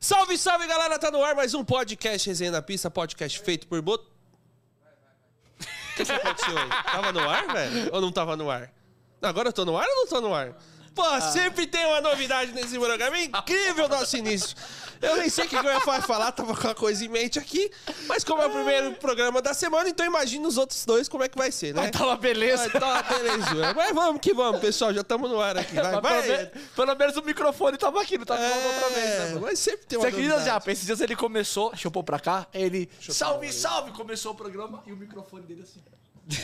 Salve, salve, galera! Tá no ar mais um podcast Resenha na Pista, podcast feito por Boto. O que, que aconteceu aí? Tava no ar, velho? Ou não tava no ar? Agora eu tô no ar ou não tô no ar? Pô, Ah. sempre tem uma novidade nesse programa. É incrível o nosso início. Eu nem sei o que que eu ia fa- falar, tava com uma coisa em mente aqui. Mas como é o primeiro programa da semana, então imagina os outros dois como é que vai ser, né? Tá uma beleza. Vai, tá, beleza. Mas vamos que vamos, pessoal. Já estamos no ar aqui. Vai, Mas vai. Pelo, me- pelo menos o microfone tava aqui, não tava falando outra vez. É, Né, mano? mas sempre tem uma Você acredita, novidade. Japa? Esses dias ele começou, chupou pra cá, ele. salve, salve! Começou o programa e o microfone dele assim.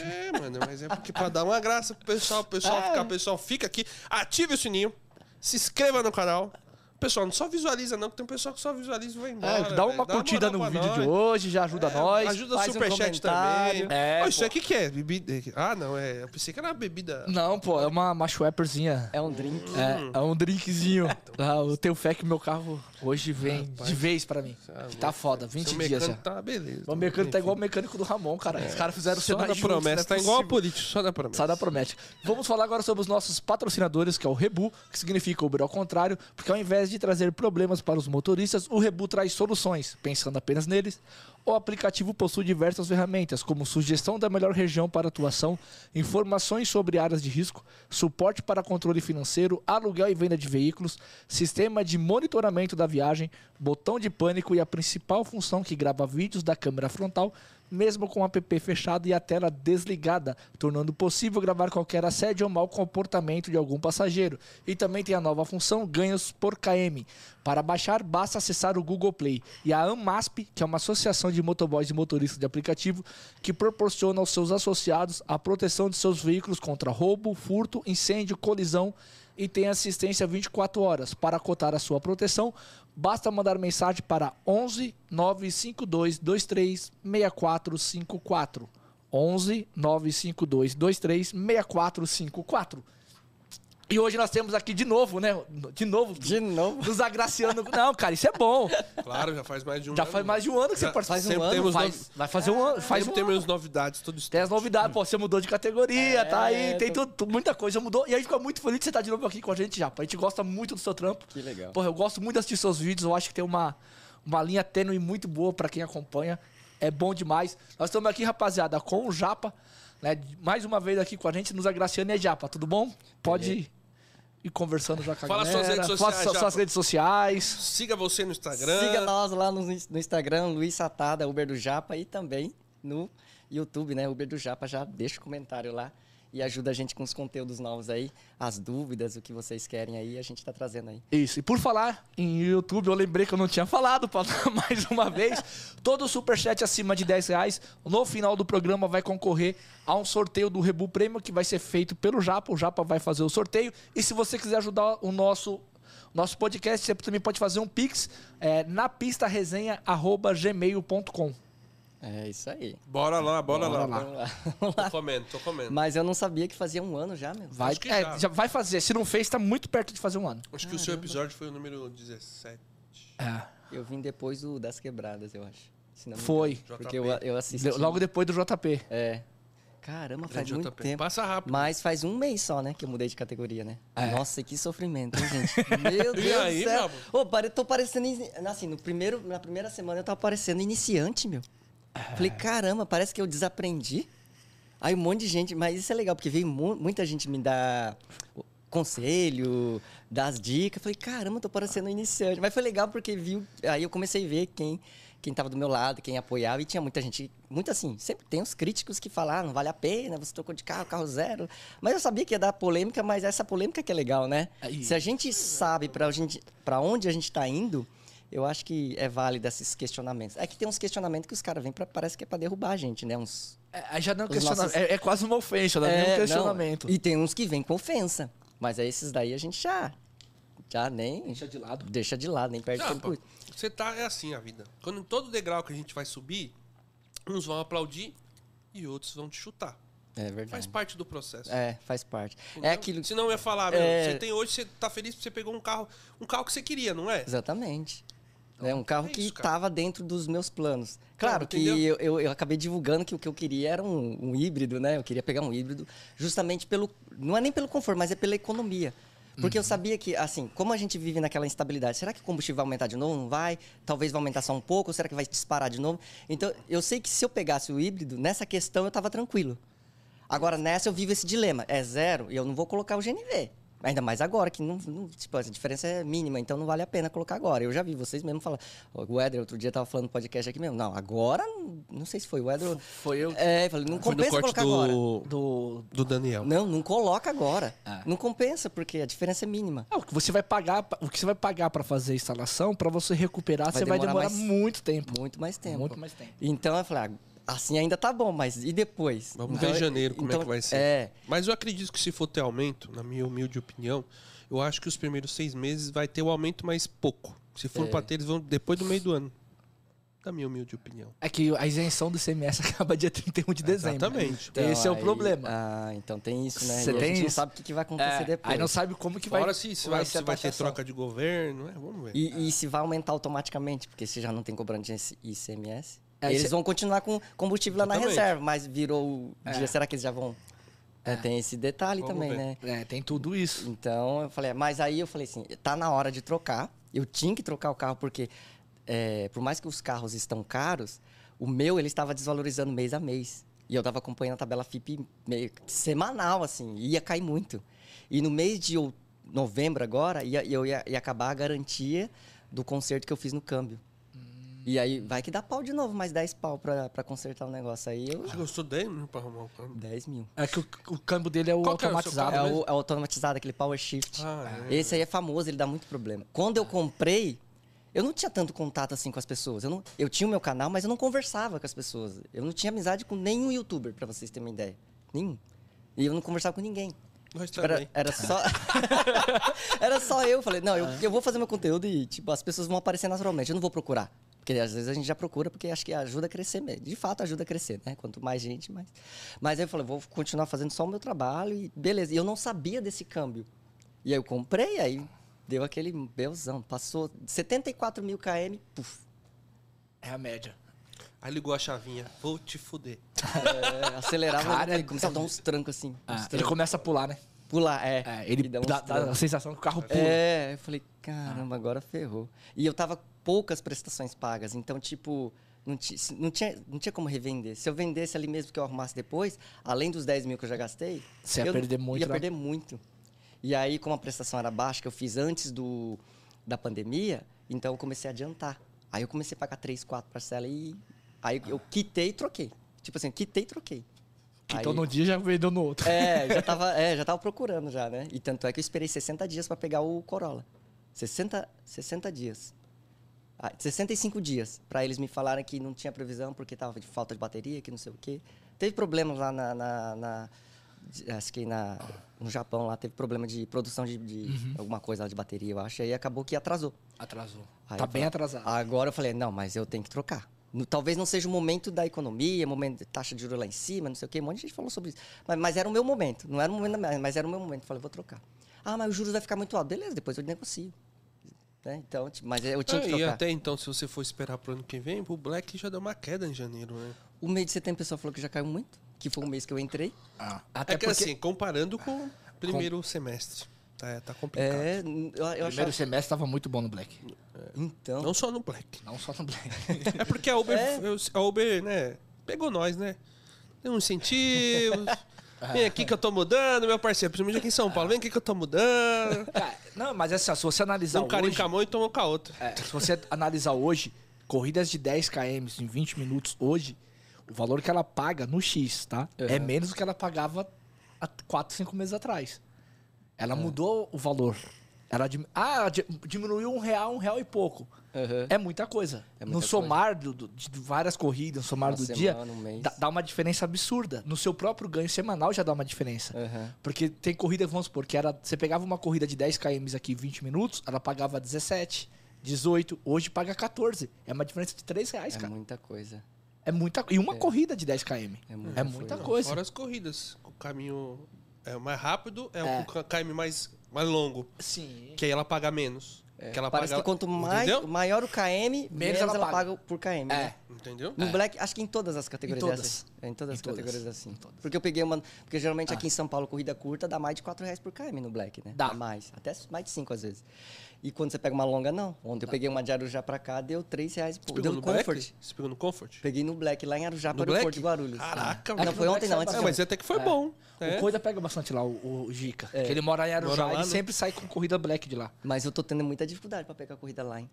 É, mano, mas é porque pra dar uma graça pro pessoal, o pessoal É. ficar, o pessoal fica aqui, ative o sininho, se inscreva no canal. Pessoal, não só visualiza não, que tem um pessoal que só visualiza e vai É, embora. dá velho. uma curtida moral no pra vídeo nós. de hoje, já ajuda nós. Ajuda o faz um superchat comentário. também. É, Ô, isso pô. aqui que é? Bebida. Ah, não, é. Eu pensei que era uma bebida. Não, pô, é uma, uma Schweppeszinha. É um drink. É, é um drinkzinho. Ah, eu tenho fé que meu carro hoje vem de vez pra mim. Tá foda, Seu 20 dias mecânico já. tá uma beleza. O mecânico tá Enfim. igual o mecânico do Ramon, cara. Os caras fizeram né? Só cenário da promessa, tá igual a político, só da promessa. Sada promete. Vamos falar agora sobre os nossos patrocinadores, que é o Rebu, que significa Uber ao contrário, porque ao invés de trazer problemas para os motoristas, o Rebu traz soluções, pensando apenas neles. O aplicativo possui diversas ferramentas, como sugestão da melhor região para atuação, informações sobre áreas de risco, suporte para controle financeiro, aluguel e venda de veículos, sistema de monitoramento da viagem, botão de pânico e a principal função que grava vídeos da câmera frontal mesmo com o app fechado e a tela desligada, tornando possível gravar qualquer assédio ou mau comportamento de algum passageiro. E também tem a nova função Ganhos por KM. Para baixar, basta acessar o Google Play. E a AMASP, que é uma associação de motoboys e motoristas de aplicativo, que proporciona aos seus associados a proteção de seus veículos contra roubo, furto, incêndio, colisão e tem assistência 24 horas. Para cotar a sua proteção, basta mandar mensagem para 11 952 23 6454. 11 952 23 6454. E hoje nós temos aqui de novo, né? De novo. De novo. Nos agraciando. Não, cara, isso é bom. Claro, já faz mais de um Já ano. faz mais de um ano que você Já participa. faz um Sempre ano, temos Faz- novi- vai fazer um ano. Faz um Sempre ano. temos novidades todos Tem as novidades, pô, você mudou de categoria, tá aí, É, tem tô- tudo, tu- muita coisa mudou. E a gente fica muito feliz de você estar de novo aqui com a gente já, pô. A gente gosta muito do seu trampo. Que legal. Porra, eu gosto muito de assistir seus vídeos, eu acho que tem uma, uma linha tênue muito boa pra quem acompanha. É bom demais. Nós estamos aqui, rapaziada, com o Japa, né? Mais uma vez aqui com a gente, nos agraciando, né, Japa? Tudo bom? Pode ir, ir conversando já com a Fala galera. suas redes Fala sociais, suas- suas Japa. redes sociais. Siga você no Instagram. Siga nós lá no, no Instagram, Luiz Satada, Uber do Japa, e também no YouTube, né? Uber do Japa, já deixa o comentário lá e ajuda a gente com os conteúdos novos aí, as dúvidas, o que vocês querem aí, a gente tá trazendo aí. Isso, e por falar em YouTube, eu lembrei que eu não tinha falado, pra falar mais uma vez. Todo superchat acima de 10 reais, no final do programa, vai concorrer a um sorteio do Rebu Prêmio que vai ser feito pelo Japa. O Japa vai fazer o sorteio. E se você quiser ajudar o nosso. Nosso podcast, você também pode fazer um pix é, na pista resenha gmail.com. É isso aí. Bora lá, bora, lá. Bora lá. Vamos lá, vamos Tô lá. comendo, tô comendo. Mas eu não sabia que fazia um ano já, meu. Vai, Acho que é, já. já vai fazer. Se não fez, tá muito perto de fazer um ano. Acho que o seu episódio foi o número 17. É, Eu vim depois do Das Quebradas, eu acho. Se não me foi. engano. Porque eu, eu assisti. Deu- Logo depois do JP. É. Caramba, faz Grande muito JP. tempo. Passa rápido. Mas faz um mês só, né, que eu mudei de categoria, né? É. Nossa, que sofrimento, hein, gente? Meu Deus aí, do céu. meu Ô, pare- tô parecendo... in- Assim, no primeiro, na primeira semana eu tava parecendo iniciante, meu. É. Falei, caramba, parece que eu desaprendi. Aí um monte de gente... Mas isso é legal, porque veio mu- muita gente me dar conselho, dar as dicas. Falei, caramba, tô parecendo um iniciante. Mas foi legal porque viu... Aí eu comecei a ver quem... Quem tava do meu lado, quem apoiava, e tinha muita gente, muito assim, sempre tem os críticos que falam, "Ah, não vale a pena, você trocou de carro, carro zero. Mas eu sabia que ia dar polêmica, mas essa polêmica que é legal, né? Aí. Se a gente sabe pra gente- pra onde a gente tá indo, eu acho que é válido esses questionamentos. É que tem uns questionamentos que os caras vêm pra. parece que é pra derrubar a gente, né? Uns É, já não é um Os questiona- nossos- é, é quase uma ofensa, não é, nem um não, questionamento. E tem uns que vêm com ofensa, mas aí esses daí a gente já já nem Deixa de lado. deixa de lado, nem perde Japa, tempo. com isso. você tá, é assim a vida. Quando em todo degrau que a gente vai subir, uns vão aplaudir e outros vão te chutar. É Faz verdade. parte do processo. É, faz parte. É Então, entendeu? aquilo Senão eu ia falar, meu, É. você tem hoje, você tá feliz porque você pegou um carro, um carro que você queria, não é? Exatamente. é um carro é que isso, cara. estava dentro dos meus planos. Claro, Claro que entendeu? eu, eu, eu acabei divulgando que o que eu queria era um, um híbrido, né? Eu queria pegar um híbrido justamente pelo... Não é nem pelo conforto, mas é pela economia. Porque eu Uhum. sabia que, assim, como a gente vive naquela instabilidade, será que o combustível vai aumentar de novo? Não vai? Talvez vai aumentar só um pouco? Será que vai disparar de novo? Então, eu sei que se eu pegasse o híbrido, nessa questão eu estava tranquilo. Agora, nessa eu vivo esse dilema. É zero e eu não vou colocar o GNV. Ainda mais agora, que não, não- tipo, a diferença é mínima, então não vale a pena colocar agora. Eu já vi vocês mesmo falar. O Eder, outro dia, tava falando no podcast aqui mesmo. Não, agora, não sei se foi o Eder. Foi eu. É, eu falei, não Foi no compensa corte colocar agora. do, Do... do Daniel. Não, não coloca agora. Ah. Não compensa, porque a diferença é mínima. Ah, o que você vai pagar, o que você vai pagar para fazer a instalação, para você recuperar, Vai você vai demorar demorar mais- muito tempo. Muito mais tempo. Muito mais tempo. Então eu falei, ah, assim ainda tá bom, mas e depois? Vamos Então, ver em janeiro como é então, que vai ser. É, Mas eu acredito que se for ter aumento, na minha humilde opinião, eu acho que os primeiros seis meses vai ter o aumento mais pouco. Se for pra ter, eles vão depois do meio do ano. Na minha humilde opinião. É que a isenção do ICMS acaba dia 31 de dezembro. Exatamente. então, Esse é o aí- problema. Ah, então tem isso, né? Você E a tem gente não isso? sabe o que, que vai acontecer É, depois. Aí não sabe como que vai. Fora se, se vai, ser a se vai ter taxação. troca de governo, né? Vamos ver. E, e se vai aumentar automaticamente, porque se já não tem cobrante de ICMS, É, eles cê- vão continuar com combustível lá na Exatamente. reserva, mas virou o dia, será que eles já vão? É, tem esse detalhe Vamos também, ver. né? É, tem tudo isso. Então eu falei, mas aí eu falei assim, tá na hora de trocar. Eu tinha que trocar o carro porque, é, por mais que os carros estão caros, o meu ele estava desvalorizando mês a mês. E eu estava acompanhando a tabela FIP meio que semanal, assim, e ia cair muito. E no mês de ou- novembro agora, ia, eu ia, ia acabar a garantia do conserto que eu fiz no câmbio. E aí vai que dá pau de novo, mais 10 pau pra, pra consertar o negócio. Aí eu. Você gostou dele né, pra arrumar o carro? 10 mil. É que o, o câmbio dele é o Qual que é o seu automatizado. É carro? né? o, é o automatizado, aquele power shift. Ah, é. Esse aí é famoso, ele dá muito problema. Quando eu comprei, eu não tinha tanto contato assim com as pessoas. Eu, não- eu tinha o meu canal, mas eu não conversava com as pessoas. Eu não tinha amizade com nenhum youtuber, pra vocês terem uma ideia. Nenhum. E eu não conversava com ninguém. Nós Tipo, era, também. era só. era só eu. Falei, não, É. eu, eu vou fazer meu conteúdo e, tipo, as pessoas vão aparecer naturalmente. Eu não vou procurar. Porque às vezes a gente já procura porque acho que ajuda a crescer mesmo. De fato, ajuda a crescer, né? Quanto mais gente, mais. Mas aí eu falei, vou continuar fazendo só o meu trabalho e beleza. E eu não sabia desse câmbio. E aí eu comprei, aí deu aquele belzão. Passou 74 mil km, puf. É a média. Aí ligou a chavinha. Vou te fuder. É, acelerava. Cara, e começava a dar uns trancos assim. Ah, uns ele trancos. começa a pular, né? Pular, é. É, E ele uns dá, dá trancos. a sensação que o carro pula. É, eu falei, caramba, Ah. agora ferrou. E eu tava com poucas prestações pagas, então, tipo, não, ti- se- não tinha, não tinha como revender. Se eu vendesse ali mesmo que eu arrumasse depois, além dos 10 mil que eu já gastei, Você ia eu perder muito, Ia né? perder muito. E aí, como a prestação era baixa, que eu fiz antes do, da pandemia, então eu comecei a adiantar. Aí eu comecei a pagar três, quatro parcelas e. Aí eu Ah. quitei e troquei. Tipo assim, quitei e troquei. Então Aí- num dia já vendeu no outro. é, já tava, é, já tava procurando já, né? E tanto é que eu esperei 60 dias pra pegar o Corolla. 60, 60 dias. Ah, 65 dias pra eles me falarem que não tinha previsão porque tava de falta de bateria, que não sei o quê. Teve problema lá na, na- na- de- acho que na no Japão lá teve problema de produção de, de alguma coisa lá de bateria, eu acho, e aí acabou que atrasou. Atrasou. Aí tá eu bem falei, atrasado. Agora eu falei, não, mas eu tenho que trocar. No- Talvez não seja o momento da economia, momento de taxa de juros lá em cima, não sei o quê. Um monte de gente falou sobre isso. Mas, mas era o meu momento. Não era o momento, da minha- mas era o meu momento. Eu Falei, vou trocar. Ah, mas o juros vai ficar muito alto. Beleza, depois eu negocio. Né? Então, tipo, mas eu tinha Ah, que e trocar. até então, se você for esperar pro ano que vem, o Black já deu uma queda em janeiro, né? O mês de setembro, o pessoal falou que já caiu muito. Que foi o mês que eu entrei. Até é que porque assim, comparando com o primeiro semestre. Tá, tá complicado. É, n- eu, o eu primeiro achava... semestre tava muito bom no Black. Então... Não só no Black. Não só no Black. É porque a Uber, a Uber, né, pegou nós, né? Deu uns incentivos. Vem aqui que eu tô mudando, meu parceiro. Principalmente aqui em São Paulo. Vem aqui que eu tô mudando. Cara, não, mas assim, ó, se você analisar Dá um carinho hoje... com a mão e tomou com a outra. É, se você analisar hoje, corridas de 10 km em 20 minutos hoje, o valor que ela paga no X, tá? É menos do que ela pagava há 4, 5 meses atrás. Ela É. mudou o valor. Ela dim- Ah, ela di- diminuiu um real, um real e pouco. Aham. É muita coisa. É no muita somar do- do- de várias corridas, no somar Uma do semana, dia, um mês. dá, dá uma diferença absurda. No seu próprio ganho semanal já dá uma diferença. Aham. Porque tem corrida, vamos supor, que era. Você pegava uma corrida de 10 km aqui em 20 minutos, ela pagava 17, 18, hoje paga 14. É uma diferença de 3 reais, É cara. muita coisa. É muita E uma corrida de 10 km. É É muita, muita coisa. Fora as corridas. O caminho é o mais rápido, é, o ca- caminho mais, mais longo. Sim. Que aí ela paga menos. Que ela Parece paga... que quanto mais, Entendeu? maior o KM, menos, ela ela, paga. paga por KM. É. né? Entendeu? No Black, acho que em todas as categorias. Em é todas. assim. É, em todas Em as todas. categorias é assim. Em todas. Porque eu peguei uma. Porque geralmente aqui em São Paulo, corrida curta dá mais de 4 reais por km no Black, né? Dá. A mais. Até mais de 5 às vezes. E quando você pega uma longa, não. Ontem eu peguei uma de Arujá pra cá, deu 3 reais por. Você pegou Deu no no Comfort. Black? Você pegou no Comfort? Peguei no Black, lá em Arujá, No para o Porto Black? de Guarulhos. Caraca, Não, mano. foi ontem, não, antes de Ah, ontem. mas até que foi bom. É. O Coisa pega bastante lá, o, o Gica. É. Que ele mora em Arujá, Mora lá, né? ele sempre sai com corrida black de lá. Mas eu tô tendo muita dificuldade pra pegar corrida lá, hein?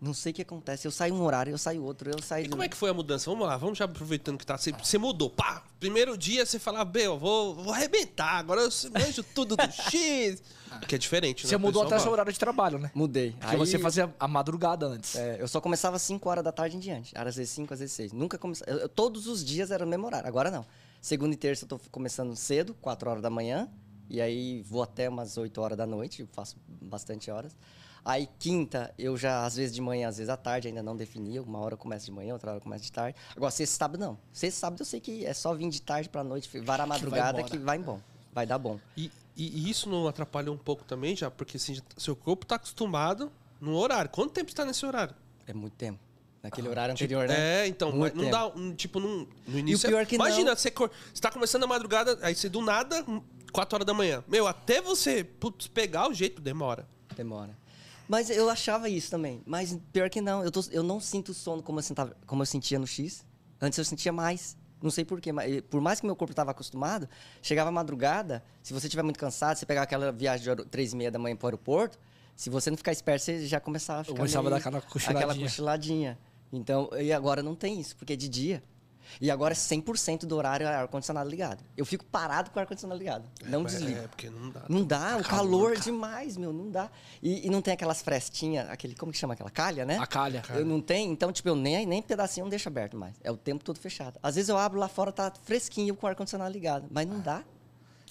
Não sei o que acontece. Eu saio um horário, eu saio outro, eu saio. E como é que foi a mudança? Vamos lá, vamos já aproveitando que tá. Você, você mudou, pá. Primeiro dia você fala, bem, eu vou, vou arrebentar, agora eu manjo tudo do X. Que é diferente, né? Você O mudou pessoal até seu fala. horário de trabalho, né? Mudei. Porque você fazia a madrugada antes. É, eu só começava às 5 horas da tarde em diante. Era às vezes 5, às vezes 6. Nunca começava. eu- eu- todos os dias era o mesmo horário. Agora não. Segunda e terça eu tô começando cedo, 4 horas da manhã. E aí vou até umas 8 horas da noite, eu faço bastante horas. Aí quinta, eu já, às vezes de manhã, às vezes à tarde, ainda não definia. Uma hora eu começo de manhã, outra hora eu começo de tarde. Agora, sexta e sábado não. Sexta e sábado eu sei que é só vir de tarde pra noite, varar a madrugada embora. que vai bom. Vai dar bom. E, e- e isso não atrapalha um pouco também, já? Porque assim, já- seu corpo tá acostumado no horário. Quanto tempo você tá nesse horário? É muito tempo. Naquele horário anterior, né? É, então, Muito mas não dá. um- Tipo, não, no início. pior é que não- imagina, você, cor- você tá começando a madrugada, aí você do nada, 4 horas da manhã. Meu, até você putz, pegar o jeito demora. Demora. Mas eu achava isso também. Mas pior que não. Eu, tô- eu não sinto sono como eu, sentava- como eu sentia no X. Antes eu sentia mais. Não sei porquê, mas eh, por mais que meu corpo estava acostumado, chegava a madrugada, se você estiver muito cansado, você pegar aquela viagem de aero- três e meia da manhã para o aeroporto, se você não ficar esperto, você já começava a ficar começava a meio- dar aquela cochiladinha. aquela cochiladinha. Então, e agora não tem isso, porque é de dia. E agora é 100% do horário é ar-condicionado ligado. Eu fico parado com o ar-condicionado ligado. Não desligo. É, porque não dá. Não dá, o calor, demais, meu, não dá. E, e não tem aquelas frestinhas, aquele, como que chama aquela? Calha, né? A calha. Eu não tenho, então, tipo, eu nem, nem pedacinho não deixo aberto mais. É o tempo todo fechado. Às vezes eu abro lá fora, tá fresquinho com o ar-condicionado ligado, mas não dá.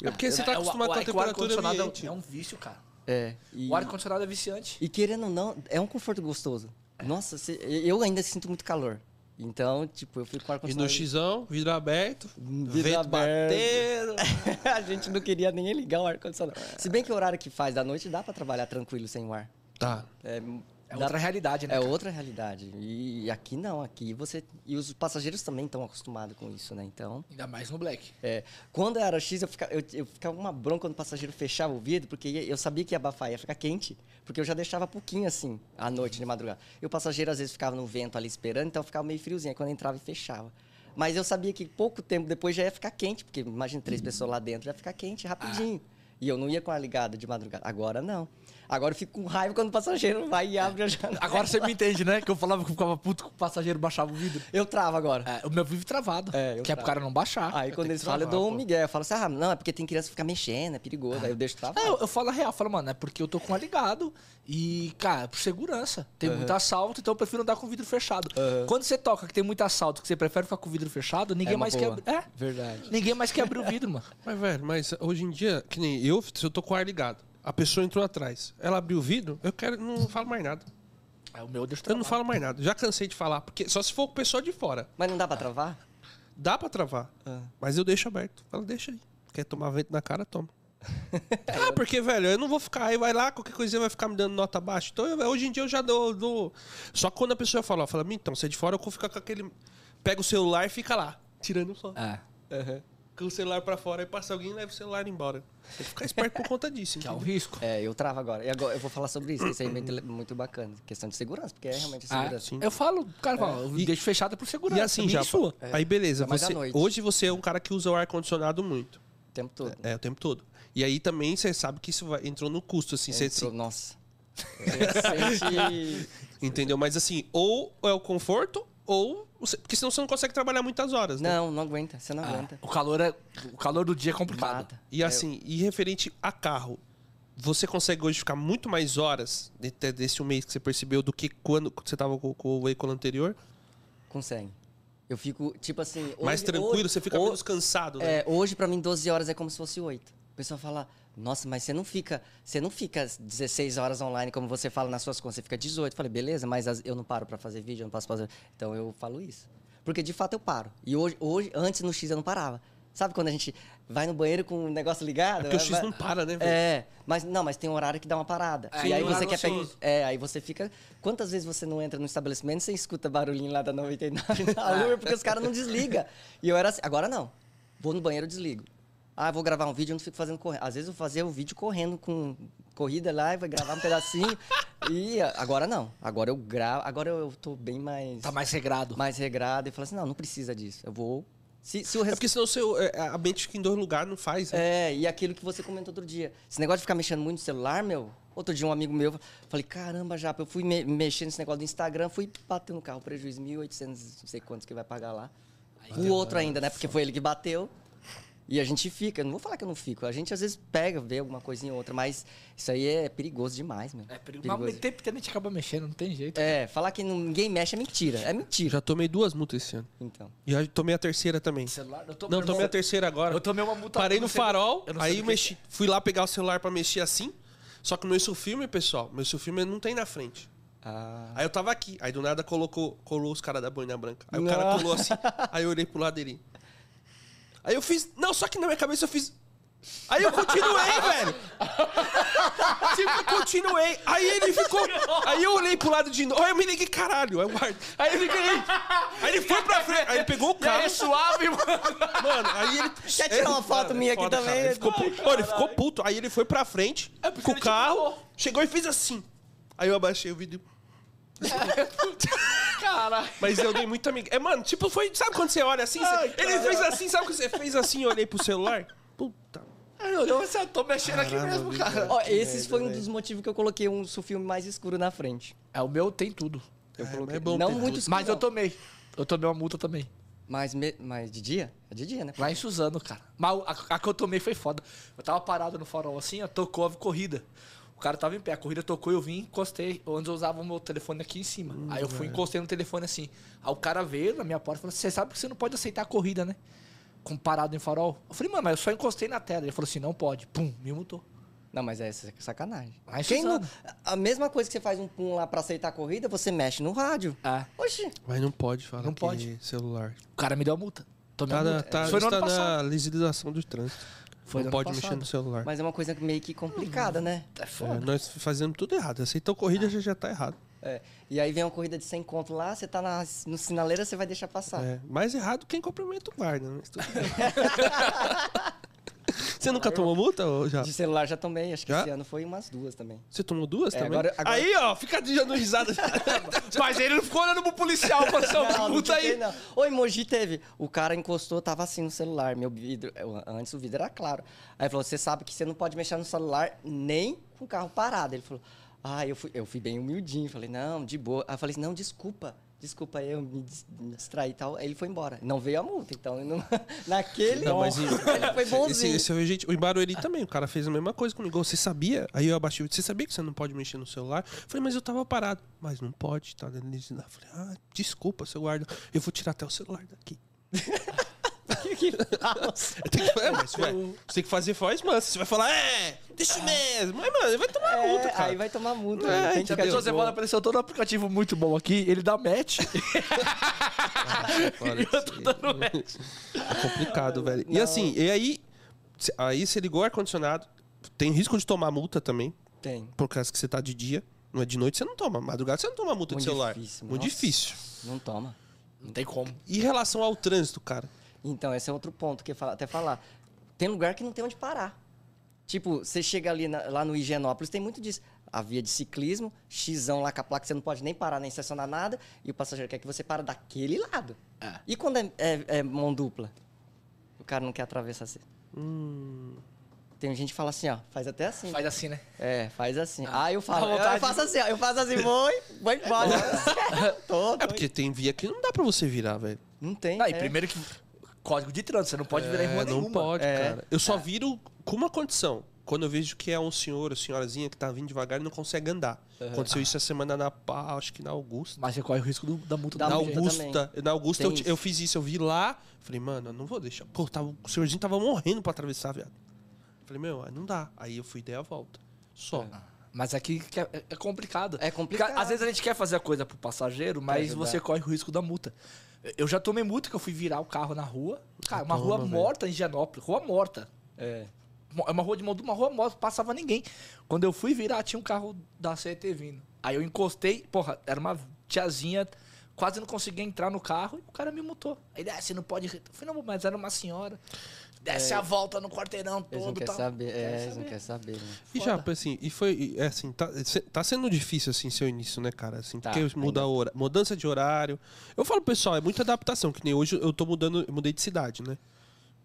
É porque você tá É, o- acostumado com o- a é que o temperatura ar-condicionado é um- ambiente. É um vício, cara. É. E, O ar-condicionado é viciante. e querendo ou não, é um conforto gostoso. Nossa, se- eu ainda sinto muito calor. Então, tipo, eu fico com o E no ar-condicionado. xão, vidro aberto, Vidro vento aberto. batendo. a gente não queria nem ligar o ar-condicionado. Se bem que o horário que faz da noite dá pra trabalhar tranquilo sem o ar. Tá. É, É dá outra realidade, né? É cara? outra realidade. E aqui não, aqui você. E os passageiros também estão acostumados com isso, né? Então. Ainda mais no black. é, quando era X, eu ficava, eu, eu ficava uma bronca quando o passageiro fechava o vidro, porque ia- eu sabia que ia abafar, ia ficar quente, porque eu já deixava pouquinho assim, à noite, de madrugada. E o passageiro às vezes ficava no vento ali esperando, então ficava meio friozinho, aí quando eu entrava e fechava. Mas eu sabia que pouco tempo depois já ia ficar quente, porque imagina três pessoas lá dentro, já ia ficar quente rapidinho. E eu não ia com a ligada de madrugada. Agora não. Agora eu fico com raiva quando o passageiro vai e abre a janela. Agora você me entende, né? Que eu falava que eu ficava puto que o passageiro baixava o vidro. Eu travo agora. É, o meu vive travado. É, que eu é pro travo. cara não baixar. Aí Eu quando tenho eles que falam, eu travar, dou pô. um migué. Eu falo assim, ah, não, é porque tem criança que fica mexendo, é perigoso. Aí eu deixo travar. Ah, eu, eu falo a real, eu falo, mano, é porque eu tô com ligado e, cara, é por segurança. Tem muito assalto, então eu prefiro andar com o vidro fechado. Quando você toca que tem muito assalto, que você prefere ficar com o vidro fechado, ninguém uma mais quer. boa. abrir. É? Verdade. Ninguém mais quer abrir o vidro, mano. Mas, velho, mas hoje em dia, que nem eu, se eu tô com o ar ligado, a pessoa entrou atrás, ela abriu o vidro, eu quero, não falo mais nada. É o meu Deus Eu não falo mais nada. Já cansei de falar, porque só se for com o pessoal de fora. Mas não dá pra travar? Dá pra travar, mas eu deixo aberto. Fala, deixa aí. Quer tomar vento na cara, toma. ah, porque, velho, eu não vou ficar aí, vai lá, qualquer coisinha vai ficar me dando nota baixa. Então, eu- hoje em dia eu já dou. dou- Só quando a pessoa fala, ó, fala, "Mim, então, você é de fora, eu vou ficar com aquele. Pega o celular e fica lá, tirando só. Ah. É. com o celular pra fora, aí passa alguém e leva o celular embora. Tem que ficar esperto por conta disso. Que é o entendeu? risco. É, eu travo agora. E agora eu vou falar sobre isso, que isso aí é muito, le- muito bacana. Questão de segurança, porque é realmente Ah, segurança. eu falo, cara, fala, eu deixo fechado por segurança. E assim, minha já. É, e sua. Aí beleza, Ainda mais você- à noite. hoje você é um cara que usa o ar-condicionado muito. O tempo todo. É, o tempo todo. E aí também você sabe que isso vai- entrou no custo, assim. Você, se- Entrou- Nossa. Você sente... entendeu? Mas assim, ou é o conforto, ou. você- porque senão você não consegue trabalhar muitas horas, né? Não, não aguenta. Você não Ah, aguenta. o calor é. O calor do dia é complicado. Mata. E assim, e referente a carro, você consegue hoje ficar muito mais horas de- de- desse um mês que você percebeu do que quando você tava com, com o veículo anterior? Consegue. Eu fico, tipo assim... hoje- mais tranquilo, hoje- você fica ho- menos cansado, né? É, hoje pra mim 12 horas é como se fosse 8. O pessoal fala: "Nossa, mas você não fica, você não fica 16 horas online como você fala nas suas contas, você fica 18". Eu falei: "Beleza, mas as- eu não paro pra fazer vídeo, eu não posso fazer". Então eu falo isso. Porque de fato eu paro. E hoje, hoje antes no X eu não parava. Sabe quando a gente vai no banheiro com o negócio ligado? Porque o X Vai- não para, né, velho? É, mas não, mas tem um horário que dá uma parada. É, e aí tem um você horário quer pegar. ocioso. É, aí você fica. Quantas vezes você não entra no estabelecimento e você escuta barulhinho lá da 99 na lua, porque os caras não desligam. E eu era assim, agora não. Vou no banheiro, desligo. Ah, vou gravar um vídeo, eu não fico fazendo correndo. Às vezes eu fazia o vídeo correndo com corrida lá e vai gravar um pedacinho. e ah, agora não. Agora eu gravo. Agora eu tô bem mais, Tá mais regrado. mais regrado e falo assim: não, não precisa disso. Eu vou. Se, se o É res- porque senão o seu, é, a mente fica em dois lugares, não faz. né? é, e aquilo que você comentou outro dia. Esse negócio de ficar mexendo muito no celular, meu. Outro dia, um amigo meu, falei, caramba, Japa, eu fui me mexendo nesse negócio do Instagram, fui bater no carro, prejuízo 1.800, não sei quantos que vai pagar lá. o outro ainda, né? Porque foi ele que bateu. E a gente fica, eu não vou falar que eu não fico, a gente às vezes pega, vê alguma coisinha ou outra, mas isso aí é perigoso demais, meu. É perigo- Mas perigoso. o tempo que a gente acaba mexendo, não tem jeito. É, falar que não- ninguém mexe é mentira, é Eu mentira. já tomei duas multas esse ano. Então, E eu tomei a terceira também. Celular, eu tô- Não, meu tomei irmão, a terceira agora. Eu tomei uma multa. Parei eu no não sei- farol, eu não sei aí do eu que- é. mexi. Fui lá pegar o celular pra mexer assim. Só que o meu filme, pessoal, meu filme não tem na frente. ah, Aí eu tava aqui, aí do nada colocou, colou os caras da boina branca. Aí o cara Nossa. colou assim, aí eu olhei pro lado dele. Aí eu fiz. Não, só que na minha cabeça eu fiz. Aí eu continuei, velho! Tipo, eu continuei. Aí ele ficou. Aí eu olhei pro lado de novo. Aí eu me liguei, caralho, aí eu guardo. Aí eu liguei. Aí ele foi pra frente. Aí ele pegou o E aí, carro. é suave, mano. Mano, aí ele. Quer tirar uma ele- foto minha aqui também? Ele ficou, puto. Mano, ele ficou puto. Aí ele foi pra frente É, porque com o ele te carro, falou. chegou e fez assim. Aí eu abaixei o vídeo. Cara, Mas eu dei muita amiga. É, mano, tipo, foi. Sabe quando você olha assim? você- ele fez assim, sabe quando você fez assim e eu olhei pro celular? Puta. eu não, eu tô mexendo aqui mesmo, cara. Ó, esse foi um dos motivos que eu coloquei um filme mais escuro na frente. É, o meu tem tudo. Eu Ah, é coloquei- não muito escuro, Mas eu não. tomei. Eu tomei uma multa também. Mas, me- mas de dia? É de dia, né? Lá em Suzano, cara. Mas a, a que eu tomei foi foda. Eu tava parado no farol assim, ó, tocou a corrida. O cara tava em pé, a corrida tocou, eu vim, encostei. Onde eu usava o meu telefone aqui em cima. aí eu fui, encostei no telefone assim. Aí o cara veio na minha porta e falou: Você sabe que você não pode aceitar a corrida, né? Com parado em farol. Eu falei, mano, mas eu só encostei na tela. Ele falou assim: Não pode. Pum, me multou. Não, mas é sa- sacanagem. Mas Quem não, Suzano. é- a mesma coisa que você faz um pum lá pra aceitar a corrida, você mexe no rádio. Ah. Oxi. Mas não pode falar Não que pode. é celular. O cara me deu a multa. Tomei Tá a na, multa. tá, Isso foi no está ano passado. na legislação do trânsito. Foi não no ano pode passado. mexer no celular. Mas é uma coisa meio que complicada, né? É É, foda. nós fazemos tudo errado. Aceitou corrida já, já tá errado. É. E aí vem uma corrida de 100 conto lá, você tá na, no sinaleira, você vai deixar passar. É, mais errado quem cumprimenta o guarda, né? Mas tudo bem. Você nunca tomou multa ou já? De celular já tomei, acho que Já? esse ano foi umas duas também. Você tomou duas É, também? agora- agora- Aí, ó, fica dando risada. É. Mas ele não ficou olhando pro policial, falou Não, assim, não multa fiquei, aí. não. Ô, emoji teve. O cara encostou, tava assim no celular. Meu vidro. eu- Antes o vidro era claro. Aí falou: você sabe que você não pode mexer no celular nem com o carro parado. Ele falou: Ah, eu fui, eu fui bem humildinho. Falei, não, de boa. Aí eu falei, não, desculpa. Desculpa, eu me dis- me distraí e tal. Aí ele foi embora. Não veio a multa, então. ele não- Naquele. Não, mas e- ele foi Esse, bonzinho. esse, é o gente, o Ibarueri também, o cara fez a mesma coisa comigo. Você sabia? Aí eu abaixei, você sabia que você não pode mexer no celular? Eu falei, mas eu tava parado. Mas não pode, tá? Ele disse, não. Eu falei, ah, desculpa, seu guarda. Eu vou tirar até o celular daqui. Que caos. Eu tenho que, é, mas, ué, você tem que fazer voz, mano. Você vai falar, é, deixa mesmo. Mas, mano, vai tomar Ah." É, multa, cara. aí vai tomar multa. É, né? Tem que Já ficar de pensou, você boa. fala pra ele, "Se eu tô no aplicativo muito bom aqui, ele dá match. Fora disso. É complicado, velho. E assim, e aí, cê- aí você ligou o ar-condicionado, tem risco de tomar multa também, Tem. por causa que você tá de dia. Não é de noite, você não toma. Madrugada, você não toma multa Muito de celular. difícil, Muito nossa. difícil. Não toma. Não tem como. E em relação ao trânsito, cara? Então, esse é outro ponto que eu ia fala- até falar. Tem lugar que não tem onde parar. Tipo, você chega ali na- lá no Higienópolis, tem muito disso. A via de ciclismo, xão lá com a placa, você não pode nem parar, nem estacionar nada, e o passageiro quer que você para daquele lado. E quando é, é- é mão dupla? O cara não quer atravessar assim. Tem gente que fala assim, ó, faz até assim. Hum. Faz assim, né? É, faz assim. Ah, eu falo, Dá eu, vontade. faço assim, ó, eu faço assim, vou, e- vou embora. Tô, tô- É porque tem via que não dá pra você virar, velho. Não tem. Não, e é. primeiro que. Código de trânsito, você não pode virar em rua É, não nenhuma. pode, É. cara. Eu só viro com uma condição. Quando eu vejo que é um senhor ou senhorazinha que tá vindo devagar e não consegue andar. Aconteceu isso a semana na, Pa- acho que na Augusta. Mas você corre o risco do- da multa Da Na do multa. um jeito. Augusta, na Augusta eu, Tem ti- eu fiz isso, eu vi lá, falei, mano, eu não vou deixar. Pô, tava, o senhorzinho tava morrendo pra atravessar, viado. Falei, meu, aí não dá. Aí eu fui e dei a volta. Só. Mas é que que é, é complicado. É complicado. Porque, Às vezes a gente quer fazer a coisa pro passageiro, mas ajudar. você corre o risco da multa. Eu já tomei multa que eu fui virar o carro na rua. Cara, uma rua morta em Higienópolis. Rua morta. É. Mo- É uma rua de mão uma rua morta, passava ninguém. Quando eu fui virar, tinha um carro da CET vindo. Aí eu encostei, porra, era uma tiazinha, quase não conseguia entrar no carro e o cara me multou. Ele, ah, você não pode. Eu falei, não, mas era uma senhora. Desce a volta no quarteirão É. Eles todo. não querem tal. saber. É, eles não saber. querem saber, né? E já, assim, e foi, e, é assim, tá, cê- tá sendo difícil, assim, seu início, né, cara? Assim, Tá, porque muda hora, mudança de horário. Eu falo, pessoal, é muita adaptação, que nem hoje eu tô mudando, eu mudei de cidade, né?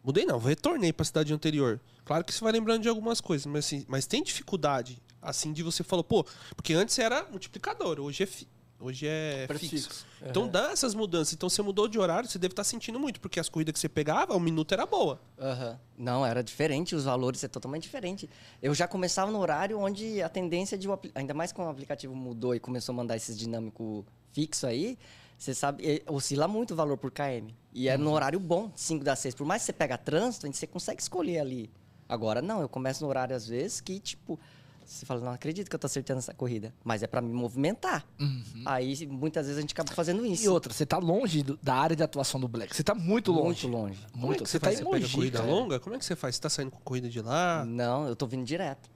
Mudei não, retornei pra cidade anterior. Claro que você vai lembrando de algumas coisas, mas, assim, mas tem dificuldade, assim, de você falar, pô, porque antes era multiplicador, hoje é, fi- hoje é fixo. Então dá essas mudanças. Então você mudou de horário, você deve estar sentindo muito, porque as corridas que você pegava, um minuto era boa. Aham. Não, era diferente, os valores é totalmente diferente. Eu já começava no horário onde a tendência de. o apli- Ainda mais quando o aplicativo mudou e começou a mandar esses dinâmico fixo aí, você sabe, eh, oscila muito o valor por KM. E é no Uhum. horário bom, 5 das 6. Por mais que você pega trânsito, você consegue escolher ali. Agora não, eu começo no horário às vezes que, tipo, você fala, não acredito que eu tô acertando essa corrida. Mas é pra me movimentar. Aí muitas vezes a gente acaba fazendo isso. Uhum. E outra, você tá longe do- da área de atuação do Black. Você tá muito longe. Muito longe. Como é Muito. que Você tá faz? em pega Mogi, corrida cara. longa? Como é que você faz? Você tá saindo com corrida de Ah. lá? Não, eu tô vindo direto.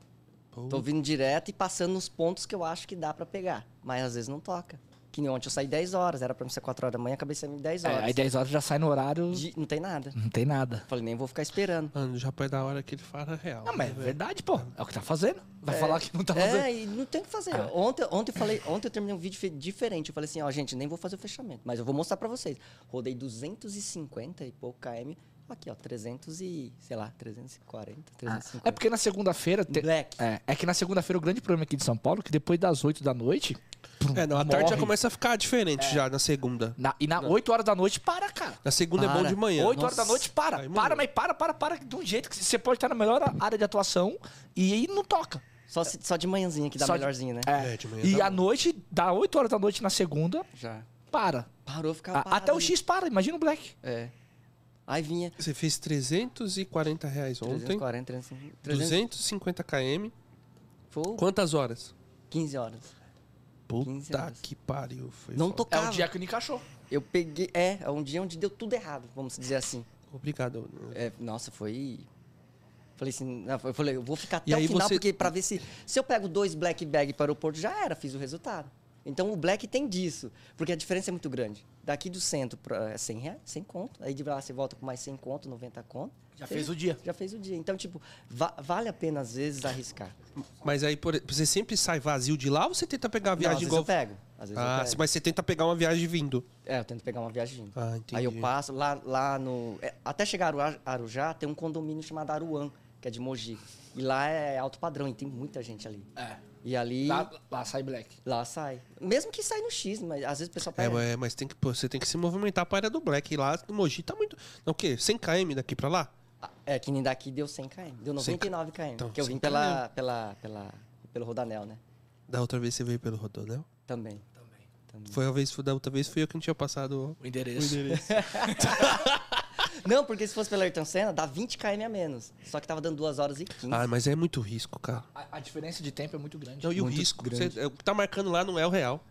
Tô vindo direto e passando nos pontos que eu acho que dá pra pegar. Mas às vezes não toca. Que nem ontem eu saí 10 horas, era pra mim ser 4 horas da manhã, acabei saindo 10 É, horas. aí 10 horas já sai no horário. De- Não tem nada. Não tem nada. Falei, nem vou ficar esperando. Mano, já pé da hora que ele fala real. né, Não, mas é verdade, pô. É o que tá fazendo. Vai falar que não tá fazendo. É, e não tem o que fazer. Ah. Ontem, ontem, eu falei, ontem eu terminei um vídeo fe- diferente. Eu falei assim, ó, gente, nem vou fazer o fechamento, mas eu vou mostrar pra vocês. Rodei 250 e pouco km. Aqui, ó, 300 e, sei lá, 340, 350. É porque na segunda-feira. te- Black. É, é que na segunda-feira o grande problema aqui de São Paulo é que depois das 8 da noite. prum, É, não, a morre. tarde já começa a ficar diferente É. já na segunda. Na- e na 8 horas da noite para, cara. Na segunda é bom Para. de manhã. 8 horas da Nossa. noite para. Aí, mano. para, mas para, para, para. De um jeito que você pode estar na melhor área de atuação e aí não toca. Só, se- só de manhãzinha que dá Só de- melhorzinho, né? É, de manhã E tá à noite, da 8 horas da noite na segunda, Já. para. Parou, ficava A- parado É. Ah, até o ali. X para, imagina o Black. É. Aí vinha. Você fez 340 reais ontem, 340, 350, 300, 250 km. foi Quantas horas? 15 horas. 15 Puta horas. que pariu. Foi Não foda. É tocava. o dia que não encaixou. Eu peguei. É, é um dia onde deu tudo errado, vamos dizer assim. Obrigado. É, nossa, foi. Falei assim, não, eu falei, eu vou ficar até E aí o final, você- porque pra ver se. Se eu pego dois black bag para o aeroporto, já era, fiz o resultado. Então o black tem disso, porque a diferença é muito grande. Daqui do centro pra é 100 reais, 100 conto. Aí de lá você volta com mais 100 conto, 90 conto. Já Você fez o dia. Já fez o dia. Então, tipo, va- vale a pena às vezes arriscar. Mas aí por- você sempre sai vazio de lá ou você tenta pegar a Não, às viagem vezes igual. eu pego. Às vezes eu Ah, pego. mas você tenta pegar uma viagem vindo. É, eu tento pegar uma viagem. vindo. Ah, entendi. Aí eu passo lá, lá no. é, até chegar a Aru- Arujá, tem um condomínio chamado Aruan, que é de Mogi. E lá é alto padrão e tem muita gente ali. É. E ali. Lá, Lá, lá sai Black. sai. Mesmo que sai no X, mas às vezes o pessoal É, pega. mas- mas tem que, pô, você tem que se movimentar pra área do Black. E lá no Mogi tá muito. Não, o quê? 100 km daqui pra lá? Ah, É, que nem daqui deu 100 km. Deu 99 km. Então, que eu vim 100 pela, pela, pela, pelo Rodanel, né? Da outra vez você veio pelo Rodonel? Também. Foi a vez, da outra vez fui eu que não tinha passado. O endereço. Não, porque se fosse pela Ayrton Senna, dá 20 km a menos. Só que tava dando 2 horas e 15. Ah, mas é muito risco, cara. A, a diferença de tempo é muito grande. Não, e o Muito risco? grande. Você- é, o que tá marcando lá não é o real.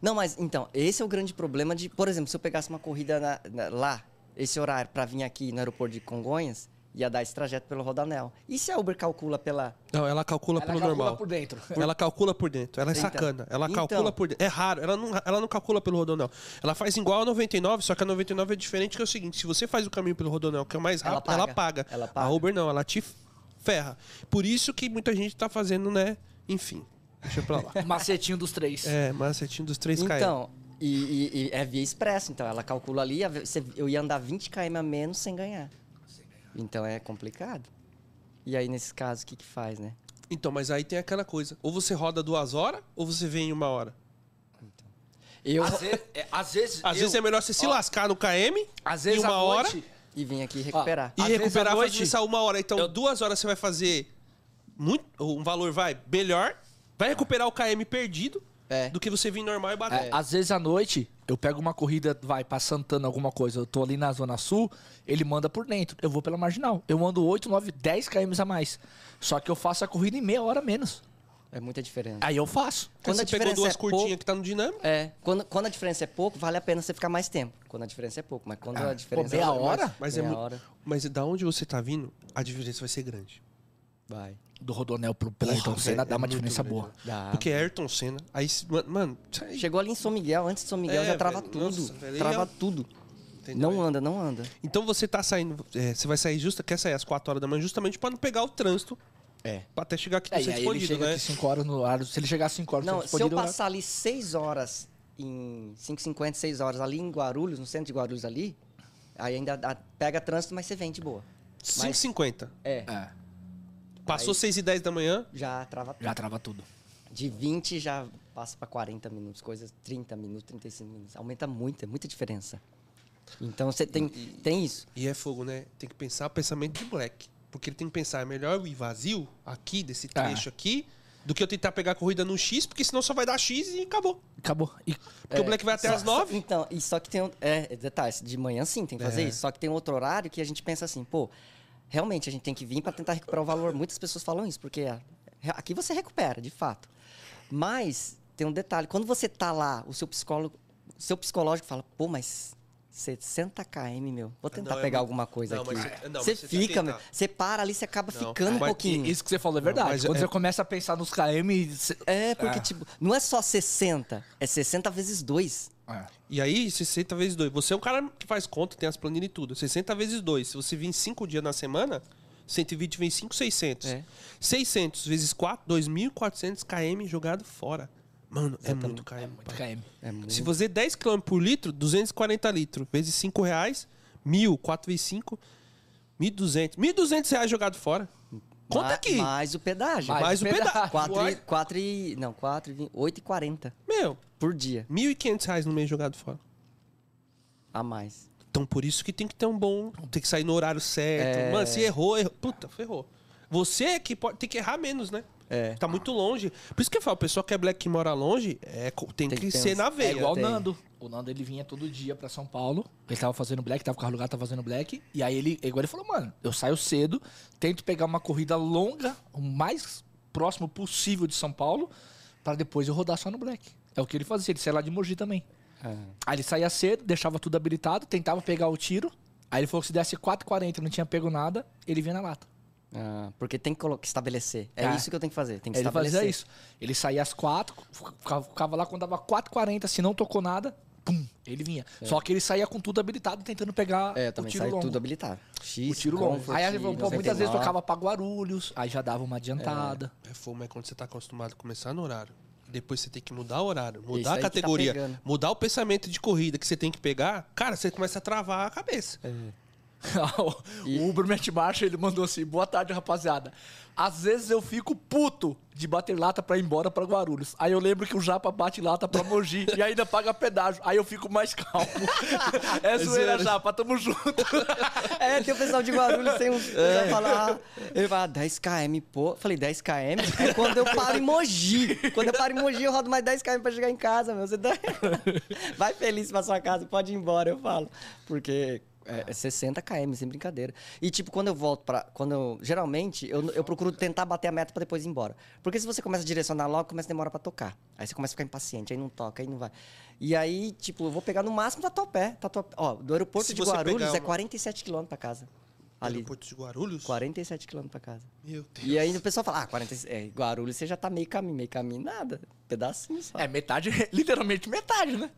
Não, mas então, esse é o grande problema de, por exemplo, se eu pegasse uma corrida na- na- lá, esse horário, pra vir aqui no aeroporto de Congonhas, ia dar esse trajeto pelo Rodanel. E se a Uber calcula pela. Não, ela calcula Ela pelo calcula normal. por dentro. Ela calcula por dentro. Ela é Então. sacana. Ela Então. calcula por dentro. É raro. Ela não, ela não calcula pelo Rodonel. Ela faz igual a 99, só que a 99 é diferente que é o seguinte. Se você faz o caminho pelo Rodonel, que é o mais Ela rápido, ela paga. paga. Ela paga. A Uber não. Ela te ferra. Por isso que muita gente tá fazendo, né? Enfim. Deixa pra lá. O macetinho dos três. é, macetinho dos três km. Então, e, e- e é via expresso, então ela calcula ali, a ve- você- eu ia andar 20 km a menos sem ganhar. Então é complicado. E aí, nesse caso, o que, que faz, né? Então, mas aí tem aquela coisa. Ou você roda duas horas, ou você vem em uma hora. Eu Ah, Às vezes. é, às vezes, Às eu- vezes é melhor você se ó, lascar no KM Às vezes em uma à hora noite, e vim aqui recuperar. ah, e Às vezes recuperar à fazendo noite- essa uma hora. Então, duas horas você vai fazer muito, um valor vai melhor, vai recuperar o KM perdido É. do que você vir normal e bater. É, Às vezes à noite, eu pego uma corrida, vai, pra Santana, alguma coisa. Eu tô ali na Zona Sul, ele manda por dentro. Eu vou pela marginal. Eu ando 8, 9, 10 km a mais. Só que eu faço a corrida em meia hora a menos. É muita diferença. Aí eu faço. Quando a você pegou diferença duas é curtinhas pouco- que tá no dinâmico. É, quando, quando a diferença é pouco, vale a pena você ficar mais tempo. Quando a diferença é pouco, mas Ah, quando a diferença meia é hora? Mas, é Meia mu- hora. mas da onde você tá vindo, a diferença vai ser grande. Vai. Do Rodonel pro pela Ayrton Porra, Senna velho, dá é uma muito diferença grande. boa. Dá. Porque Ayrton Senna, aí, se- man- mano, sai- Chegou ali em São Miguel, antes de São Miguel É, já trava velho, tudo. nossa, velho, trava e é- tudo. entendeu? Não anda, não anda. Então você tá saindo, é, você vai sair justa, quer sair às 4 horas da manhã justamente pra não pegar o trânsito. É. Pra até chegar aqui no É, e centro aí ele escondido, chega né? aqui 5 horas no ar. Se ele chegar às 5 horas no Não, centro se eu escondido, passar ali 6 horas em 5h50, 6 horas ali em Guarulhos, no centro de Guarulhos ali, aí ainda dá- pega trânsito, mas você vem de boa. 5h50. É, É, Passou 6h10 da manhã, já trava tudo. já trava tudo. De 20 já passa pra 40 minutos, coisas 30 minutos, 35 minutos. Aumenta muito, é muita diferença. Então você tem, tem isso. E é fogo, né? Tem que pensar o pensamento de Black. Porque ele tem que pensar, é melhor eu ir vazio aqui, desse Tá. trecho aqui, do que eu tentar pegar a corrida no X, porque senão só vai dar X e acabou. Acabou. E é, Porque o Black vai até Só- às 9. só- Então, e só que tem um. É, detalhe, de manhã sim tem que É. fazer isso. Só que tem um outro horário que a gente pensa assim, pô, realmente a gente tem que vir para tentar recuperar o valor. Muitas pessoas falam isso, porque é, re- aqui você recupera, de fato. Mas tem um detalhe, quando você tá lá, o seu psicólogo, o seu psicológico fala, pô, mas 60 km, meu, vou tentar Não, é pegar muito- alguma coisa Não, aqui. mas você- não, você mas você tem que fica, meu, tentar. você para ali, você acaba Não, ficando um mas- pouquinho. Isso que você falou é verdade. mas Quando é- você começa a pensar nos KM. Você... É, porque, Ah. tipo, não é só 60, é 60 vezes 2. É. E aí, 60 vezes 2. Você é um cara que faz conta, tem as planilhas e tudo. 60 vezes 2. Se você vir 5 dias na semana, 120 vezes 5, 600. É. 600 vezes 4, 2.400 km jogado fora. Mano, é muito KM. Muito pai. KM. É muito. Se você 10 km por litro, 240 litros. Vezes 5 reais, 1.000, 4 vezes 5, 1.200. 1.200 reais jogado fora. Conta Ma- aqui. Mais o pedágio. Mais Mais o o pedaço. pedaço. quatro e, Uai, quatro e. Não, 4 e 8 e 40 Meu, por dia 1.500 reais no mês jogado fora. a mais. Então por isso que tem que ter um bom. Tem que sair no horário certo. É. Mano, se errou, errou. Puta, ferrou. Você é que pode, tem que errar menos, né? É. Tá muito longe. Por isso que eu falo, o pessoal que é black que mora longe é, co- tem, Tem que que ter ser uns- na é veia. É igual o tenho. Nando. O Nando ele vinha todo dia pra São Paulo. Ele tava fazendo black, tava com o carro alugado, tava fazendo black. E aí ele, é igual ele falou, mano, eu saio cedo, tento pegar uma corrida longa, o mais próximo possível de São Paulo, pra depois eu rodar só no black. É o que ele fazia, ele saía lá de Mogi também. Aí ele saía cedo, deixava tudo habilitado, tentava pegar o tiro. Aí ele falou que se desse 4,40 e não tinha pego nada, ele vinha na lata. Ah, porque tem que colo- estabelecer. É Ah. isso que eu tenho que fazer. Tem que é. Ele estabelecer. fazia isso. Ele saía às quatro, ficava, ficava lá quando dava 4h40, se não tocou nada, pum, ele vinha. Só que ele saía com tudo habilitado, tentando pegar É, eu o também tiro saio longo. tudo habilitado. X, o tiro longo. comfort, Aí ele falou, pô, muitas 99. vezes tocava pra Guarulhos, aí já dava uma adiantada. É fogo, mas quando você tá acostumado a começar no horário. Depois você tem que mudar o horário, Isso mudar aí a que tá categoria, pegando. mudar o pensamento de corrida que você tem que pegar, cara, você começa a travar a cabeça. É, Tá o Uber Matt Marcha, ele mandou assim, boa tarde, rapaziada. Às vezes eu fico puto de bater lata pra ir embora pra Guarulhos. Aí eu lembro que o Japa bate lata pra Mogi e ainda paga pedágio. Aí eu fico mais calmo. é zoeira, zoeira. Japa, tamo junto. É, tem o pessoal de Guarulhos, tem um. É. Falar, ele fala, ah, 10km, pô. Falei, 10km? É quando eu paro em Mogi. Quando eu paro em Mogi, eu rodo mais 10km pra chegar em casa, meu. Você tá... Vai feliz pra sua casa, pode ir embora, eu falo. Porque é, é 60km, sem brincadeira. E, tipo, quando eu volto pra. Quando eu- geralmente, eu, eu procuro tentar bater a meta pra depois ir embora. Porque se você começa a direcionar logo, começa a demorar pra tocar. Aí você começa a ficar impaciente, aí não toca, aí não vai. E aí, tipo, eu vou pegar no máximo da Topé. Tatuapé. Ó, do aeroporto Se de você Guarulhos pegar é uma- 47 quilômetros pra casa. Ali, Aeroporto de Guarulhos? 47 quilômetros pra casa. Meu Deus. E aí o pessoal fala, ah, 47, é, Guarulhos você já tá meio caminho, meio caminho, nada. Pedacinho só. É metade, literalmente metade, né?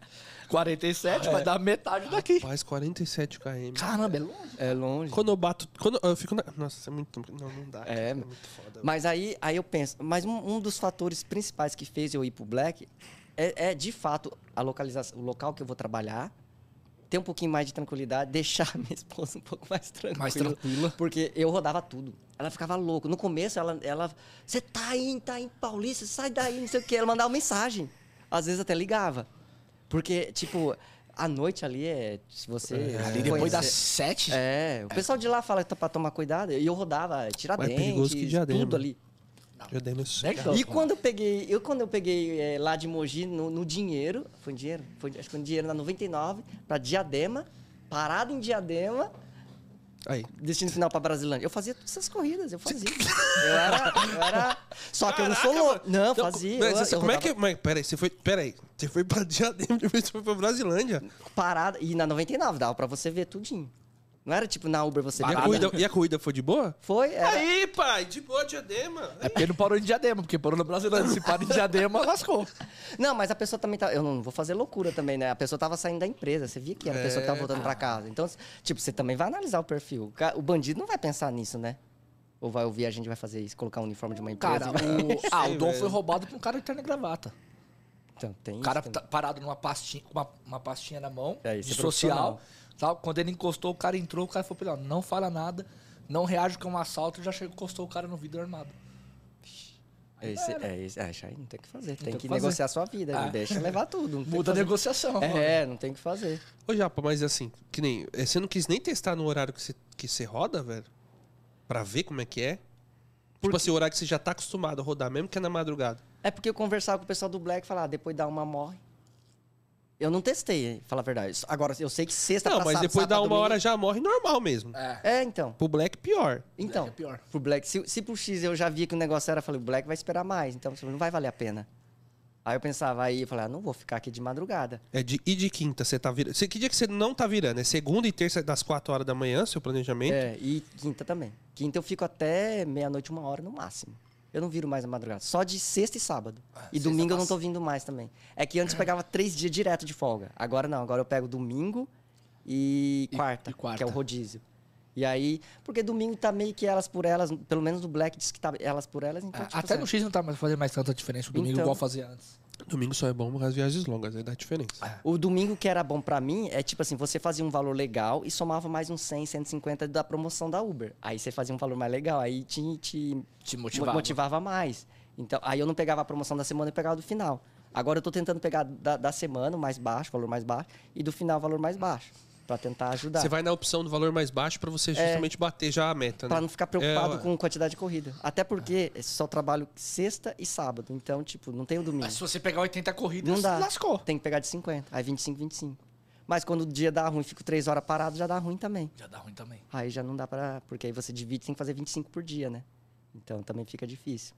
47 vai dar metade daqui. Faz 47 km. É. Caramba, é longe. É longe. Quando eu bato. Quando eu fico na. Nossa, isso é muito. Não, não dá. cara, É, muito foda. Mas aí, aí eu penso, mas um, um dos fatores principais que fez eu ir pro Black é, é, de fato a localização, o local que eu vou trabalhar, ter um pouquinho mais de tranquilidade, deixar a minha esposa um pouco mais tranquila. Mais tranquila. Porque eu rodava tudo. Ela ficava louca. No começo, ela. ela Você tá aí, tá aí, Paulista, sai daí, não sei o quê. Ela mandava mensagem. Às vezes até ligava. Porque, tipo, a noite ali é. Se você. Ali depois das conhecer- 7. é, o pessoal de lá fala tá, pra tomar cuidado. E eu rodava, tiradentes, é perigoso que Tá Diadema. tudo ali. Já dei Né? nesse- Né? E quando eu peguei, eu quando eu peguei eh, lá de Mogi no, no dinheiro, foi em dinheiro, foi, acho que foi em dinheiro na 99 pra Diadema, parado em Diadema, Aí. Destino final pra Brasilândia. Eu fazia todas essas corridas, eu fazia. eu, era, eu era- Só que eu não sou louco. Não, eu fazia. Mas eu- você- eu como é rodava que. Mas, peraí, você foi. Peraí. Você foi pra Diadema, depois você foi pra Brasilândia. Parada. E na 99 dava pra você ver tudinho. Não era tipo na Uber você E a, via corrida, e a corrida foi de boa? Foi? Era... Aí, pai, de boa Diadema. É porque não parou em diadema, porque parou no Brasilândia. Se para em diadema, lascou. Não, mas a pessoa também tá. Eu não vou fazer loucura também, né? A pessoa tava saindo da empresa. Você via que era a pessoa que tava voltando pra casa. Então, tipo, você também vai analisar o perfil. O ca- O bandido não vai pensar nisso, né? Ou vai ouvir a gente vai fazer isso, colocar o uniforme de uma empresa. Cara, e vai- o, ah, o Dom velho. foi roubado por um cara de terno e gravata. Então, tem O cara isso. tá também. parado numa pastinha, uma, uma pastinha na mão, É, isso de é social. profissional. Tal. Quando ele encostou, o cara entrou, o cara falou pra ele, ó, não fala nada, não reage com um assalto, já chegou, encostou o cara no vidro armado. Esse- é, esse, é, isso aí não tem o que fazer. Tem tem o que que fazer. negociar a sua vida. Ah. Não deixa levar tudo. não tem Muda né? a o que negociação. fazer. mano. É, não tem o que fazer. Ô, Japa, mas assim, que nem. eh, Você não quis nem testar no horário que você, que você roda, velho? Pra ver como é que é? Tipo assim, o horário que você já tá acostumado a rodar, mesmo que é na madrugada. É porque eu conversava com o pessoal do Black e falava, ah, depois dá uma morre. Eu não testei, falar a verdade. Agora, eu sei que sexta não, Tá pra mas sábado, depois sábado da pra uma domingo- hora já morre normal mesmo. É. É, então. Pro Black, pior. Então, Black é pior. pro Black, se, se pro X eu já via que o negócio era, eu falei, o Black vai esperar mais, então não vai valer a pena. Aí eu pensava, aí eu falei, ah, não vou ficar aqui de madrugada. É de e de quinta você tá virando. Você- Que dia que você não tá virando? É segunda e terça das quatro horas da manhã, seu planejamento? É, e quinta também. Quinta eu fico até meia-noite, uma hora no máximo. Eu não viro mais na madrugada. Só de sexta e sábado. e sexta domingo eu não passa. tô vindo mais também. É que antes eu pegava três dias direto de folga. Agora não, agora eu pego domingo e E- quarta, e quarta. que é o rodízio. E aí, porque domingo tá meio que elas por elas, pelo menos o Black disse que tá elas por elas, então Ah, tipo Até assim, no X não tá mais fazendo mais tanta diferença o domingo Então. igual fazia antes. Domingo só é bom as viagens longas, aí dá diferença. O domingo que era bom pra mim é tipo assim, você fazia um valor legal e somava mais uns 100, 150 da promoção da Uber. Aí você fazia um valor mais legal, aí te, te mo- Te motivava. motivava. mais. Então, aí eu não pegava a promoção da semana, eu pegava do final. Agora eu tô tentando pegar da, da semana o mais baixo, o valor mais baixo, e do final o valor mais baixo, Pra tentar ajudar. Você vai na opção do valor mais baixo pra você justamente bater já a meta, né? É. Pra não ficar preocupado É, ué. com quantidade de corrida. Até porque eu só trabalho sexta e sábado, então, tipo, não tem o domingo. Mas se você pegar 80 corridas, Não dá. lascou. Tem que pegar de 50. Aí 25, 25. Mas quando o dia dá ruim, fico três horas parado, já dá ruim também. Já dá ruim também. Aí já não dá pra. Porque aí você divide, tem que fazer 25 por dia, né? Então também fica difícil.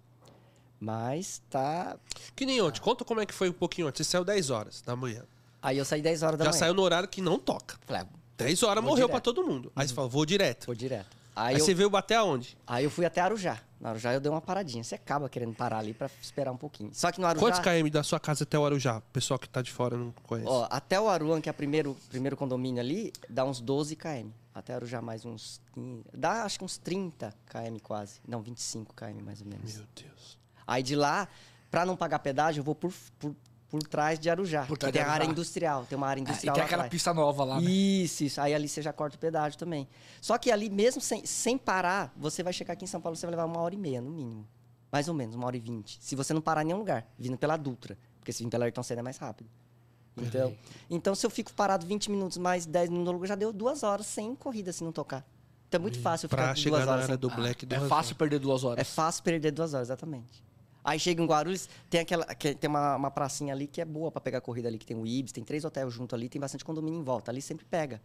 Mas tá. Que nem ontem. Conta como é que foi um pouquinho ontem. Você saiu 10 horas da manhã. Aí eu saí 10 horas da já manhã. saiu no horário que não toca. Falei, ah, 10 horas Vou morreu pra direto. todo mundo. Aí você fala, vou direto. vou direto. Aí, Aí, eu, Tá você veio bater aonde? aí eu fui até Arujá. No Arujá eu dei uma paradinha. Você acaba querendo parar ali pra esperar um pouquinho. Só que no Arujá. Quantos km da sua casa até o Arujá? Pessoal que tá de fora não conhece. Ó, até o Aruan, que é o primeiro, primeiro condomínio ali, dá uns 12 km. Até Arujá mais uns 15. Dá acho que uns 30 km quase. Não, 25 km mais ou menos. Meu Deus. Aí de lá, pra não pagar pedágio, eu vou por, por, por trás de Arujá. Por Porque trás tem de a área Arujá. industrial, tem uma área Ah, e industrial tem lá aquela atrás. pista nova lá, né? Isso, isso. Aí ali você já corta o pedágio também. Só que ali, mesmo sem, sem parar, você vai chegar aqui em São Paulo, você vai levar uma hora e meia, no mínimo. Mais ou menos, uma hora e vinte. Se você não parar em nenhum lugar, vindo pela Dutra. Porque se vir pela Ayrton Senna é mais rápido. Então, então, se eu fico parado 20 minutos mais 10 minutos no lugar, já deu duas horas sem corrida, se não tocar. Então é muito fácil eu ficar Pra duas chegar na horas área sem do Black do É fácil perder duas ah, é horas. fácil perder duas horas, exatamente. Aí chega em Guarulhos, tem aquela que- tem uma, uma pracinha ali que é boa pra pegar corrida ali, que tem o Ibis, tem três hotéis junto ali, tem bastante condomínio em volta, ali sempre pega.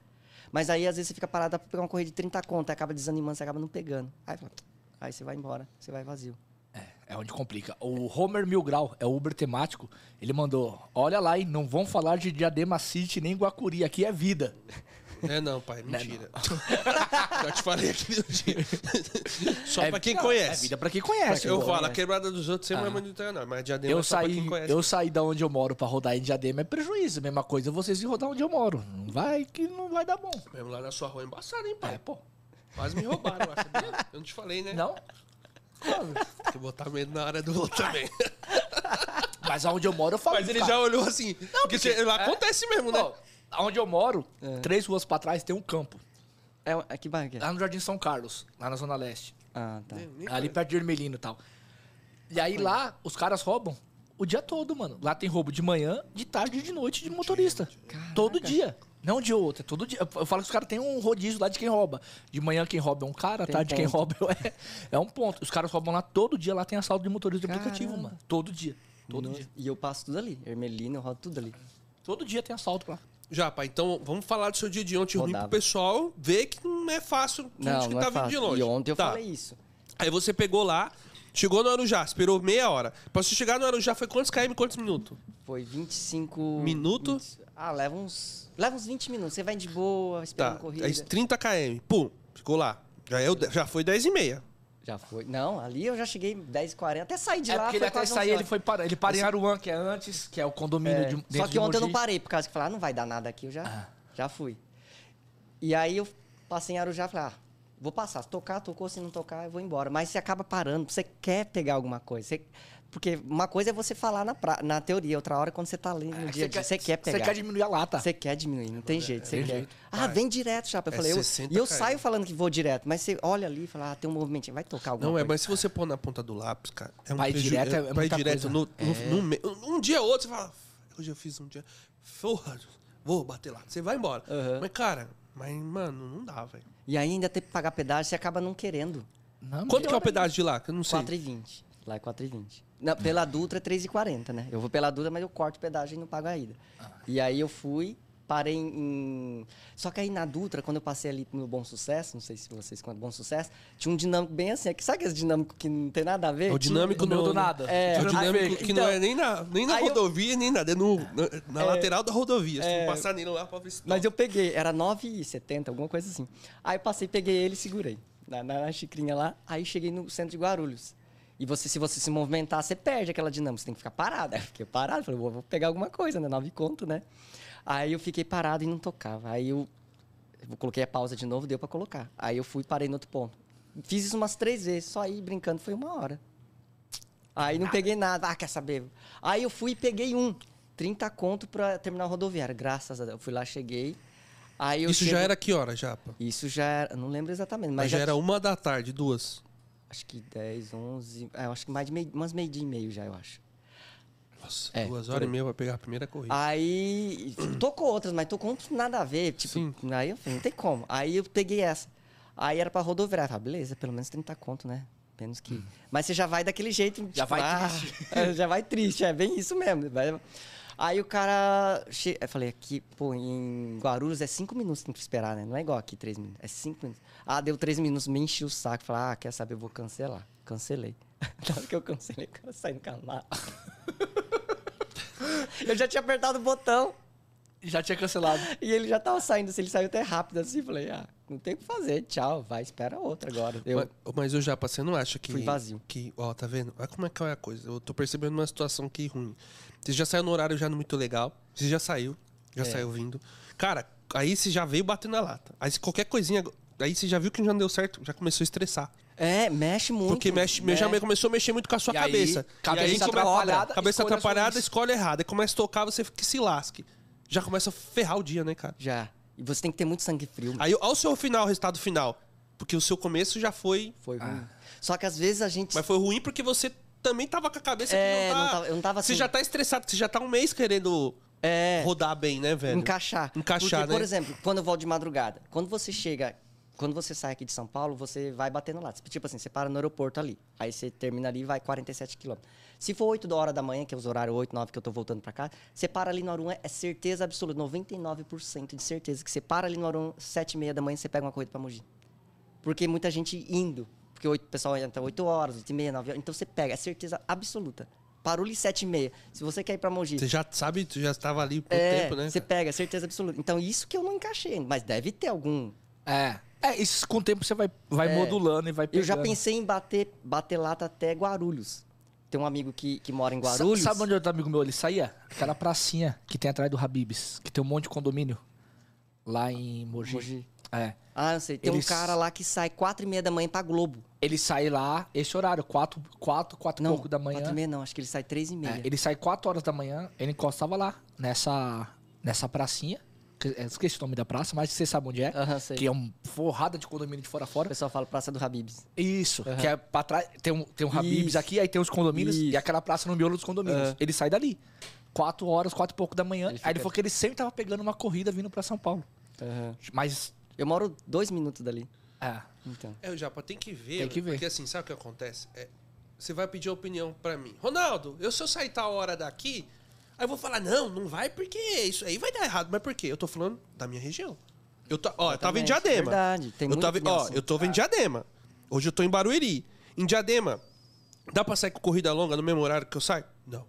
Mas aí às vezes você fica parada pra pegar uma corrida de 30 conto, aí acaba desanimando, você acaba não pegando. Aí, fala, aí você vai embora, você vai vazio. É onde complica. O Homer Milgrau, é o Uber temático, ele mandou: Olha lá, hein? Não vão falar de Diadema City nem Guacuri, aqui é vida. É não, pai, mentira. Já te falei aquele dia. Só Então, pra quem É conhece. vida pra quem conhece. eu pô. falo, a quebrada dos outros sempre é monitora, não. Mas diadema Eu é só pra saí, quem conhece. eu saí da onde eu moro pra rodar em Diadema é prejuízo, mesma coisa vocês ir rodar onde eu moro. Não vai que não vai dar bom. Mesmo lá na sua rua embaçada, hein, pai? É, pô. Quase me roubaram, eu acho. sabia? Eu não te falei, né? Não? Tem que botar medo na área do outro também. Mas aonde eu moro eu falo. Mas ele cara, já olhou assim. porque cê- lá acontece mesmo, né? É. Ó, aonde eu moro, três ruas pra trás tem um campo. É, é que bairro que é? Lá no Jardim São Carlos, lá na Zona Leste. Ah, tá. Ali perto de Ermelino e tal. E aí lá, os caras roubam o dia todo, mano. Lá tem roubo de manhã, de tarde e de noite de motorista. Todo dia. Não de outro, é todo dia. Eu falo que os caras têm um rodízio lá de quem rouba. De manhã quem rouba é um cara, à Tem tarde quem ponto. rouba é, é um ponto. Os caras roubam lá todo dia, lá tem assalto de motorista de aplicativo, Caramba. mano. Todo dia. Todo Nossa, dia. E eu passo tudo ali, Ermelino, eu rodo tudo ali. Todo dia tem assalto lá. Japa, então vamos falar do seu dia de ontem ruim Rodava. pro pessoal ver que não é fácil tudo Não, que não tá vindo é de fácil. longe. E ontem eu Tá. falei isso. Aí você pegou lá, chegou no Arujá, esperou meia hora. Pra você chegar no Arujá foi quantos km, quantos minutos? Foi 25... Minuto? 20 Ah, leva uns... Leva uns 20 minutos. Você vai de boa, esperando Tá, corrida. aí 30 km, pum, ficou lá. Já, é o de- já foi 10 e meia. Já foi. Não, ali eu já cheguei 10h40. Até saí de É lá. porque ele foi até quase sair, 11 ele foi parar. Ele para em Aruan, que é antes, que é o condomínio É, de Só dentro que de ontem eu não Mogi. parei, por causa que eu falei, ah, não vai dar nada aqui, eu já, já fui. E aí eu passei em Arujá e falei, ah, vou passar. Se tocar, tocou, se não tocar, eu vou embora. Mas você acaba parando, você quer pegar alguma coisa. você- Porque uma coisa é você falar na, pra- na teoria, outra hora é quando você tá ali no dia a dia. Você quer pegar. Você quer diminuir É, a lata. Você quer diminuir, não tem jeito, você quer. Ah, vem direto, Chapa. Eu É falei, eu- 60 e eu km. saio falando que vou direto, mas você olha ali e fala, ah, tem um movimentinho, vai tocar alguma Não, é, coisa. mas se você pôr na ponta do lápis, cara, é um Vai preju- direto, é- é vai muita direto coisa. É. no, no- no me- um dia ou outro, você fala, hoje eu fiz um dia, porra, vou bater lá. Você vai embora. Mas, cara, mas, mano, não dá, velho. E aí ainda ter que pagar pedágio, você acaba não querendo. Não, Quanto que é o pedaço de lá? Que eu não sei. 4,20. Lá é 4,20. Na- Pela Dutra é 3,40, né? Eu vou pela Dutra, mas eu corto o pedágio e não pago a ida. Ah. E aí eu fui, parei em... em- Só que aí na Dutra, quando eu passei ali no Bom Sucesso, não sei se vocês conhecem Bom Sucesso, tinha um dinâmico bem assim. é que- Sabe aquele dinâmico que não tem nada a ver? É o Tinha- dinâmico no meio no- do nada. É, É, o dinâmico que não então- é nem na, nem na Aí eu- É. rodovia, nem nada. É no, na na lateral da rodovia. Se tu passar nele lá, pra ver se Mas eu peguei, era 9,70, alguma coisa assim. Aí eu passei, peguei ele e segurei. Na, na- na xicrinha lá, aí cheguei no centro de Guarulhos. E você, se você se movimentar, você perde aquela dinâmica, você tem que ficar parado. Aí eu fiquei parado, falei, "Vou- vou pegar alguma coisa, né? Nove conto, né? Aí eu fiquei parado e não tocava. Aí eu, eu coloquei a pausa de novo, deu pra colocar. Aí eu fui, parei no outro ponto. Fiz isso umas três vezes, só aí brincando, foi uma hora. Aí não peguei nada. Ah, quer saber? Aí eu fui e peguei um. 30 conto pra terminar a rodoviária. Graças a Deus. Eu fui lá, cheguei. Aí eu Isso já chego- era que hora, Japa? Isso já era. eu Não lembro exatamente, mas, Mas já era um- uma da tarde, duas. Acho que 10, 11. É, eu acho que mais de meio, umas meio dia e meio já, eu acho. Nossa, É, duas por horas e aí. Ah, meia pra pegar a primeira corrida. Aí tocou outras, mas tocou uns nada a ver. Tipo, Sim. aí eu falei, não tem como. Aí eu peguei essa. Aí era pra rodoviária. Eu Falei, beleza, pelo menos 30 conto, né? Menos Hum. que. Mas você já vai daquele jeito. Já vai triste. já vai triste, Tipo, ah, é bem isso mesmo. Vai- Aí o cara. Che... Eu falei, aqui, pô, em Guarulhos é 5 minutos que tem que esperar, né? Não é igual aqui, 3 minutos. É 5 minutos. Ah, deu 3 minutos, me enchi o saco. Falei, ah, quer saber, eu vou cancelar. Cancelei. Na hora que eu cancelei, o cara saiu calado. eu já tinha apertado o botão. Já tinha cancelado. E ele já tava saindo, assim, ele saiu até rápido assim. Falei, ah, não tem o que fazer, tchau, vai, espera outra agora. Eu, Mas, mas eu já passei, não acho que. Fui vazio. Que, ó, tá vendo? Olha como é que é a coisa. Eu tô percebendo uma situação que ruim. Você já saiu no horário já não muito legal. Você já saiu. Já saiu vindo. Cara, aí você já veio batendo na lata. Aí se qualquer coisinha. Aí você já viu que não deu certo, já começou a estressar. É, mexe muito. né? É, Porque mexe, já me- começou a mexer muito com a sua E aí, cabeça. cabeça e aí come- atrapalhada, Cabeça escolhas atrapalhada, ruins. escolhe errada. Aí começa a tocar, você fica que se lasque. Já começa a ferrar o dia, né, cara? Já. E você tem que ter muito sangue frio. Aí, olha o seu final, o resultado final. Porque o seu começo já foi. Foi ruim. Só que às vezes a gente. Mas foi ruim porque você também tava com a cabeça É, que não tá... não tava- eu não tava Você assim. já tá estressado, você já tá um mês querendo É. rodar bem, né, velho? Encaixar. Encaixar, Porque, né? por exemplo, quando eu volto de madrugada, quando você chega, quando você sai aqui de São Paulo, você vai batendo lá. Tipo assim, você para no aeroporto ali. Aí você termina ali e vai 47 quilômetros. Se for 8 da hora da manhã, que é os horários 8, 9 que eu tô voltando pra cá, você para ali no Arum, é certeza absoluta, 99% de certeza que você para ali no Arum, 7 e meia da manhã, você pega uma corrida pra Mogi. Porque muita gente indo. Porque oito- o pessoal entra 8 horas, 8 e meia, 9 horas. Então você pega, é certeza absoluta. Parou ali 7 e meia. Se você quer ir pra Mogi, Você já sabe, tu já estava ali por é, tempo, né? Você cara? pega, certeza absoluta. Então, isso que eu não encaixei ainda, mas deve ter algum. É. É, isso com o tempo você vai, vai É. modulando e vai pegando. Eu já pensei em bater, bater lata até Guarulhos. Tem um amigo que, que mora em Sa- Guarulhos. Sabe onde outro amigo meu ele saía? Aquela pracinha que tem atrás do Habibs, que tem um monte de condomínio. Lá em Mogi. Mogi. É. Ah, eu sei. Tem Eles- um cara lá que sai quatro e meia da manhã pra Globo. Ele sai lá, esse horário, 4, 4, 4 e Não, Um pouco da manhã. quatro e meia não. Acho que ele sai três e meia. É, ele sai 4 horas da manhã, ele encostava lá, nessa, nessa pracinha. que- eu esqueci o nome da praça, mas você sabe onde é. Aham, Ah, sei. que é uma forrada de condomínio de fora a O fora. pessoal fala Praça do Habibs. Isso, que é pra trás. Tem um, tem um Habibs Isso. aqui, aí tem os condomínios Isso. e aquela praça no miolo dos condomínios. Ele sai dali. 4 horas, 4 e pouco da manhã. Ele Aí ele fica- falou que ele sempre tava pegando uma corrida vindo pra São Paulo. Mas. Eu moro dois minutos dali. É. Então. É, o Japa tem que ver. Tem que ver. Porque assim, sabe o que acontece? É, você vai pedir opinião pra mim. Ronaldo, eu, se eu sair tal hora daqui, Aí eu vou falar, não, não vai porque isso aí vai dar errado. Mas por quê? Eu tô falando da minha região. Eu tô, ó, eu tava em Exatamente, Diadema. verdade, tem Ah. eu muita tava, ó, opinião, eu tô em Diadema. Hoje eu tô em Barueri. Em Diadema, dá pra sair com corrida longa no mesmo horário que eu saio? Não.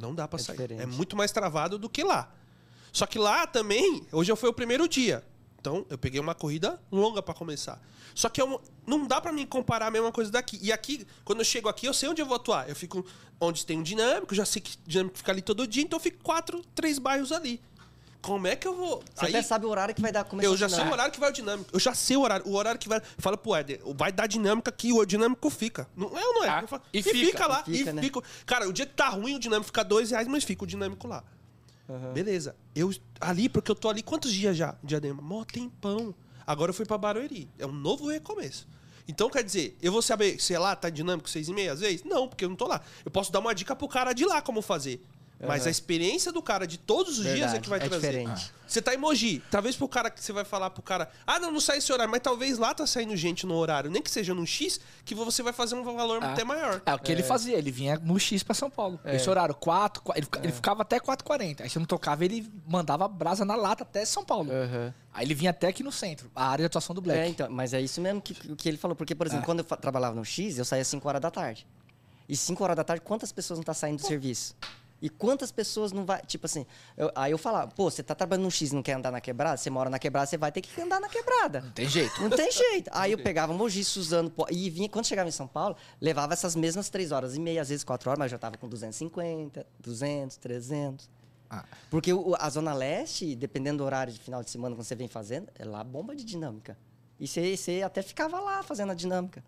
Não dá pra É sair. diferente. É muito mais travado do que lá. Só que lá também, hoje foi o primeiro dia. Então, eu peguei uma corrida longa pra começar. Só que eu- não dá pra mim comparar a mesma coisa daqui. E aqui, quando eu chego aqui, eu sei onde eu vou atuar. Eu fico onde tem um dinâmico, já sei que dinâmico fica ali todo dia, então eu fico quatro, três bairros ali. Como é que eu vou. Você Aí- até sabe o horário que vai dar começar eu já a sei o treinar. horário que vai o dinâmico. Eu já sei o horário. O horário que vai. Fala pro Éder, vai dar dinâmica que o dinâmico fica. Não é ou não é? Ah, Eu falo, e e, fica, fica, lá. e fica, e né? fica. Cara, o dia que tá ruim, o dinâmico fica dois reais, mas fica o dinâmico lá. Beleza. Eu ali, porque eu tô ali quantos dias já, Diadema? Mó tempão. Agora eu fui pra Barueri. É um novo recomeço. Então, quer dizer, eu vou saber, sei lá, tá dinâmico seis e meia às vezes? Não, porque eu não tô lá. Eu posso dar uma dica pro cara de lá como fazer. Mas a experiência do cara de todos os dias é Verdade, que vai é trazer. diferente. Você tá em Mogi. Talvez pro cara que você vai falar pro cara, ah, não, não sai esse horário, mas talvez lá tá saindo gente no horário, nem que seja num X, que você vai fazer um valor Ah. até maior. É o que ele fazia, ele vinha no X pra São Paulo. É. Esse horário, 4, ele, fica- ele ficava até 4h40. Aí se não tocava, ele mandava brasa na lata até São Paulo. Aham. Aí ele vinha até aqui no centro, a área de atuação do Black. Ah. É, então, mas é isso mesmo que, que ele falou. Porque, por exemplo, quando eu fa- trabalhava no X, eu saía 5 horas da tarde. E 5 horas da tarde, quantas pessoas não tá saindo do serviço? E quantas pessoas não vai. Tipo assim, eu- aí eu falava, pô, você tá trabalhando no X e não quer andar na quebrada? Você mora na quebrada, você vai ter que andar na quebrada. Não tem jeito. Não tem jeito. Aí eu pegava Mogi, Suzano, pô, e vinha, quando chegava em São Paulo, levava essas mesmas 3 horas e meia, às vezes 4 horas, mas eu já tava com 250, 200, 300. Ah. Porque o- a Zona Leste, dependendo do horário de final de semana que você vem fazendo, é lá bomba de dinâmica. E você, você até ficava lá fazendo a dinâmica.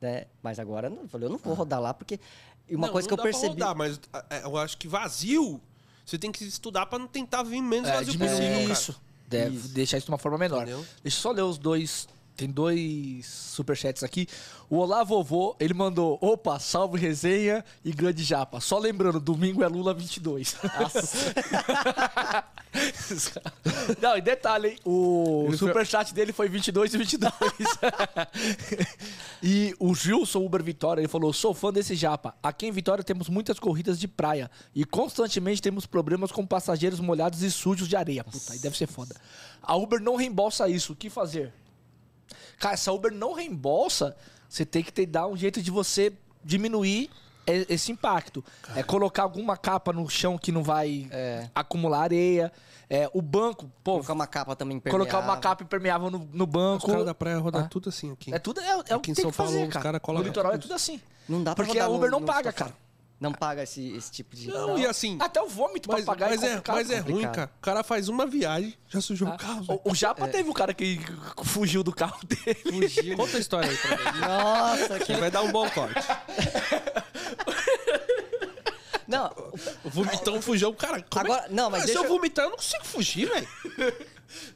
Né? Mas agora não, eu falei, eu não Ah. vou rodar lá, porque. E uma Não, coisa não que eu dá pra percebi. rodar, mas ah, é, eu acho que vazio, você tem que estudar pra não tentar vir menos É, vazio diminuir possível, cara. isso. Deve deixar isso de uma forma menor. Entendeu? Deixa eu só ler os dois. Tem dois superchats aqui. O Olá Vovô, ele mandou: opa, salve resenha e grande japa. Só lembrando, domingo é Lula 22. Não, e detalhe, hein? O superchat dele foi 22 e 22. e o Gilson Uber Vitória, ele falou: sou fã desse japa. Aqui em Vitória temos muitas corridas de praia e constantemente temos problemas com passageiros molhados e sujos de areia. Puta, aí deve ser foda. A Uber não reembolsa isso. O que fazer? Cara, se a Uber não reembolsa, você tem que ter, dar um jeito de você diminuir e- esse impacto. É colocar alguma capa no chão que não vai acumular areia. É, o banco, pô, É. Colocar uma capa também colocar uma impermeável. capa impermeável no, no Os banco. caras da praia rodam Ah. tudo assim aqui. É tudo, é, é o Aqui que em tem São que fazer, Paulo, os cara. cara cola no litoral é tudo assim. Não dá pra Porque a rodar Uber no- não no paga, sofá. cara. Não paga esse, esse tipo de. Não, e assim. Até o vômito Mas, pra pagar mas é, complicado. mas é ruim, complicado. Ah. cara. O cara faz uma viagem, já sujou o carro. velho. O, o É. Japa teve um cara que fugiu do carro dele. Fugiu. Conta a história aí pra mim. Nossa, que. Ele vai dar um bom corte. Não, O vomitão fugiu, cara. como é- Agora- não, Cara, mas se deixa eu eu- vomitar, eu não consigo fugir, velho.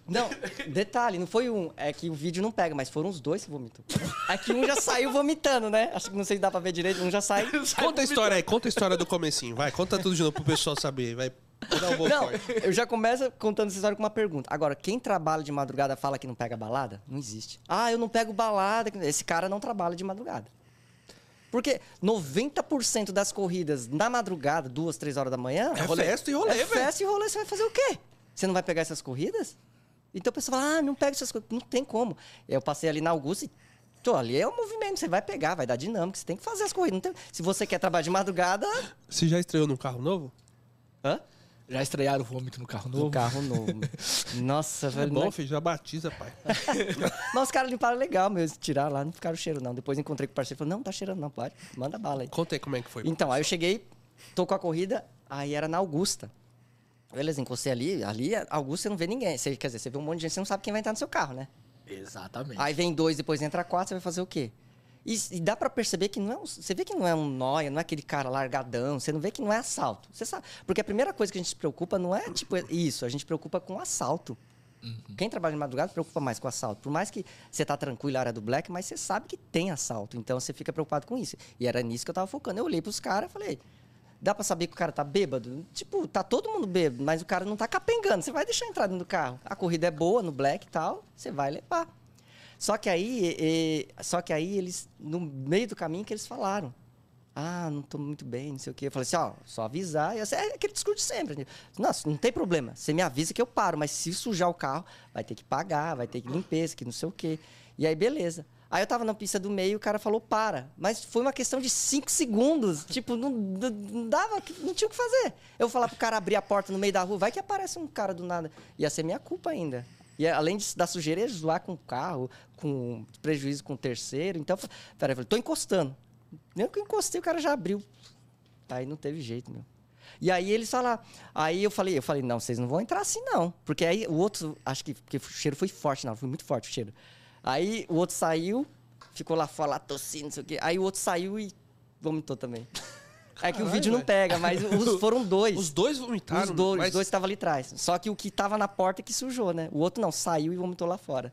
Não, detalhe, não foi um. É que o vídeo não pega, mas foram os dois que vomitam. É que um já saiu vomitando, né? Acho que não sei se dá pra ver direito, um já sai. Conta a história aí, conta a história do comecinho. Vai, conta tudo de novo pro pessoal saber. Vai dar um bom Não, corte. eu já começo contando essa história com uma pergunta. Agora, quem trabalha de madrugada fala que não pega balada? Não existe. Ah, eu não pego balada. Esse cara não trabalha de madrugada. Porque 90% das corridas na madrugada, duas, três horas da manhã. É festa e rolê, é velho. Festa e rolê, você vai fazer o quê? Você não vai pegar essas corridas? Então o pessoal fala, ah, não pega essas corridas. Não tem como. Eu passei ali na Augusta e. Tô, ali é o movimento, você vai pegar, vai dar dinâmica, você tem que fazer as corridas. não tem- Se você quer trabalhar de madrugada. Você já estreou num carro novo? Hã? Já estrearam o vômito no carro novo. Um carro novo. Nossa, É velho. não bom, filho, já batiza, pai. Mas os caras limparam legal, meu. Eles tiraram lá, não ficaram cheiro, não. Depois encontrei com o parceiro e falou: não, tá cheirando, não, pare. Manda bala aí. Conta aí como é que foi. Então, aí eu cheguei, tô com a corrida, aí era na Augusta. Beleza, encostei ali, ali, Augusta você não vê ninguém. Você, quer dizer, você vê um monte de gente, você não sabe quem vai entrar no seu carro, né? Exatamente. Aí vem dois, depois entra quatro, você vai fazer o quê? E, e dá pra perceber que não é um, você vê que não é um nóia, não é aquele cara largadão, você não vê que não é assalto. Você sabe, porque a primeira coisa que a gente se preocupa não é tipo isso, a gente preocupa com assalto. Quem trabalha de madrugada se preocupa mais com assalto. Por mais que você tá tranquilo na área do black, mas você sabe que tem assalto, então você fica preocupado com isso. E era nisso que eu tava focando. Eu olhei pros caras e falei: "Dá pra saber que o cara tá bêbado? Tipo, tá todo mundo bêbado, mas o cara não tá capengando. Você vai deixar entrar dentro do carro. A corrida é boa no black e tal, você vai levar. Só que aí, eh, eh, só que aí eles no meio do caminho que eles falaram. Ah, não tô muito bem, não sei o quê. Eu falei assim, ó, só avisar. E assim, é aquele discurso de sempre. né? Nossa, não tem problema. Você me avisa que eu paro, mas se sujar o carro, vai ter que pagar, vai ter que limpeza, que não sei o quê. E aí, beleza. Aí eu tava na pista do meio e o cara falou, para. Mas foi uma questão de cinco segundos. Tipo, não, não- não dava, não tinha o que fazer. Eu vou falar pro cara abrir a porta no meio da rua, vai que aparece um cara do nada. Ia ser minha culpa ainda. E é, além de, da sujeira, ia zoar com o carro, com prejuízo com o terceiro. Então, eu fa- peraí, eu falei, tô encostando. Nem que eu encostei, o cara já abriu. Aí não teve jeito, meu. E aí eles falaram. Aí eu falei, eu falei, não, vocês não vão entrar assim, não. Porque aí o outro, acho que porque o cheiro foi forte, não, foi muito forte o cheiro. Aí o outro saiu, ficou lá fora, lá tossindo, não sei o quê. Aí o outro saiu e vomitou também. é que o Caralho, vídeo não velho. pega, mas os, foram dois. Os dois vomitaram. Os dois, mas- os dois estavam ali atrás. Só que o que tava na porta que sujou, né? O outro não, saiu e vomitou lá fora.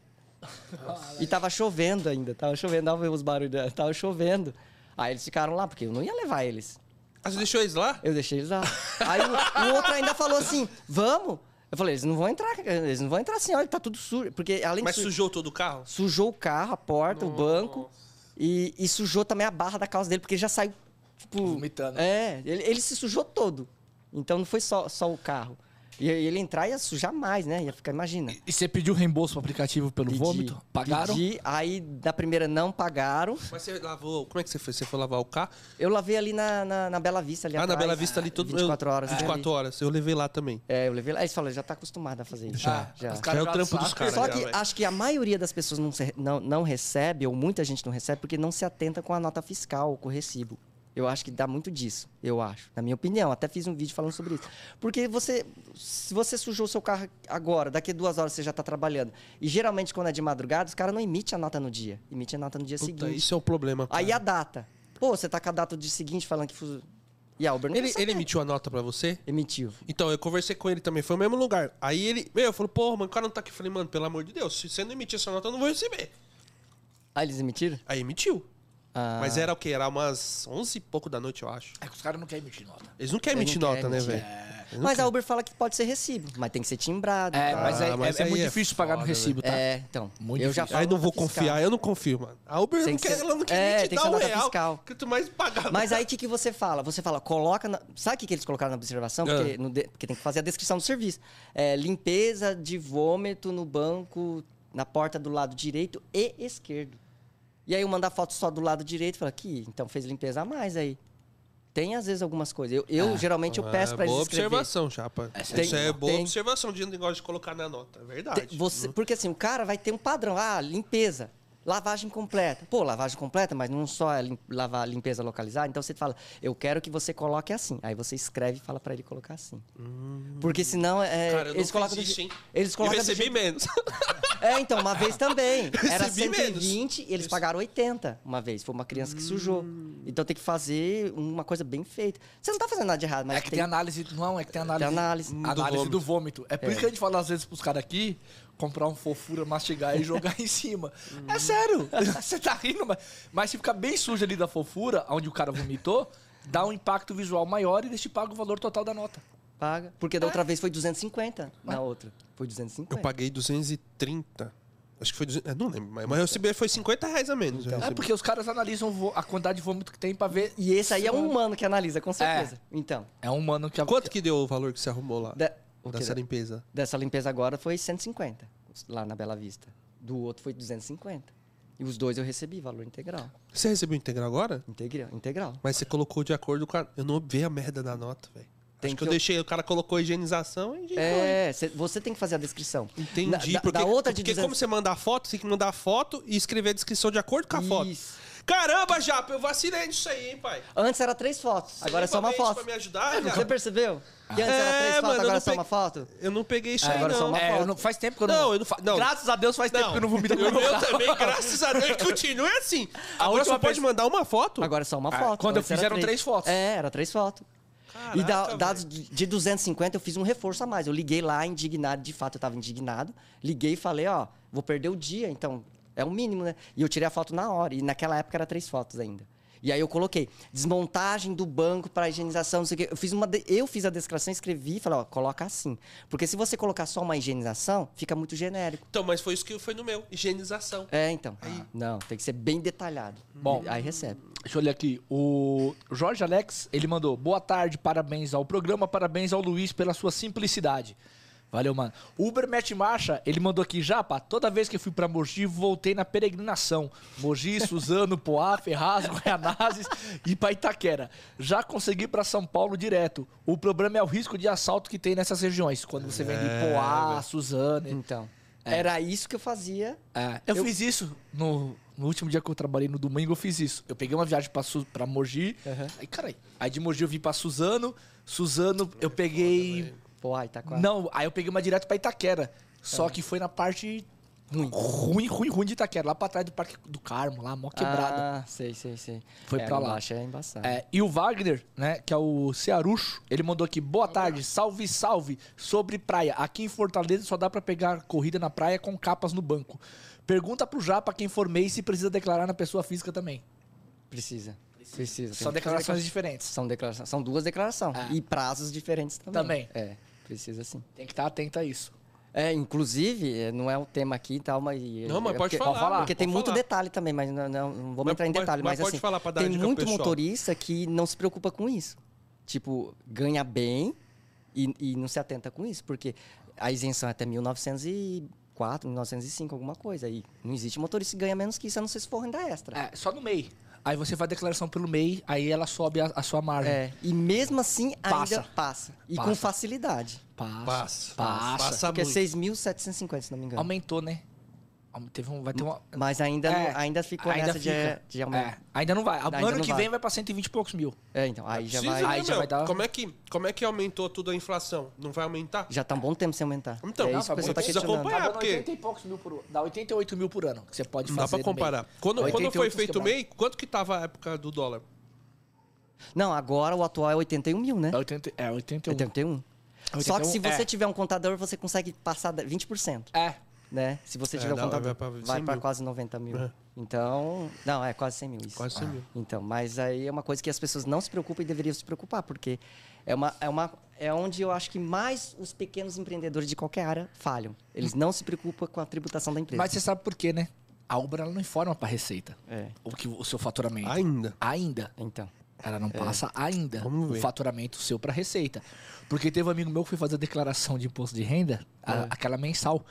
e tava chovendo ainda, tava chovendo, dava os barulhos, da- tava chovendo. Aí eles ficaram lá, porque eu não ia levar eles. Ah, você deixou eles lá? Eu deixei eles lá. Aí o, o outro ainda falou assim: vamos? Eu falei, eles não vão entrar, eles não vão entrar assim, olha, tá tudo sujo. Porque além Mas de su- sujou todo o carro? sujou o carro, a porta, o banco. E, e sujou também a barra da calça dele, porque ele já saiu, tipo. Vomitando. É, ele, ele se sujou todo. Então não foi só, só o carro. E aí ele entrar ia sujar mais, né? Ia ficar, imagina. E você pediu reembolso pro aplicativo pelo Pedi, vômito? Pagaram? Pedi, aí da primeira não pagaram. Mas você lavou. Como é que você foi? Você foi lavar o carro? Eu lavei ali na, na, na Bela Vista. Ali ah, na atrás, Bela Vista ali todo 24 horas. né, 24 ali. horas. Eu levei lá também. É, eu levei lá. Aí você falou, já tá acostumado a fazer isso. Já, já. os caras é o já trampo dos sabem. caras. Só já, que velho. acho que a maioria das pessoas não, se- não, não recebe, ou muita gente não recebe, porque não se atenta com a nota fiscal, com o recibo. Eu acho que dá muito disso, eu acho. Na minha opinião, até fiz um vídeo falando sobre isso. Porque você, se você sujou o seu carro agora, daqui a duas horas você já está trabalhando. E geralmente quando é de madrugada, os caras não emitem a nota no dia. Emite a nota no dia Puta, seguinte. isso é o problema. cara. Aí a data. Pô, você tá com a data do dia seguinte falando que... fu- E é a Uber não ele, quer saber. ele emitiu a nota pra você? Emitiu. Então, eu conversei com ele também, foi o mesmo lugar. Aí ele, meu, eu falei, porra, mano, o cara não tá aqui. Eu falei, mano, pelo amor de Deus, se você não emitir essa nota, eu não vou receber. Ah, eles emitiram? Aí emitiu. Ah. Mas era o quê? Era umas 11 e pouco da noite, eu acho. É que os caras não querem emitir nota. Eles não querem Ele emitir não nota, quer né, emitir. é. velho? Eles não Mas a Uber fala que pode ser recibo, mas tem que ser timbrado. É, tá? mas, é, mas é- é aí muito é difícil pagar no foda, recibo, tá? É, então. Muito eu já difícil. falo Aí não nota vou fiscal. confiar, eu não confio, mano. A Uber Tem não que quer, ser- ela não quer é, nem te tem que dar ser um nota real. fiscal. Que tu mais né? pagar. Mas aí o que, que você fala? Você fala, coloca. na- Sabe o que, que eles colocaram na observação? Porque, Ah. no de- porque tem que fazer a descrição do serviço. É, limpeza de vômito no banco, na porta do lado direito e esquerdo. E aí eu mandar foto só do lado direito e fala, aqui, então fez limpeza a mais aí. Tem às vezes algumas coisas. Eu, eu, geralmente eu peço Ah, pra eles boa escrever. observação, Chapa. Essa é Isso é boa. boa Tem- observação de negócio de colocar na nota. É verdade. Te- você- porque assim, o cara vai ter um padrão. Ah, limpeza. Lavagem completa. Pô, lavagem completa, mas não só é lim- lavar, limpeza localizada. Então você fala, eu quero que você coloque assim. Aí você escreve e fala pra ele colocar assim. Porque senão é, Hum. Cara, eu não eles colocam. do fiz isso, je- hein? Eles Eu colocam. do recebi jeito- menos. É, então, uma vez também. Era Recebi menos. 120 e eles pagaram 80 uma vez. Foi uma criança que sujou. Hum. Então tem que fazer uma coisa bem feita. Você não tá fazendo nada de errado, mas É que tem análise. Não, é que tem análise. Tem análise. a Do análise vômito. do vômito. É por isso que a gente fala às vezes pros caras aqui comprar um fofura, mastigar e jogar em cima. É sério. Você tá rindo, mas, mas se ficar bem sujo ali da fofura, onde o cara vomitou, dá um impacto visual maior e deixa paga o valor total da nota. paga. Porque É. da outra vez foi 250. Na outra. Foi 250. Eu paguei 230. Acho que foi 200, eu não lembro, mas mas eu recebi foi 50 reais a menos. eu É recebi. porque os caras analisam vo- a quantidade de vômito que tem pra ver. E esse aí é um humano que analisa, com certeza. Então, É um humano que. Quanto que deu o valor que você arrumou lá? da- o que dessa da- limpeza? dessa limpeza agora foi 150, lá na Bela Vista. Do outro foi 250. E os dois eu recebi, valor integral. Você recebeu integral agora? Integral. integral. Mas você colocou de acordo com a... Eu não vi a merda da nota, velho. Tem Acho que que eu eu- deixei... O cara colocou higienização e... É, cê- você tem que fazer a descrição. Na- Entendi, da- porque, da outra de porque 200 como você manda a foto, tem que mandar a foto e escrever a descrição de acordo com a foto. Isso. Caramba, Japa, eu vacilei disso aí, hein, pai? Antes era três fotos, agora é só uma Parabéns foto. Pra me ajudar, Você cara. percebeu? Que antes É, era três mano, fotos, eu agora não é só pe- uma foto? Eu não peguei isso aí, agora não. só uma É, foto. eu não, faz tempo que eu não. Não, eu não fa- não. Graças a Deus faz tempo que eu não vomito com Eu, meu eu também, graças a Deus, e continua assim. Agora última só pode vez- mandar uma foto? Agora é só uma Ah, foto. quando eu antes fiz era eram três fotos. É, era três fotos. Caraca, e da, velho. dados de de 250 eu fiz um reforço a mais. Eu liguei lá indignado, de fato eu tava indignado. Liguei e falei, ó, vou perder o dia, então é o mínimo, né? E eu tirei a foto na hora. E naquela época era três fotos ainda. E aí eu coloquei desmontagem do banco para higienização, não sei o quê. Eu fiz, uma, de- eu fiz a descrição, escrevi e falei, ó, coloca assim. Porque se você colocar só uma higienização, fica muito genérico. Então, mas foi isso que foi no meu. Higienização. É, então. Não, tem que ser bem detalhado. Bom. E aí recebe. Deixa eu olhar aqui. O Jorge Alex, ele mandou boa tarde, parabéns ao programa, parabéns ao Luiz pela sua simplicidade. Valeu, mano. O Uber Mete Marcha, ele mandou aqui, Japa, toda vez que eu fui pra Mogi, voltei na peregrinação. Mogi, Suzano, Poá, Ferraz, Goianazes e pra Itaquera. Já consegui pra São Paulo direto. O problema é o risco de assalto que tem nessas regiões. Quando você vem de É, Poá, Suzano. Então. Era isso que eu fazia. É, eu, fiz isso no, no último dia que eu trabalhei no domingo, eu fiz isso. Eu peguei uma viagem pra, Su- pra Mogi. Aí, carai. Aí de Mogi eu vim pra Suzano. Suzano, eu peguei. Pô, ai, tá quase. Não, aí eu peguei uma direto pra Itaquera. Só que foi na parte ruim. Ruim, ruim, ruim de Itaquera. Lá pra trás do Parque do Carmo, lá, mó quebrada. Ah, sei, sei, sei. Foi é, pra lá. embaixo é embaçado. É, e o Wagner, né, que é o Cearucho, ele mandou aqui, boa tarde, salve, salve, sobre praia. Aqui em Fortaleza só dá pra pegar corrida na praia com capas no banco. Pergunta pro Japa quem for MEI se precisa declarar na pessoa física também. Precisa. Precisa. São Tem que declarações fazer- diferentes. São, declarações, são duas declarações. E prazos diferentes também. Também. É, precisa sim. Tem que estar atento a isso. É, inclusive, é, não é o tema aqui e tal, mas. Não, mas é pode porque- falar, Porque pode tem muito falar. detalhe também, mas não, não, não vamos Mas entrar em pode- detalhe. mas Mas, pode assim, falar pra dar tem dica pro muito pessoal. motorista que não se preocupa com isso. Tipo, ganha bem e, e não se atenta com isso, porque a isenção é até 1904, 1905, alguma coisa. E não existe motorista que ganha menos que isso, a não ser se for renda extra. É, só no MEI. Aí você faz a declaração pelo MEI, aí ela sobe a, a sua margem. É, e mesmo assim ainda Passa. passa. E Passa. Tá com facilidade. Passa. Passa. Passa. Passa Porque é muito. 6.750, se não me engano. Aumentou, né? Aum- Teve um, vai ter uma... Mas ainda, É, não- ainda ficou ainda nessa de- fica. de, aumentar. É, ainda não vai. Ainda ano não que vai. vem vai pra 120 e poucos mil. É, então, aí já Precisa, vai. né, aí já meu? vai dar- Como é, que, como é que aumentou tudo a inflação? Não vai aumentar? Já tá um bom tempo sem aumentar. Então, é não, isso que tá o pessoal tá bom, precisa questionando. acompanhar. Tá dando porque- 80 e poucos mil por ano. Dá 88 mil por ano que você pode Dá fazer. pra no comparar. meio. Quando, quando 88 foi feito o quebrado. MEI, quanto que tava a época do dólar? Não, agora o atual é 81 mil, né? É, 80, é 81. 81. Só que se 81, você é. tiver um contador, você consegue passar da- 20%, um. É. né? Se você É, tiver um dá- contador, vai pra 100 vai pra mil. quase 90 mil. É. Então, não, é quase 100 mil isso. Quase 100 mil. Então, mas aí é uma coisa que as pessoas não se preocupam e deveriam se preocupar, porque é uma, é uma é onde eu acho que mais os pequenos empreendedores de qualquer área falham. Eles não se preocupam com a tributação da empresa. Mas você sabe por quê, né? A Uber ela não informa pra receita É. o, que, o seu faturamento. Ainda. Ainda. Então, Ela não passa ainda Vamos o ver. faturamento seu pra receita. Porque teve um amigo meu que foi fazer a declaração de imposto de renda, a- aquela mensal,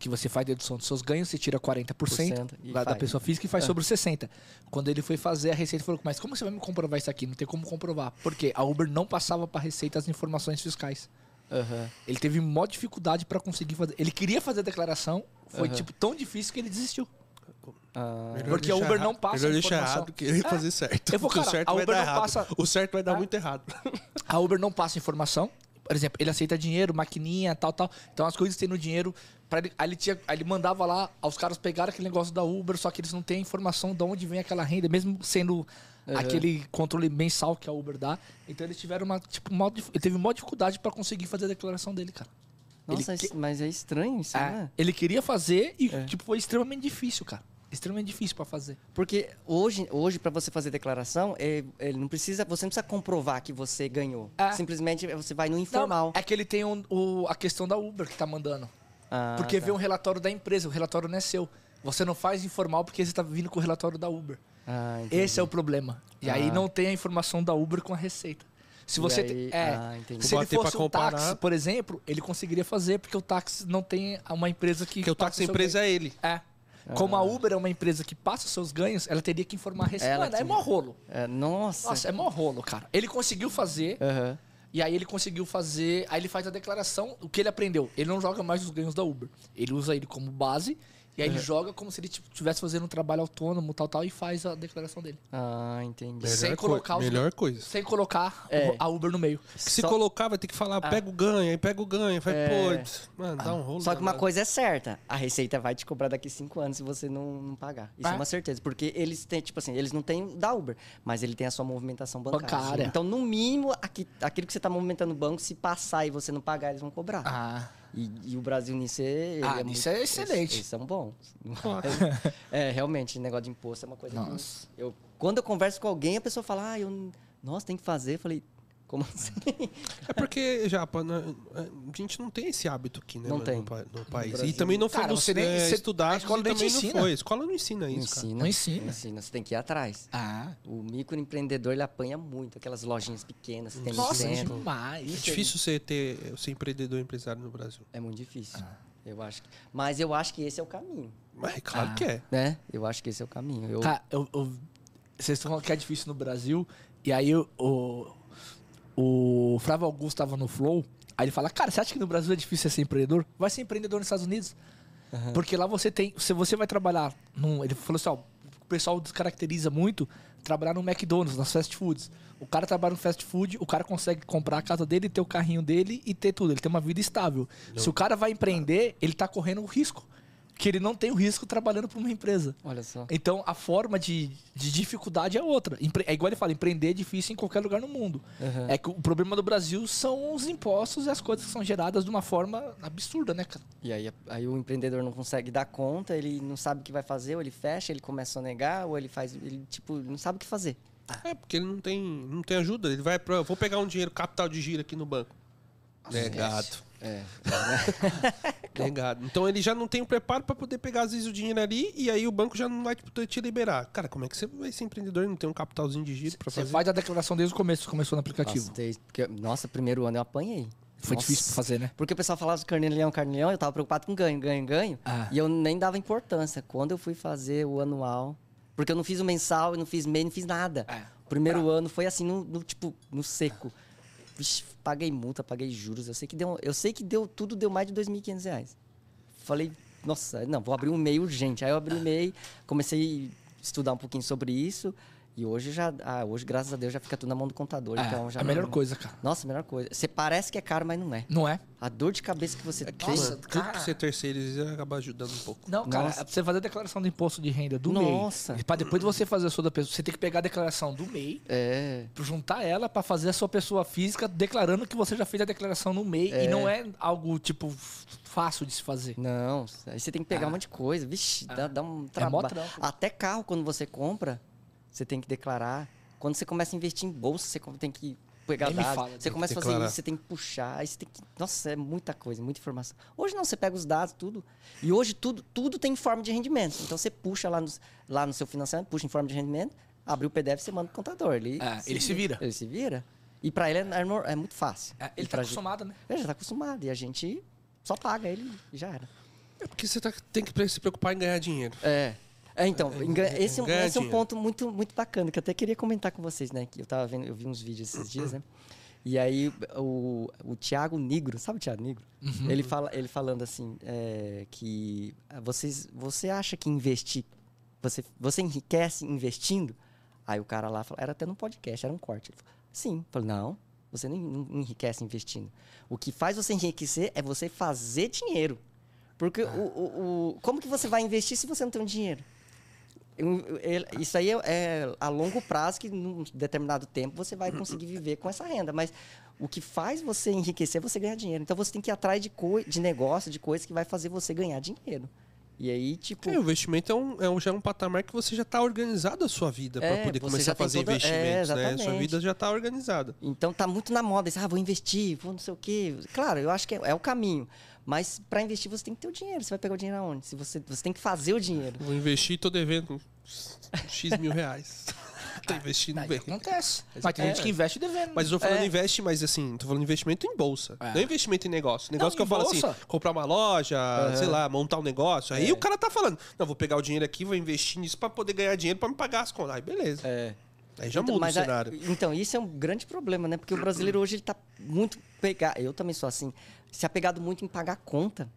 que você faz dedução dos seus ganhos, você tira 40% Porcento e da, da faz. pessoa física e faz sobre os 60%. Quando ele foi fazer a receita, ele falou, mas como você vai me comprovar isso aqui? Não tem como comprovar. Porque a Uber não passava pra receita as informações fiscais. Ele teve maior dificuldade pra conseguir fazer. Ele queria fazer a declaração, foi tipo tão difícil que ele desistiu. Porque a Uber não passa Melhor deixar informação. É. errado que ele fazer certo. Eu vou, Porque cara, o certo a vai Uber dar não errado. passa- É. O certo vai dar muito errado. A Uber não passa informação. Por exemplo, ele aceita dinheiro, maquininha, tal, tal. Então as coisas que tem no dinheiro. Pra ele, aí, ele tinha, aí ele mandava lá, ah, os caras pegaram aquele negócio da Uber, só que eles não têm informação de onde vem aquela renda, mesmo sendo aquele controle mensal que a Uber dá. Então eles tiveram uma. Tipo, uma, dif- ele teve uma dificuldade pra conseguir fazer a declaração dele, cara. nossa, ele, que- isso- mas é estranho isso, Ah. é, né? ele queria fazer e tipo, foi extremamente difícil, cara. Extremamente difícil pra fazer. Porque hoje, hoje para você fazer declaração, é- ele não precisa, você não precisa comprovar que você ganhou. É. Simplesmente você vai no informal. Não, é que ele tem um- o, a questão da Uber que tá mandando. Ah, porque tá. vem um relatório da empresa, o relatório não é seu. Você não faz informal porque você tá vindo com o relatório da Uber. Ah, entendi. Ah. Esse é o problema. E aí não tem a informação da Uber com a receita. Se E você aí- te- é, ah, entendi. se ele Bater pra fosse um comparar. táxi, por exemplo, ele conseguiria fazer porque o táxi não tem uma empresa que Porque o táxi empresa é ele. é. Como a Uber é uma empresa que passa os seus ganhos, ela teria que informar a receita. Ah. Ela Mano, é que- mó rolo. É, nossa. Nossa, é mó rolo, cara. Ele conseguiu fazer, Aham. E aí ele conseguiu fazer. Aí ele faz a declaração. O que ele aprendeu? Ele não joga mais os ganhos da Uber. Ele usa ele como base. E aí ele joga como se ele estivesse fazendo um trabalho autônomo, tal, tal, e faz a declaração dele. Ah, entendi. É. Sem colocar os- Melhor coisa. Sem colocar É. o- a Uber no meio. Que se Só- colocar, vai ter que falar, Ah. pega o ganho, aí pega o ganho. Vai, É. pô, pss, mano, dá um rolo. Só que uma danado. coisa é certa, a Receita vai te cobrar daqui cinco anos se você não, não pagar. Isso Ah. é uma certeza, porque eles têm, tipo assim, eles não têm da Uber, mas ele tem a sua movimentação bancária. Bancária. Então, no mínimo, aqui, aquilo que você está movimentando no banco, se passar e você não pagar, eles vão cobrar. Ah. E, e o Brasil nisso é. Ah, ele nisso é excelente. Eles, eles são bons. É, realmente, negócio de imposto é uma coisa Nossa. que eu Quando eu converso com alguém, a pessoa fala, ah, eu, n- nossa, tem que fazer. Eu falei, como assim? É porque, Japa, né, a gente não tem esse hábito aqui, né? Não mano, tem. No, pa- no país. Brasil. E também não foi é, Cara, você nem- você- estudar, a escola também nem te não ensina. foi. A escola não ensina isso, cara. Não ensina. ensina. Você tem que ir atrás. Ah, O microempreendedor, ele apanha muito. Aquelas lojinhas pequenas que tem no nossa, centro. É demais. difícil você ter ser empreendedor empresário no Brasil. É muito difícil. Ah. Eu acho que- Mas eu acho que esse é o caminho, Mas é claro Ah. que é. né? Eu acho que esse é o caminho. Eu... Cara, eu, eu- vocês estão falando que é difícil no Brasil. E aí o, o, o Flávio Augusto tava no Flow. Aí ele fala, cara, você acha que no Brasil é difícil você ser empreendedor? Vai ser empreendedor nos Estados Unidos. Porque lá você tem. Se você vai trabalhar num. Ele falou assim, ó, o pessoal descaracteriza muito trabalhar no McDonald's, nas fast foods. O cara trabalha no fast food, o cara consegue comprar a casa dele, ter o carrinho dele e ter tudo. Ele tem uma vida estável. Se o cara vai empreender, ele tá correndo o risco. Que ele não tem o risco trabalhando pra uma empresa. Olha só. Então a forma de, de dificuldade é outra. Empre- É igual ele fala, empreender é difícil em qualquer lugar no mundo. É que o problema do Brasil são os impostos e as coisas que são geradas de uma forma absurda, né, cara? E aí, aí o empreendedor não consegue dar conta, ele não sabe o que vai fazer, ou ele fecha, ele começa a negar, ou ele faz. Ele, tipo, não sabe o que fazer. É, porque ele não tem, não tem ajuda. Ele vai pra. Vou pegar um dinheiro, capital de giro aqui no banco. Negado. É. Negado. Então ele já não tem o preparo pra poder pegar, às vezes, o dinheiro ali e aí o banco já não vai tipo, te liberar. Cara, como é que você vai ser empreendedor e não tem um capitalzinho de giro pra Você fazer? faz a declaração desde o começo, começou no aplicativo. Nossa, desde- porque- nossa, primeiro ano eu apanhei. Foi Nossa. difícil pra fazer, né? Porque o pessoal falava de carnilhão, carnilhão, um eu tava preocupado com ganho, ganho, ganho. Ah. E eu nem dava importância. Quando eu fui fazer o anual. Porque eu não fiz o mensal, eu não fiz MEI, não fiz nada. É. O primeiro ano foi assim, no, no, tipo, no seco. Vixe, paguei multa, paguei juros. Eu sei que deu, eu sei que deu tudo deu mais de R$ 2.500. reais. Falei, nossa, não, vou abrir um MEI urgente. Aí eu Ah. abri o MEI, comecei a estudar um pouquinho sobre isso. E hoje já, ah, hoje graças a Deus já fica tudo na mão do contador, então é, já a melhor não- coisa, cara. Nossa, a melhor coisa. Você parece que é caro, mas não é. Não é? A dor de cabeça que você tem. Nossa, Mano, tudo cara. que você terceiriza acaba ajudando um pouco. Não, cara, Nossa. pra você fazer a declaração do imposto de renda do MEI. Nossa. Pra depois você fazer a sua da pessoa, você tem que pegar a declaração do MEI, É. juntar ela pra fazer a sua pessoa física declarando que você já fez a declaração no MEI. E não é algo, tipo, f- fácil de se fazer. Não, aí você tem que pegar um monte de coisa. Vixe, dá, dá um Ah. É mó trabalho. trampo. Até carro, quando você compra, você tem que declarar. Quando você começa a investir em bolsa, você com- tem que pegar Nem me dados. fala, você tem que começa a fazer declarar. isso, você tem que puxar. Aí você tem que... Nossa, é muita coisa, muita informação. Hoje não, você pega os dados, tudo. E hoje tudo, tudo tem forma de rendimento. Então você puxa lá no, lá no seu financiamento, puxa em forma de rendimento, abre o PDF, você manda pro contador. Ele, É, ele se vira. Ele se vira. E pra ele é, é nor- é muito fácil. É, E ele tá pra gente- acostumado, né? Ele já tá acostumado e a gente só paga ele e já era. É porque você tá- tem que se preocupar em ganhar dinheiro. É. então, engan- esse, é um- Ganha esse é um dinheiro. ponto muito, muito bacana, que eu até queria comentar com vocês, né? Que eu tava vendo, eu vi uns vídeos esses dias, né? E aí o, o Tiago Negro, sabe o Tiago Negro? Ele, fala, ele falando assim, é, que ah, vocês, você acha que investir, você, você enriquece investindo? Aí o cara lá falou, era até num podcast, era um corte. Ele falou, Sim. Eu falei, não, você não en- não enriquece investindo. O que faz você enriquecer é você fazer dinheiro. Porque o, o, o- como que você vai investir se você não tem um dinheiro? Eu- eu- ele- Isso aí é, é a longo prazo, que num determinado tempo você vai conseguir viver com essa renda. Mas o que faz você enriquecer é você ganhar dinheiro. Então você tem que ir atrás de, coi- de negócio, de coisa que vai fazer você ganhar dinheiro. E aí, tipo. É, o investimento é um, é um- já é um patamar que você já tá organizado a sua vida pra É, poder você começar já a tem fazer toda- é, investimentos, né? Sua exatamente. vida já tá organizada. Então tá muito na moda isso, ah, vou investir, vou não sei o quê. Claro, eu acho que é, é o caminho. Mas para investir você tem que ter o dinheiro. Você vai pegar o dinheiro aonde? Se você, você tem que fazer o dinheiro. Vou investir e tô devendo X mil reais. tô investindo Aí bem. acontece. Mas tem gente que investe devendo. Mas eu tô falando Tá, então, É. investe, mas assim, tô falando investimento em bolsa. É. Não investimento em negócio. Negócio que em eu falo bolsa. assim, comprar uma loja, sei lá, montar um negócio. É. Aí o cara tá falando, não, vou pegar o dinheiro aqui, vou investir nisso pra poder ganhar dinheiro pra me pagar as contas. Aí beleza. É. Aí já Então, muda o mas a- cenário. então, isso é um grande problema, né? Porque o brasileiro hoje ele tá muito pegado. Eu também sou assim, se apegado muito em pagar conta.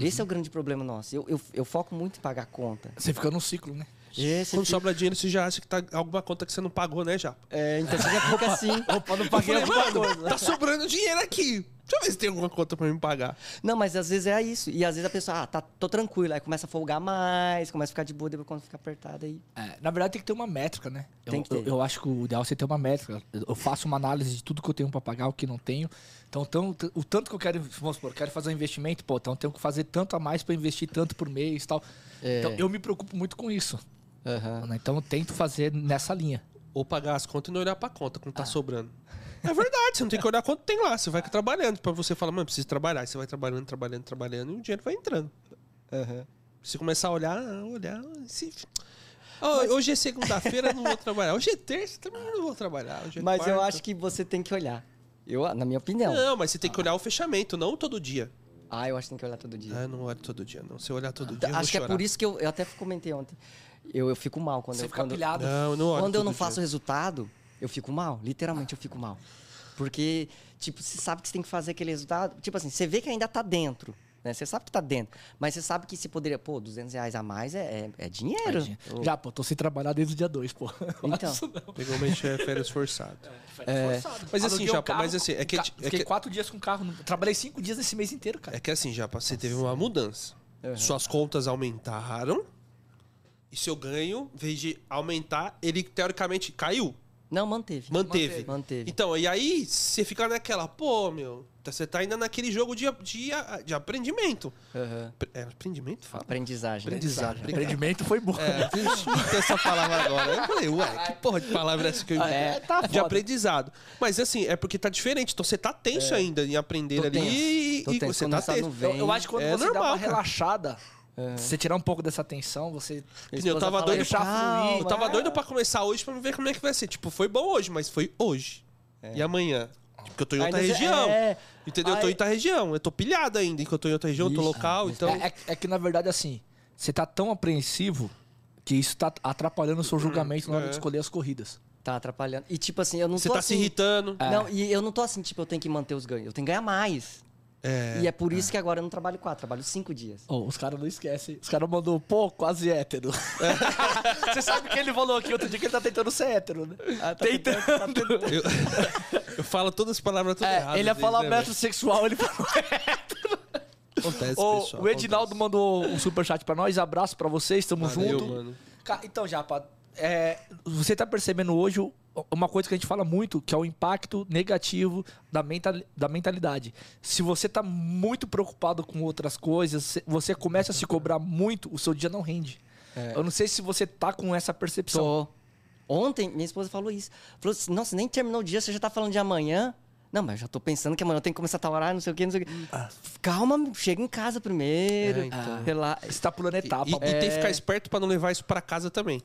Esse é o grande problema nosso. Eu, eu, eu foco muito em pagar conta. Você fica num ciclo, né? Esse Quando sobra dinheiro, você já acha que tá alguma conta que você não pagou, né, Japa? é, então você já fica assim. Opa, não Eu falei, mano, tá sobrando dinheiro aqui. Deixa eu ver se tem alguma conta pra me pagar. Não, mas às vezes é isso. E às vezes a pessoa, ah, tá, tô tranquilo. Aí começa a folgar mais, começa a ficar de boa, depois quando fica apertado aí. É, na verdade, tem que ter uma métrica, né? Eu, Tem que ter. eu, eu acho que o ideal é você ter uma métrica. Eu eu faço uma análise de tudo que eu tenho pra pagar, o que não tenho. Então, tão- o tanto que eu quero, vamos supor, quero fazer um investimento, pô, então eu tenho que fazer tanto a mais pra investir tanto por mês e tal. Então, eu me preocupo muito com isso. É. Aham. né? Então eu tento fazer nessa linha. Ou pagar as contas e não olhar pra conta Ah. quando tá sobrando. É verdade, você não tem que olhar quanto tem lá. Você vai trabalhando. Pra você falar, mano, preciso trabalhar. Aí você vai trabalhando, trabalhando, trabalhando e o dinheiro vai entrando. aham. Se começar a olhar, olhar. se- Ah, Hoje é segunda-feira, eu não vou trabalhar. Hoje é terça, também não vou trabalhar. Hoje é Mas eu quarta. É. acho que você tem que olhar. Eu, na minha opinião. Não, mas você tem que olhar o fechamento, não todo dia. Ah, eu acho que tem que olhar todo dia. Ah, eu não olho todo dia, não. Se eu olhar todo dia, eu vou acho que é chorar. por isso que eu, eu até comentei ontem. Eu, eu fico mal quando Você eu fica quando, pilhado. Não, eu não olho quando eu todo não dia. faço resultado, eu fico mal. Literalmente eu fico mal. Porque, tipo, você sabe que você tem que fazer aquele resultado. Tipo assim, você vê que ainda tá dentro. Né? Você sabe que tá dentro. Mas você sabe que se poderia. Pô, 200 reais a mais é, é, é dinheiro. Já, pô, tô sem trabalhar desde o dia 2, pô. Então. Pegou uma enche- é férias forçado. Mas assim, Aluguei um Japa, carro, mas assim, é que, é ca- que- Fiquei quatro dias com o carro. no- Trabalhei cinco dias nesse mês inteiro, cara. é que assim, Japa, você teve uma mudança. Uhum. Suas contas aumentaram e seu ganho, em vez de aumentar, ele teoricamente caiu. Não, manteve. Manteve. Manteve. Então, e aí você fica naquela, pô, meu, tá- você tá ainda naquele jogo de, de, de aprendimento. Aham. Pre- É, aprendimento? Fala. Aprendizagem. né? Aprendizagem. O empreendimento foi bom. É, tem essa palavra agora. Eu falei, ué, que porra de palavra é essa que eu É, tá De foda. aprendizado. Mas assim, é porque tá diferente. Então você tá tenso ainda em aprender É. Tô ali tenso, e, tô e tenso. você Quando tá essa tenso. nuvem- Eu, eu acho que quando É você dá normal, uma cara. É. relaxada, você tirar um pouco dessa tensão, você. Eu tava doido pra- Eu tava doido pra começar hoje pra ver como é que vai ser. Tipo, foi bom hoje, mas foi hoje. E amanhã? Porque eu tô em outra Ainda- região. é. Entendeu? Eu tô em Ai. outra região. Eu tô pilhado ainda, enquanto eu tô em outra região, eu tô Ixi, local, então. É, é- é que na verdade, assim, você tá tão apreensivo que isso tá atrapalhando o seu julgamento na hora é. de escolher as corridas. Tá atrapalhando. E tipo assim, eu não Você tô tá se assim, irritando. Não, e eu não tô assim, tipo, eu tenho que manter os ganhos. Eu tenho que ganhar mais. É. e é por isso que agora eu não trabalho quatro, trabalho cinco dias. Ô, os caras não esquecem. Os caras mandou, pô, quase hétero. É. Você sabe que ele falou aqui outro dia que ele tá tentando ser hétero, né? Ah, tá tentando. Eu, eu falo todas as palavras todas É, erradas. ele ia às falar vezes, né, velho? metrosexual, ele falou. assim, Acontece, Ô, pessoal. o Edinaldo mandou um superchat pra nós. Abraço pra vocês, tamo Valeu, junto. tá mano. Ca- Então, Japa, é, você tá percebendo hoje o- uma coisa que a gente fala muito, que é o impacto negativo da, mental, da mentalidade. Se você tá muito preocupado com outras coisas, se- você começa a se cobrar muito, o seu dia não rende. É. Eu não sei se você tá com essa percepção. Tô. Ontem, minha esposa falou isso. Falou assim, nossa, nem terminou o dia, você já tá falando de amanhã? Não, mas eu já tô pensando que amanhã eu tenho que começar a trabalhar, não sei o quê, não sei o quê. Calma, chega em casa primeiro. Hum. É, então. Rela- Você tá pulando E, etapa. e- e É, tem que ficar esperto pra não levar isso pra casa também.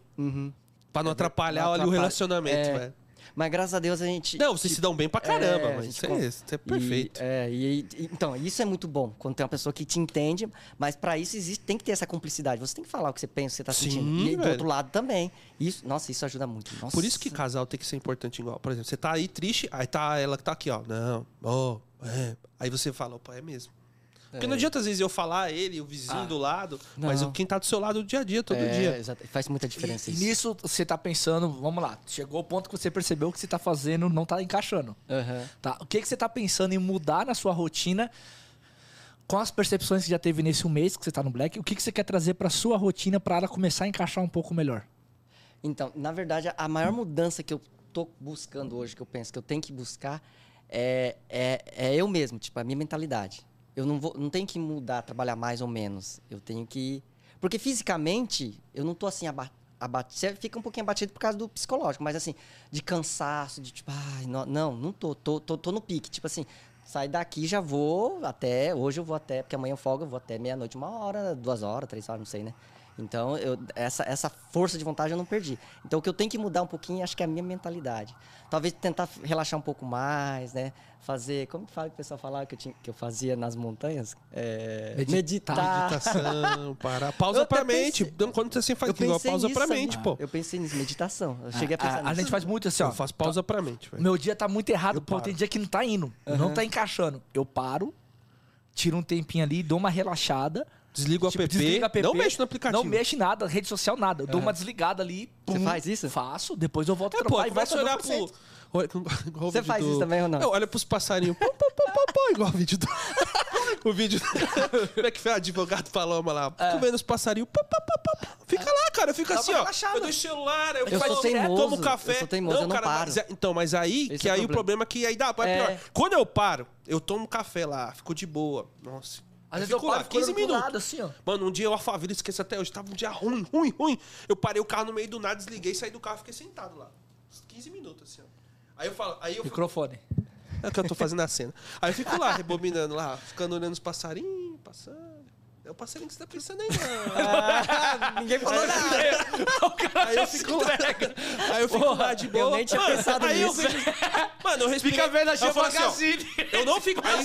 Pra não atrapalhar não olha, o atrapalha. relacionamento, É. velho. Mas graças a Deus a gente... tipo, Não, vocês se dão bem pra caramba, É, mas a gente isso é, com- isso, isso é perfeito. E, é, e- e- então, isso é muito bom, quando tem uma pessoa que te entende, mas pra isso existe, tem que ter essa cumplicidade. Você tem que falar o que você pensa, o que você tá Sim, sentindo. E do velho. outro lado também. Isso, nossa, isso ajuda muito. Nossa. Por isso que casal tem que ser importante igual. Por exemplo, você tá aí triste, aí tá ela que tá aqui, ó. Não, ó, é. Aí você fala, opa, é mesmo. Porque não adianta às vezes eu falar ele, o vizinho do lado, mas É. Ah, Não. o- quem tá do seu lado o dia a dia, todo É, dia. exato, faz muita diferença é e- e isso. nisso você tá pensando, vamos lá, chegou o ponto que você percebeu que você tá fazendo não tá encaixando. Aham. Tá? O que, que você tá pensando em mudar na sua rotina com as percepções que já teve nesse mês que você tá no Black? O que, que você quer trazer pra sua rotina pra ela começar a encaixar um pouco melhor? Então, na verdade, a maior mudança que eu tô buscando hoje, que eu penso que eu tenho que buscar, é, é, é eu mesmo, tipo, a minha mentalidade. Eu não, vou, não tenho que mudar, trabalhar mais ou menos. Eu tenho que. Porque fisicamente, eu não tô assim abatido. Você fica um pouquinho abatido por causa do psicológico, mas assim, de cansaço, de tipo, ai, no- não, não tô, tô, tô, tô no pique. Tipo assim, sai daqui já vou até, hoje eu vou até, porque amanhã eu folgo, eu vou até meia-noite, uma hora, duas horas, três horas, não sei, né? Então, eu- essa, essa força de vontade eu não perdi. Então, o que eu tenho que mudar um pouquinho, acho que é a minha mentalidade. Talvez tentar f- relaxar um pouco mais, né? Fazer, como que fala que o pessoal falava que eu, tinha- que eu fazia nas montanhas? É, Meditar. Ah, meditar. Meditação, parar. Pausa Eu até pra mente. pensei- Não, Quando você assim faz Eu igual, pensei pausa nisso, pra sabia? mente, pô. Eu pensei nisso, meditação. Eu cheguei a A, pensar a nisso. gente faz muito assim, ó. Eu faço pausa pra mente, velho. Meu dia tá muito errado, pô, paro. tem dia que não tá indo, não tá encaixando. Eu paro, tiro um tempinho ali, dou uma relaxada. Desliga o tipo, app, Tipo, desliga o app, não mexe no aplicativo. Não mexe em nada, rede social, nada. Eu dou uma desligada ali. Você faz isso? Faço, depois eu volto É, a pô, trabalhar e começa a volto a olhar 2%. pro. Olha, com- igual o Você vídeo faz isso também ou não? Eu olho pros passarinhos. Pô, pô, pô, pô, pô, igual o vídeo do. o vídeo. Como é que foi? Advogado Paloma lá. Fico vendo os passarinhos. Pô, pô, pô, pô, pô. Fica lá, cara. Eu fico É. Dá assim, uma ó. relaxada. Eu deixo o celular, eu, Eu faço sou direto, teimoso, tomo café. eu sou teimoso, eu não cara, paro. mas é- então, mas aí, Esse que é o aí o problema. problema é que aí dá, vai É. pior. Quando eu paro, eu tomo café lá, fico de boa. Nossa. Às vezes eu fico lá, paro 15 15 minutos. minutos. Lado, assim, ó. Mano, um dia eu Favela esqueci até hoje. Tava um dia ruim, ruim, ruim. Eu parei o carro no meio do nada, desliguei, saí do carro e fiquei sentado lá. Uns 15 minutos, assim, ó. Aí eu falo, aí eu fico. Microfone. É o que eu tô fazendo a cena. Aí eu fico lá, rebobinando lá, ficando olhando os passarinhos, passando. É o passarinho que você tá pensando aí, não. Ah, Ninguém falou nada. aí eu fico lá. Aí eu fico lá de boa. eu nem tinha Mano, pensado aí nisso. Eu vejo, mano, eu respiro. Fica vendo a eu Gia falo assim, ó, Magazine. Eu não fico. Aí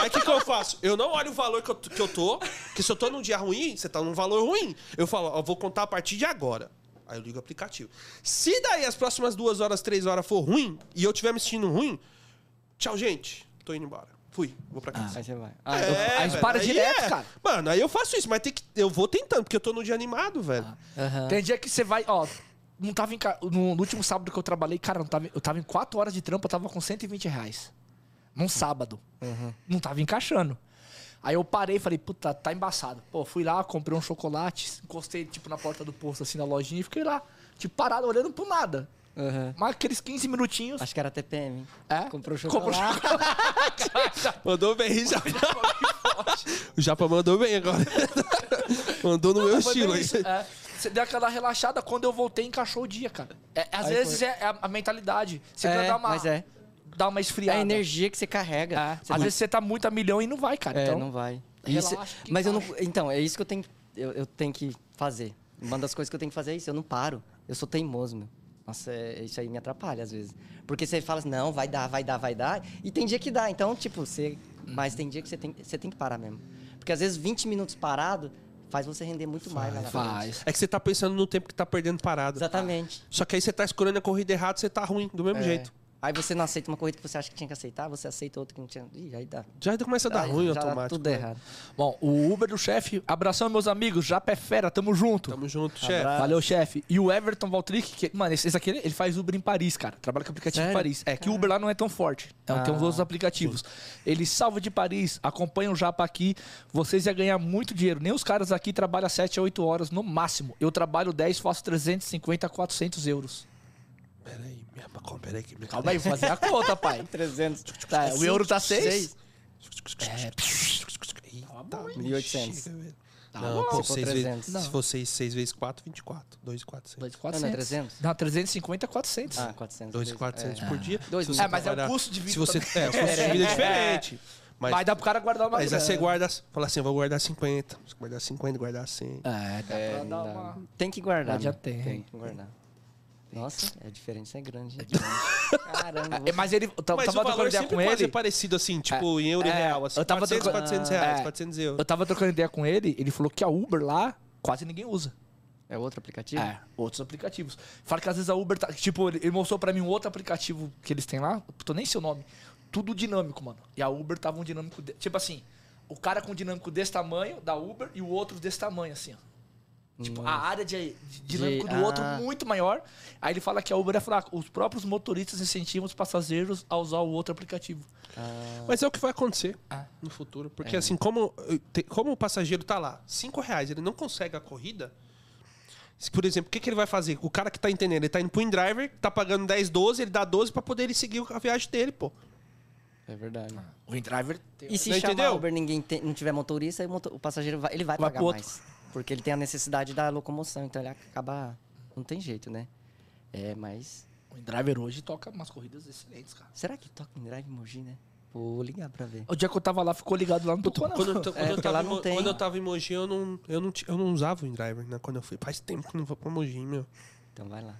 aí o que, que eu faço? Eu não olho o valor que eu, que eu tô, que se eu tô num dia ruim, você tá num valor ruim. Eu falo, ó, vou contar a partir de agora. Aí eu ligo o aplicativo. Se daí as próximas duas horas, três horas for ruim, e eu tiver me sentindo ruim, tchau, gente. Tô indo embora. Fui, vou pra casa. Aí você vai. Ah, É, eu- Aí velho, para direto, é. cara. Mano, aí eu faço isso, mas tem que, eu vou tentando, porque eu tô no dia animado, velho. Ah. Aham. Tem dia que você vai, ó. Não tava em ca- no, no último sábado que eu trabalhei, cara, não tava, eu tava em 4 horas de trampo, eu tava com 120 reais. Num sábado. Uhum. Não tava encaixando. Aí eu parei e falei, puta, tá embaçado. Pô, fui lá, comprei um chocolate, encostei, tipo, na porta do posto, assim, na lojinha, e fiquei lá, tipo, parado, olhando pro nada. aham. Mas aqueles 15 minutinhos. Acho que era TPM. hein? É, Comprou comprou chocolate. Mandou bem, Japa. o Japa mandou bem agora. mandou no meu Foi estilo. bem aí. isso, é. Você deu aquela relaxada, quando eu voltei, encaixou o dia, cara. É, às vezes é a, a mentalidade. Você É, precisa dar uma, mas é. dar uma É esfriada. a energia que você carrega. É. Você Às não- vezes você tá muito a milhão e não vai, cara. É, então, não vai. relaxa Isso- que mas eu não. vai. Então, é isso que eu tenho, eu, eu tenho que fazer. Uma das coisas que eu tenho que fazer é isso. Eu não paro. Eu sou teimoso, meu. Nossa, é- isso aí me atrapalha às vezes. Porque você fala assim, não, vai dar, vai dar, vai dar. E tem dia que dá. Então, tipo, você. Mas tem dia que você tem, você tem que parar mesmo. Porque às vezes 20 minutos parado faz você render muito mais né? lá na frente. faz. É que você tá pensando no tempo que tá perdendo parado. Exatamente. É. Só que aí você tá escolhendo a corrida errada, você tá ruim, do mesmo É. jeito. Aí você não aceita uma corrida que você acha que tinha que aceitar, você aceita outra que não tinha. Ih, aí dá. Já começa a dar Aí ruim tá já dá automático. né? Tudo errado. Bom, o Uber do chefe, abração, meus amigos. Japa é fera, tamo junto. Tamo junto, chefe. Valeu, chefe. E o Everton Valtric, que, mano, esse, esse aqui ele ele faz Uber em Paris, cara. Trabalha com aplicativo Sério? em Paris. É que o Uber lá não é tão forte. Então, Tem uns Ah. outros aplicativos. Ele salva de Paris, acompanha o Japa aqui. Vocês iam ganhar muito dinheiro. Nem os caras aqui trabalham 7 a 8 horas no máximo. Eu trabalho 10, faço 350 a 400 euros. Peraí, minha macumba, peraí que minha Calma aí, vou fazer a conta, pai. 300. Tá, o euro tá 6. É. Eita, 1.800. bexiga, velho. Tá Não, pô, Se for seis 300. vezes, Não. se for 6 vezes 4, 24. 2,400. 2,400. Não, não é 300? Não, 350 a 400. Ah, 400. 2,400 É. por dia. Dois Se mil. você É, mas é o trabalhar- custo de vida Se você, também. é, o custo de vida é diferente. Mas, Mas dá pro cara guardar uma mas aí grana. você guarda... Fala assim, eu vou guardar 50. Você guardar 50, guardar 100. É, dá pra dar Dá. uma... Tem que guardar. Já né? tem. que guardar. Nossa, a diferença é grande. hein? Caramba. É, Mas ele. Eu ta- Mas o tava trocando valor ideia sempre com pode ser ele. parecido, assim, tipo, em euro e é, real. Assim, eu tava 400, trocando- 400 reais, É. 400 euros. Eu tava trocando ideia com ele, ele falou que a Uber lá quase ninguém usa. É outro aplicativo? É, outros aplicativos. Fala que às vezes a Uber tá. Tipo, ele ele mostrou pra mim um outro aplicativo que eles têm lá, tô nem sei o nome. Tudo dinâmico, mano. E a Uber tava um dinâmico. de- Tipo assim, o cara com um dinâmico desse tamanho, da Uber, e o outro desse tamanho, assim, ó. Tipo, é, a área de, de dinâmico do ah. outro muito maior. Aí ele fala que a Uber é fraca. Os próprios motoristas incentivam os passageiros a usar o outro aplicativo. Mas é o que vai acontecer Ah. no futuro. Porque assim, como, eh, te- como o passageiro tá lá, 5 reais, ele não consegue a corrida. se, Por exemplo, o que, que ele vai fazer? O cara que tá entendendo, ele tá indo pro InDriver, tá pagando 10, 12, ele dá 12 pra poder ele seguir a viagem dele, pô. É verdade. O InDriver tem. E se Não chamar entendeu? Uber ninguém te- não tiver motorista, aí o, motor- o passageiro vai, ele vai, Vai pagar pro outro. mais. Porque ele tem a necessidade da locomoção, então ele acaba. Não tem jeito, né? É, mas. O Endriver hoje toca umas corridas excelentes, cara. Será que toca em drive em Mogi, né? Vou ligar pra ver. O dia que eu tava lá, ficou ligado lá no tocou, não. Quando, eu, t- quando, eu, porque tava lá em, não Mo- tem. quando eu tava em Mogi, eu não, eu não, ti- eu não usava o InDriver, né? Quando eu fui. Faz tempo que eu não vou pra Mogi, meu. Então vai lá.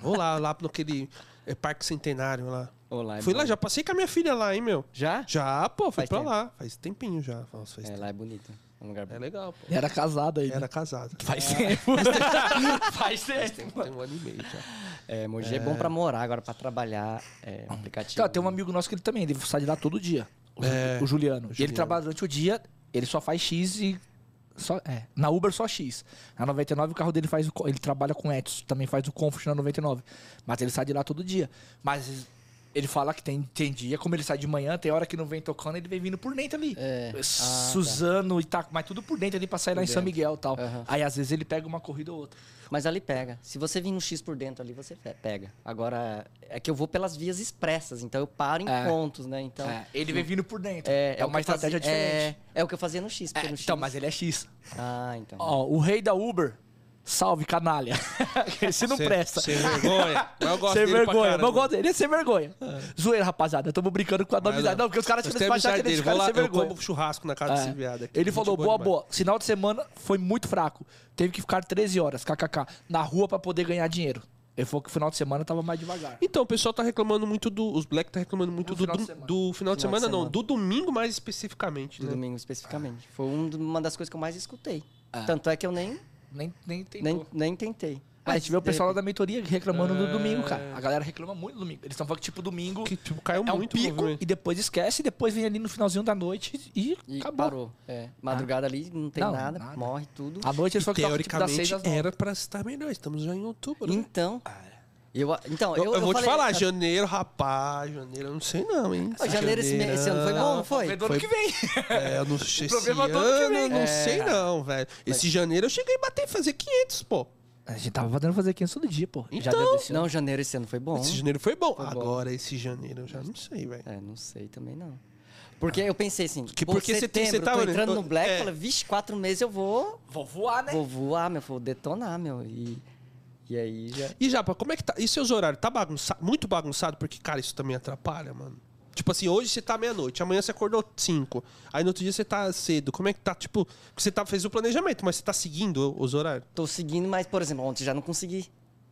Vou lá, lá naquele eh, Parque Centenário lá. Olá, é fui lá, bom. já passei com a minha filha lá, hein, meu. Já? Já, pô, fui Faz pra tempo. lá. Faz tempinho já. Nossa, faz É, tempo. lá é bonito. É um lugar É bonito. legal, pô. Era casado aí. Era É. casada. Faz tempo. Faz tempo. Tem um ano e meio já. É, Mogi é, bom pra morar, agora pra trabalhar é um aplicativo. Cara, tem um amigo nosso que ele também, ele sai de lá todo dia. O, Ju- É, o Juliano. E ele Juliano. trabalha durante o dia, ele só faz X e. Só, é, na Uber só X. Na 99 o carro dele faz o, co- ele trabalha com Etios, também faz o Comfort na 99. Mas ele sai de lá todo dia. Mas Ele fala que tem, tem dia, como ele sai de manhã, tem hora que não vem tocando, ele vem vindo por dentro ali. É. Ah, Suzano, Itaco, mas tudo por dentro ali pra sair lá em São Miguel e tal. Aham. Aí às vezes ele pega uma corrida ou outra. Mas ali pega. Se você vir no X por dentro ali, você fe- pega. Agora, é que eu vou pelas vias expressas, então eu paro em É. pontos, né? Então. É, Ele vem vindo por dentro. é o uma que eu fazia- estratégia diferente. É, é o que eu fazia no X, porque É, no X. então, mas ele é X. Ah, então. Ó, o rei da Uber, salve canalha. Esse não Sem- presta. Sem vergonha. Mas eu gosto sem dele pra É. vergonha, caramba. mas eu gosto dele, é sem vergonha. Zoeira, rapaziada, tamo brincando com a Mas, novidade. ó, Não, porque os caras eu ficam tenho amizade despachando dele. eles Vou ficaram lá, sem eu vergonha. como churrasco na casa É. desse viado aqui. Ele Gente falou, boa, demais. boa, sinal de semana foi muito fraco. Teve que ficar 13 horas, kkk, na rua pra poder ganhar dinheiro. Ele falou que o final de semana tava mais devagar. Então, o pessoal tá reclamando muito do. Os Black tá reclamando muito do, Do final de do- semana. do final de semana, não. Do domingo mais especificamente, Do né? domingo especificamente. Foi um do- uma das coisas que eu mais escutei. Tanto é que eu nem, Nem, nem tentou. nem, nem tentei. Ah, a gente vê o de pessoal lá da mentoria reclamando do domingo, É. cara. A galera reclama muito do domingo. Eles estão falando que, tipo, domingo Que tipo, caiu é um muito o pico movimento. e depois esquece, e depois vem ali no finalzinho da noite e, repente- E acabou. parou. É. Madrugada ali, não tem Não, nada, nada. morre tudo. A noite eles falam que toca, tipo, das seis Teoricamente às nove. era pra estar melhor. Estamos já em outubro. né? Então. Eu, então, Eu, eu, eu vou te falei- falar, janeiro, rapaz, janeiro, eu não sei não, hein? Ah, janeiro esse, mês- esse ano foi bom, não Vê foi? do ano que vem. É, eu não sei esse problema é do ano, ano que eu não sei não, velho. Esse janeiro eu cheguei a bater, fazer 500, pô. A gente tava podendo fazer 500 todo dia, pô. Já deu desse Então- Não, janeiro esse ano foi bom. Esse janeiro foi bom. Agora, esse janeiro, eu já não sei, velho. É, não sei também não. Porque eu pensei assim, Que pô, porque você tem- setembro, você tava, eu né? tô entrando no Black, É. falei, vixe, quatro meses eu vou, Vou voar, né? vou voar, meu, vou detonar, meu. E, e aí já... E, Japa, como é que tá? E seus horários? Tá bagunça... muito bagunçado? Porque, cara, isso também atrapalha, mano. Tipo assim, hoje você tá meia-noite, amanhã você acordou cinco Aí no outro dia você tá cedo. Como é que tá? Tipo, porque você tá, fez o planejamento, mas você tá seguindo os horários? Tô seguindo, mas, por exemplo, ontem já não consegui.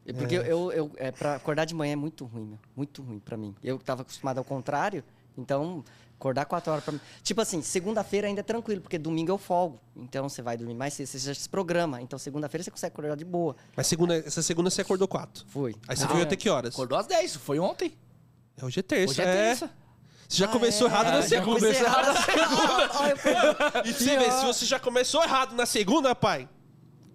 E Porque eu, eu, eu- é, pra acordar de manhã é muito ruim, meu. Muito ruim pra mim. Eu que tava acostumado ao contrário, então acordar quatro horas pra mim. Tipo assim, segunda-feira ainda é tranquilo, porque domingo eu folgo. Então você vai dormir mais cedo, você já se programa. Então segunda-feira você consegue acordar de boa. Mas segunda, essa segunda você acordou quatro Fui. Aí você Ah, foi é. até que horas? Acordou às 10, foi ontem. É, Hoje é terça. Hoje é terça. Você já começou errado na segunda. Ah, Comecei errado na segunda. Olha, eu fui- E você vê, se você já começou errado na segunda, pai.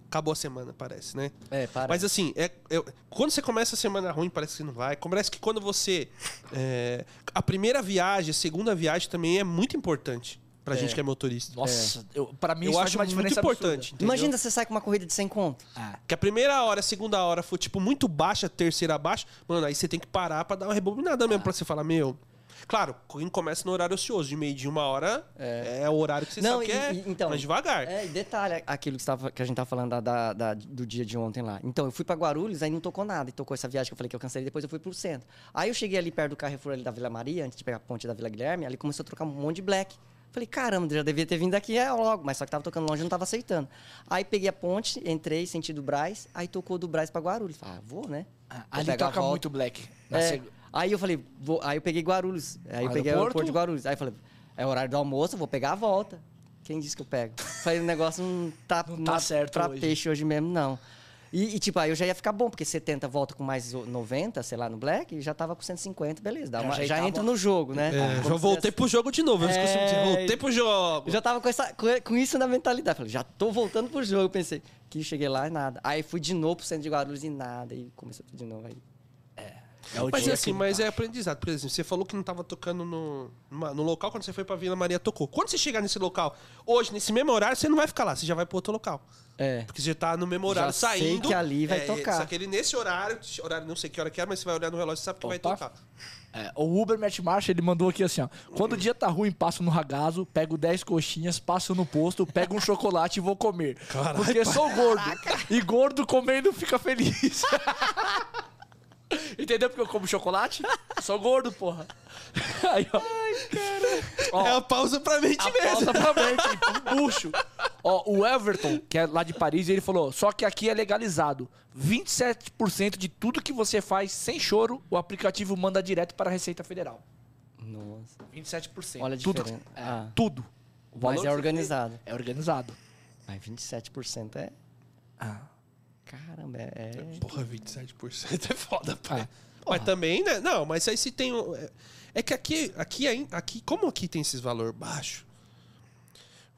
Acabou a semana, parece, né? É, para. Mas assim, é, eu- quando você começa a semana ruim, parece que não vai. Parece que quando você. é, a primeira viagem, a segunda viagem também é muito importante pra gente que é motorista. Nossa, eu, pra mim eu isso faz acho uma muito diferença importante. entendeu? Imagina você sai com uma corrida de 100 conto. absurda. É. Que a primeira hora, a segunda hora for, tipo, muito baixa, a terceira baixa, mano, aí você tem que parar pra dar uma rebobinada mesmo, pra você falar, meu. Claro, quem começa no horário ocioso, de meio de uma hora, é, o horário que você Não, sabe que e- é e- então- mais devagar. É, e detalhe, aquilo que, você tava- que a gente tava falando da- da- da- do dia de ontem lá. Então, eu fui pra Guarulhos, aí não tocou nada. E tocou essa viagem que eu falei que eu cancelei, depois eu fui pro centro. Aí eu cheguei ali perto do Carrefour ali da Vila Maria, antes de pegar a ponte da Vila Guilherme, ali começou a trocar um monte de black. Falei, caramba, já devia ter vindo daqui é, logo, mas só que tava tocando longe, eu não tava aceitando. Aí peguei a ponte, entrei, sentido Braz, aí tocou do Braz pra Guarulhos. Falei, ah, vou, né? Ah, Vou ali pegar a toca volta. muito black. Na É, seg- Aí eu falei, vou- aí eu peguei Guarulhos. Aí eu peguei o aeroporto de Guarulhos. Aí eu falei, é horário do almoço, eu vou pegar a volta. Quem disse que eu pego? falei, o negócio não tá, Não tá certo pra hoje. peixe hoje mesmo, não. E, e, tipo, aí eu já ia ficar bom, porque 70 volta com mais o- 90, sei lá, no Black, e já tava com 150, beleza. dá Já uma- já ajeitava. entro no jogo, né? É, Como já se voltei tivesse- pro jogo de novo. Eu É, esqueci, de- voltei pro jogo. eu já tava com, essa, com- com isso na mentalidade. Falei, já tô voltando pro jogo. Eu pensei, que cheguei lá e nada. Aí fui de novo pro centro de Guarulhos e nada. E começou tudo de novo aí. é o Mas dia é assim, que- mas é aprendizado. Por exemplo, você falou que não tava tocando no, numa- no local quando você foi pra Vila Maria, tocou. Quando você chegar nesse local, hoje, nesse mesmo horário, você não vai ficar lá, você já vai pro outro local. É. Porque você tá no mesmo horário sei saindo. É, que ali vai tocar. Só que ele nesse horário, horário não sei que hora que era, mas você vai olhar no relógio e sabe que vai Opa. tocar. É, o Uber Matt Marsh, ele mandou aqui assim, ó. Quando o dia tá ruim, passo no ragazo, pego 10 coxinhas, passo no posto, pego um chocolate e vou comer. porque sou gordo. E gordo comendo fica feliz. Entendeu porque eu como chocolate? Sou gordo, porra. Aí, ó. Ó, É a pausa pra mente a tá mesmo. pausa pra mente, pro Um bucho. Ó, o Everton, que é lá de Paris, ele falou: só que aqui é legalizado. 27% de tudo que você faz sem choro, o aplicativo manda direto para a Receita Federal. Nossa. 27%. Olha a tudo, diferença. é, Ah. tudo. O Mas valor é organizado. É organizado. Mas 27% é. Ah. Caramba, é. é- Porra, 27% é foda, pai. mas também, né? Não, mas aí se tem. um- é- É que aqui, aqui, ain- aqui, como aqui tem esses valor baixo,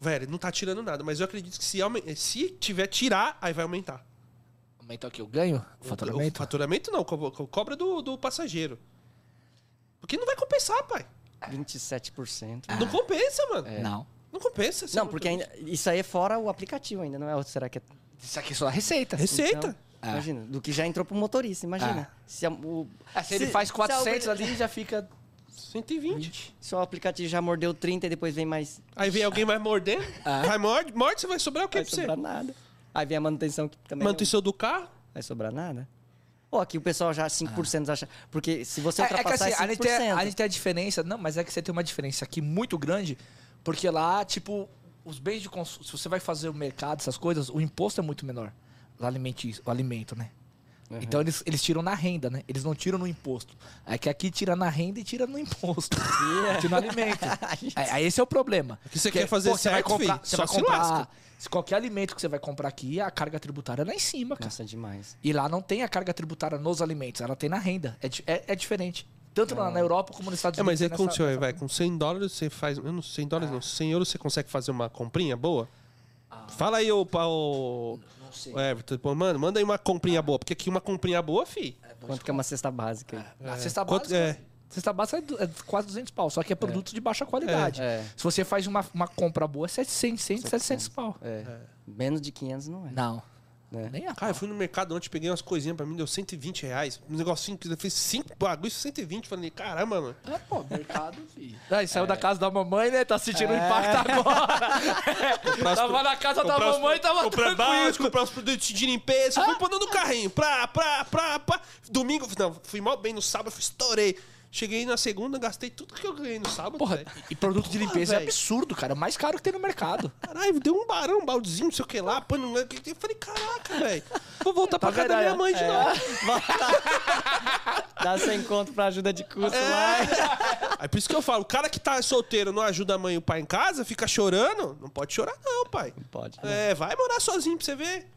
velho, não tá tirando nada. Mas eu acredito que se, aumen- se tiver tirar, aí vai aumentar. Aumenta o que eu ganho? O O faturamento? faturamento não, co- co- cobra do, do passageiro. Porque não vai compensar, pai. 27%. Ah. Não compensa, mano. Não. Não tá compensa. você Ah. É. Não, porque ainda, isso aí é fora o aplicativo ainda, não é? Ou será que é. Isso aqui é só a receita. Receita. Então, Imagina, do que já entrou pro motorista, imagina. Se, a- o, Ah, se ele faz a 400 Uber- ali, já fica 120. Se o aplicativo já mordeu 30 e depois vem mais. Aí vem alguém mais mordendo. Vai morde, morde, você vai sobrar o que Ah. Vai pra você? sobrar nada. Aí vem a manutenção que também. Manutenção do carro. Vai sobrar nada. Ou aqui o pessoal já 5% acha. Porque se você É, é que ultrapassar assim, é, a gente, tem, 5%. a gente tem a diferença. Não, mas é que você tem uma diferença aqui muito grande, porque lá, tipo, os bens de consumo. Se você vai fazer o mercado, essas coisas, o imposto é muito menor. O alimento, o alimento né? Uhum. Então eles, eles tiram na renda, né? Eles não tiram no imposto. É que aqui tira na renda e tira no imposto. tira no alimento. Aí aí esse é o problema. Que você Porque, quer fazer você vai certo, comprar, filho, Você só vai se comprar. lasca. Se qualquer alimento que você vai comprar aqui, a carga tributária é lá em cima, cara. Nossa, demais. E lá não tem a carga tributária nos alimentos, ela tem na renda. É, di- é- é diferente. Tanto lá na Europa como nos Estados É, Unidos. mas aí nessa- como você nessa- Ah. vai, com 100 dólares você faz... Eu não, 100 dólares não, 100 euros você consegue fazer uma comprinha boa? Fala aí, ô, pa- ô, Não sei. ô Everton, pô, mano, manda aí uma comprinha Ah. boa, porque aqui uma comprinha boa, fi. Quanto que é uma cesta básica aí? A cesta Quanto- básica. é. Cesta básica é du- é quase 200 pau, só que é produto de baixa qualidade. É, é. Se você faz uma, uma compra boa, é 700, 700, 700 pau. É. Menos de 500 não é. Não. É. Nem a Cara, eu fui no mercado ontem, peguei umas coisinhas pra mim, deu 120 reais. Um negocinho que eu fiz 5 bagulhos, 120. Falei, caramba, mano. É, pô, mercado, filho. Aí saiu da casa da mamãe, né? Tá sentindo o impacto agora. tava na casa da Comprar os- mamãe, tava comprar tranquilo. Ah. balde, comprar os produtos de limpeza, fui pondo no carrinho, pra, pra, pra, pra. Domingo, não, fui mal bem no sábado, fui- estourei. Cheguei na segunda, gastei tudo que eu ganhei no sábado. Porra, velho. e produto de limpeza é velho. absurdo, cara. É o mais caro que tem no mercado. Caralho, deu um barão, um baldezinho, não sei o que lá, pano. Eu falei, caraca, velho. Vou voltar pra Tá casa da verdade, minha mãe de novo. É. Dá 100 conto pra ajuda de custo lá. É por isso que eu falo, o cara que tá solteiro não ajuda a mãe e o pai em casa, fica chorando. Não pode chorar, não, pai. Pode. né? É, vai morar sozinho pra você ver.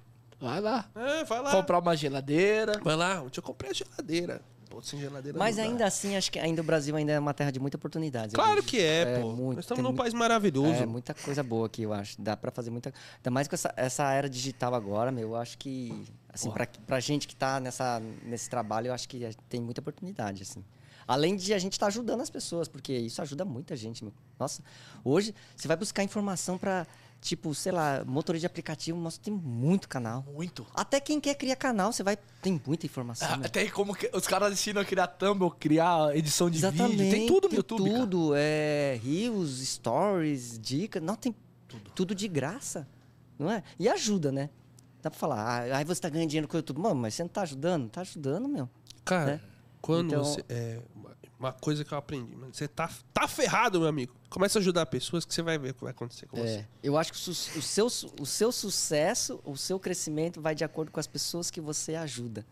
Vai lá. É, vai lá. Comprar uma geladeira. Vai lá, ontem eu comprei a geladeira. Pô, sem geladeira Mas não dá. ainda assim, acho que ainda o Brasil ainda é uma terra de muita oportunidade. eu Claro vejo. que é, pô. muito, Nós estamos tem num muito- país maravilhoso. É, muita coisa boa aqui, eu acho. Dá pra fazer muita... Ainda mais com essa, essa era digital agora, meu, eu acho que... Assim, pra, pra gente que tá nessa, nesse trabalho, eu acho que a- tem muita oportunidade, assim. Além de a gente estar ajudando as pessoas, porque isso ajuda muita gente, meu. Nossa, hoje você vai buscar informação pra, tipo, sei lá, motorista de aplicativo, nossa, tem muito canal. Muito. Ah, Até quem quer criar canal, você vai... Tem muita informação, né? meu. Até aí como que- os caras ensinam a criar thumbnail, criar edição de Exatamente. vídeo. Tem tudo no tem YouTube, cara. Tudo, é rios, stories, dicas. Não, tem tudo. de graça. Não é? E ajuda, né? Dá pra falar, ah, aí você tá ganhando dinheiro com o YouTube. Mano, mas você não tá ajudando? Tá ajudando, meu. Cara, Né? É. quando Então- você. É, uma- uma coisa que eu aprendi, mano. Você tá, tá ferrado, meu amigo. Começa a ajudar pessoas que você vai ver o que vai acontecer É. com você. É, Eu acho que o, su- o seu, su- o seu sucesso, o seu crescimento vai de acordo com as pessoas que você ajuda.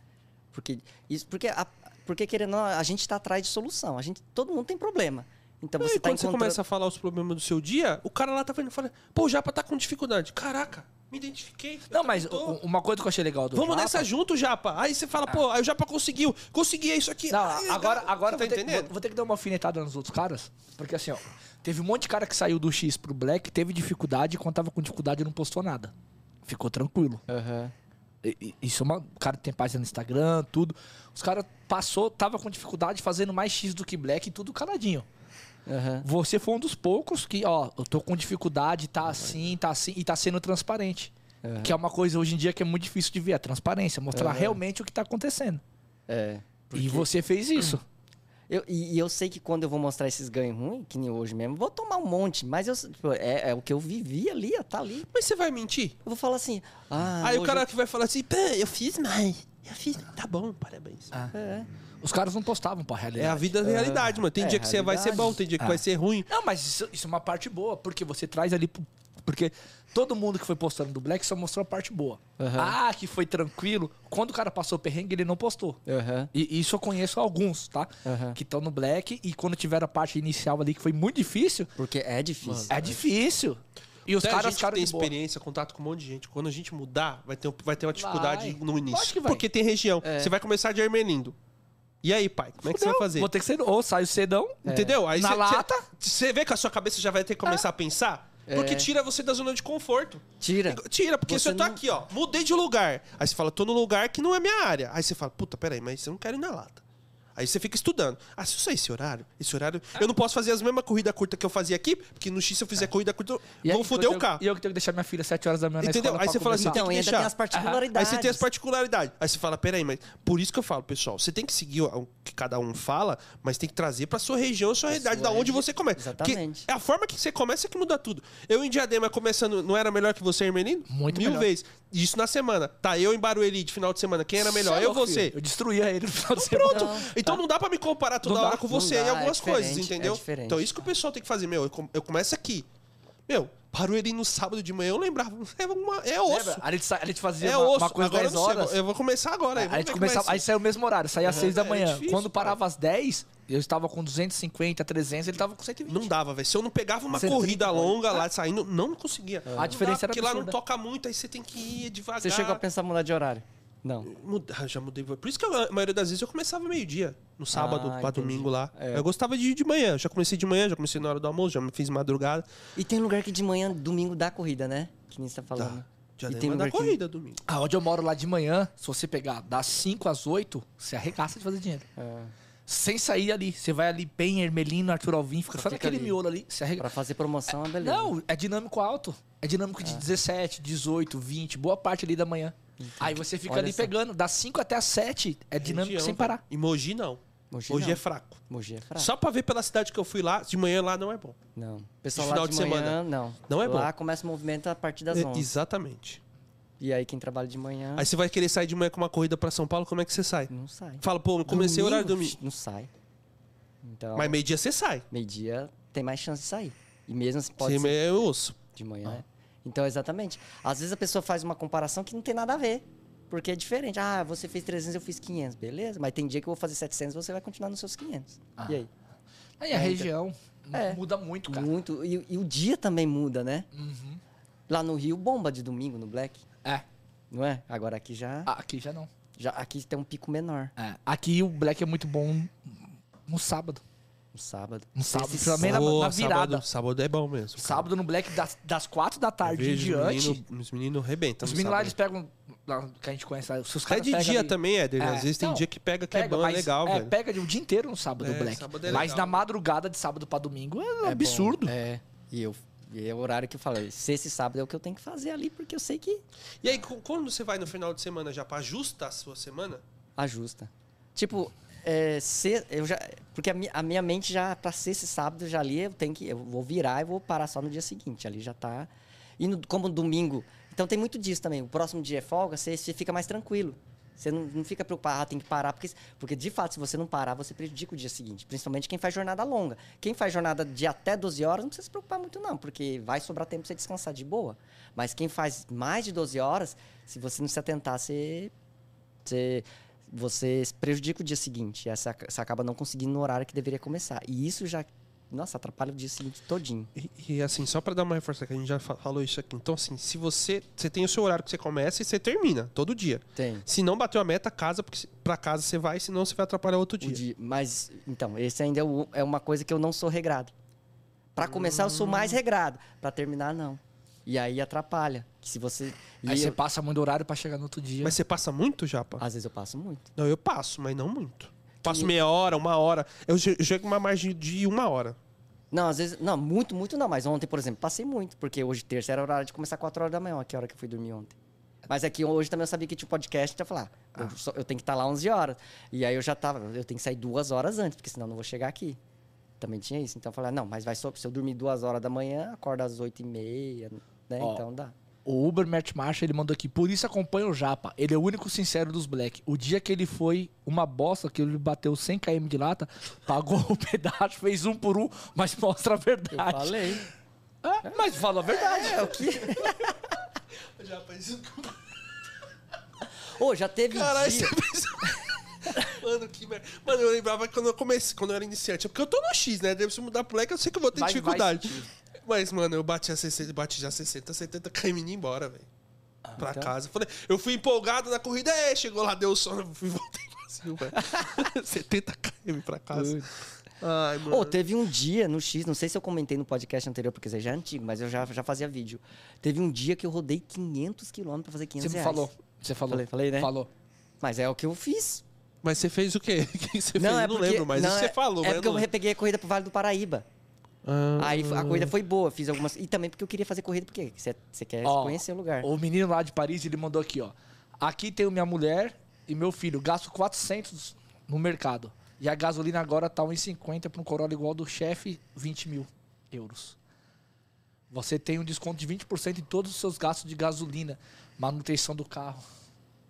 Porque, isso, porque, a- porque querendo, ou não, a gente está atrás de solução. A gente, todo mundo tem problema. Então Aí, você tá está quando você encontrando. começa a falar os problemas do seu dia, o cara lá tá vendo e fala, pô, o Japa tá com dificuldade. Caraca, me identifiquei. eu Não, também mas tô. u- uma coisa que eu achei legal do Vamos Japa- Ah. nessa junto, Japa. Aí você fala, pô, aí o Japa conseguiu. Consegui, é isso aqui. Não, Ai, agora, legal. agora eu Você vou, tá ter, entendendo? vou- vou ter que dar uma alfinetada nos outros caras. Porque assim, ó, teve um monte de cara que saiu do X pro Black, teve dificuldade, e quando tava com dificuldade não postou nada. Ficou tranquilo. E- e- Isso é uma. O cara tem página no Instagram, tudo. Os caras passou, tava com dificuldade fazendo mais X do que Black e tudo caladinho. Aham. Você foi um dos poucos que, ó, eu tô com dificuldade, tá assim, tá assim, e tá sendo transparente. Que é uma coisa hoje em dia que é muito difícil de ver, a transparência, mostrar realmente o que tá acontecendo. É. E você fez isso. Eu- e, e eu sei que quando eu vou mostrar esses ganhos ruins, que nem hoje mesmo, vou tomar um monte, mas eu, tipo, é, é o que eu vivi ali, ó, tá ali. Mas você vai mentir? Eu vou falar assim, ah, aí o hoje cara que vai falar assim, pô, eu fiz mais. Eu fiz. Tá bom, parabéns. Ah. eu- É, Os caras não postavam É pra a realidade. vida da realidade, mano. Tem É, dia que você vai ser realidade. bom, tem dia Ah. que vai ser ruim. Não, mas isso, isso é uma parte boa, porque você traz ali. pro- Porque todo mundo que foi postando do Black só mostrou a parte boa. Ah, que foi tranquilo. Quando o cara passou o perrengue, ele não postou. Aham. E isso eu conheço alguns, tá? Aham. Que estão no Black e quando tiveram a parte inicial ali que foi muito difícil, porque é difícil. é difícil. E os Até Então, a caras gente ficaram tem de boa. experiência, contato com um monte de gente. Quando a gente mudar, vai ter, um, vai ter uma dificuldade Vai. no início. Lógico que vai. É. Porque tem região. Você vai começar de Ermelindo. E aí, pai, como é que você vai Não, fazer? É. Vou ter que ser. Ou saio cedão. Entendeu? Aí Na você- você- lata. Ah. É. Você vê que a sua cabeça já vai ter que começar a pensar. Porque tira você da zona de conforto. É, Tira. Tira, porque Você se eu tô não- aqui, ó, mudei de lugar. Aí você fala, tô num lugar que não é minha área. Aí você fala, puta, peraí, mas eu não quero ir na lata. Aí você fica estudando. Ah, se eu sair esse horário, esse horário. Eu não posso fazer as mesmas corrida curta que eu fazia aqui, porque no X, se eu fizer corrida curta, É. E eu aí, vou foder eu- o carro. E eu que tenho que deixar minha filha 7 horas da manhã Entendeu? na escola Aí pra você fala assim, conversar. tem Então, que e ainda deixar. tem as Aí particularidades. você tem as particularidades. Aí você fala, peraí, mas. Por isso que eu falo, pessoal, você tem que seguir o que cada um fala, mas tem que trazer pra sua região, sua realidade, da onde você começa. Exatamente. Porque é a forma que você começa que muda tudo. Eu em Diadema começando, não era melhor que você, Hermelino? Muito Mil melhor. vezes. Isso na semana. Tá, eu em Barueri de final de semana. Quem "Então, era melhor? Cê é eu ou louco, você? filho. Eu destruía ele no final do semana. Pronto. Então não dá pra me comparar toda Não dá, hora com não você dá, em algumas é coisas, diferente, é entendeu? diferente. então isso que o pessoal tem que fazer. Meu, eu, com- eu começo aqui. Meu, Barueri no sábado de manhã, eu lembrava. É, uma, é osso. Lembra? A gente, sa- a gente fazia É uma, osso. uma coisa agora 10 eu não sei, horas. Eu vou começar agora. aí, a vamos gente ver começava, como é aí que saiu o mesmo horário, saía às 6 da é manhã. difícil, Quando cara. parava às 10, eu estava com 250, 300, ele tava com 120. Não dava, velho. Se eu não pegava uma Você corrida tem que- longa lá saindo, não conseguia. Não dá, diferença era Porque lá não absurda. toca muito, aí você tem que ir devagar. Você chegou a pensar em mudar de horário? Não. Muda- ah, já mudei. Por isso que a maioria das vezes eu começava meio-dia, no sábado Ah, pra entendi. domingo lá. É. Eu gostava de ir de manhã. Já comecei de manhã, já comecei na hora do almoço, já me fiz madrugada. E tem lugar que de manhã, domingo, dá corrida, né? Que nem você tá falando. Tá. Já e dei tem uma da lugar que- corrida domingo. Ah, onde eu moro lá de manhã, se você pegar das 5 às 8, você arregaça de fazer dinheiro. É. Sem sair ali. Você vai ali bem, Hermelino, Arthur Alvim, fica, sabe Fica aquele ali. miolo ali? Você arrega... Pra fazer promoção é beleza. né? Não, é dinâmico alto. É dinâmico de 17, 18, 20, boa parte ali da manhã. Aí você fica Olha ali essa. pegando, das 5 até as 7, é dinâmico Região, sem velho. parar. E Mogi não. Mogi Mogi não. é fraco. Mogi é fraco. Só pra ver pela cidade que eu fui lá, de manhã lá não é bom. Não. O Pessoal E lá final de, de manhã, semana? não. Não é Lá bom. começa o movimento a partir das É, 11. exatamente. E aí quem trabalha de manhã Aí você vai querer sair de manhã com uma corrida pra São Paulo, como é que você sai? não sai. Fala, pô, eu comecei o horário do domingo. psh, Não sai. Então, Mas meio-dia você sai. meio-dia tem mais chance de sair. E mesmo assim pode Você ser é osso. de manhã. Então, exatamente. Às vezes a pessoa faz uma comparação que não tem nada a ver. Porque é diferente. Ah, você fez 300, eu fiz 500. Beleza, mas tem dia que eu vou fazer 700 você vai continuar nos seus 500. Ah. E aí? Aí a É, então. região É. muda muito, cara. Uhum. Muito. E, e o dia também muda, né? Lá no Rio, bomba de domingo no Black. É, Não é? Agora aqui já, Ah, aqui já não. já. Aqui tem um pico menor. É, Aqui o black é muito bom no sábado. No um sábado. No Um sábado, Esse pelo menos na- Pô, na virada. Sábado, sábado é bom mesmo. cara. Sábado no black das, das 4 da Eu tarde em vejo os diante. menino- Os meninos rebentam. os no meninos lá, eles sábado. pegam. lá Que a gente conhece lá. Os Até caras de pegam dia ali- também, Éder. É, Às vezes tem não, dia que pega que é bom, é mas- legal, é, velho. pega de um dia inteiro no sábado É, o black. sábado é mas legal. na madrugada de sábado pra domingo é, É absurdo. bom. É. E eu. E é o horário que eu falei. Se esse sábado é o que eu tenho que fazer ali, porque eu sei que E aí, co- quando você vai no final de semana já pra ajustar a sua semana, ajusta. Tipo, é, se, eu já, porque a, mi- a minha mente já, pra ser esse sábado, já ali eu tenho que. Eu vou virar e vou parar só no dia seguinte. Ali já tá. E no, como domingo. Então tem muito disso também. O próximo dia é folga, você, você fica mais tranquilo. Você não, não fica preocupado, ah, tem que parar, porque, porque de fato, se você não parar, você prejudica o dia seguinte. Principalmente quem faz jornada longa. Quem faz jornada de até 12 horas, não precisa se preocupar muito, não, porque vai sobrar tempo pra você descansar de boa. Mas quem faz mais de 12 horas, se você não se atentar, você você, você se prejudica o dia seguinte. Aí Você, ac- você acaba não conseguindo no horário que deveria começar. E isso já, nossa, atrapalha o dia seguinte todinho. E, e, assim, só pra dar uma reforça que a gente já fa- falou isso aqui. Então, assim, se você. Você tem o seu horário que você começa e você termina, todo dia. Tem. Se não bateu a meta, casa, porque se- pra casa você vai, senão você vai atrapalhar outro dia. mas, então, esse ainda é, o- é uma coisa que eu não sou regrado. Pra começar, eu sou mais regrado. Pra terminar, não. E aí atrapalha. Que se você. e é- Aí você eu- passa muito horário pra chegar no outro dia. Mas você passa muito, Japa? às vezes eu passo muito. Não, eu passo, mas não muito. Passo meia hora, uma hora. Eu che- chego uma margem de uma hora. Não, às vezes. Não, muito, muito não. Mas ontem, por exemplo, passei muito. Porque hoje, terça, era horário de começar 4 horas da manhã. Olha que hora que eu fui dormir ontem. Mas aqui hoje também eu sabia que tinha um podcast. Então eu falei, ah, eu, só- eu tenho que estar lá 11 horas. E aí eu já tava. Eu tenho que sair duas horas antes, porque senão eu não vou chegar aqui. Também tinha isso. Então eu falei, ah, não, mas vai só. Se eu dormir duas horas da manhã, acorda às 8 e meia, né? Ó. Então dá. O Uber Matt Marshall, ele mandou aqui, por isso acompanha o Japa. Ele é o único sincero dos Black. O dia que ele foi uma bosta, que ele bateu 100 km de lata, pagou o pedaço, fez um por um, mas mostra a verdade. Falei. É, mas fala a verdade. É, o que? Ô, já teve um Caralho, dia. você pensou. Mano, que merda. Mano, eu lembrava quando eu comecei, quando eu era iniciante. É Porque eu tô no X, né? Deve se mudar pro leque, eu sei que eu vou ter Vai- dificuldade. vai Mas, mano, eu bati, a 60, bati já 60, 70 km e ia embora, velho. Ah, pra então? casa. Falei, eu fui empolgado na corrida, é, chegou lá, deu sono, eu fui voltei vazio, velho. 70 km pra casa. Ai, mano. Ô, teve um dia no X, não sei se eu comentei no podcast anterior, porque isso aí já é antigo, mas eu já, já fazia vídeo. Teve um dia que eu rodei 500 quilômetros pra fazer 500 Você me reais. falou. Você falou. Falei- falei, né? Falou. Mas é o que eu fiz. Mas você fez o quê? O que você fez? Não, é eu não porque, lembro, mas não, isso você é- falou. É mas porque eu eu não... peguei a corrida pro Vale do Paraíba. Ah, Aí a corrida foi boa, fiz algumas. E também porque eu queria fazer corrida, porque você, você quer Ó, conhecer o lugar. O menino lá de Paris, ele mandou aqui, ó. Aqui tenho minha mulher e meu filho. Gasto 400 no mercado. E a gasolina agora tá 1,50 para um Corolla igual do chefe, 20 mil euros. Você tem um desconto de 20% em todos os seus gastos de gasolina, manutenção do carro.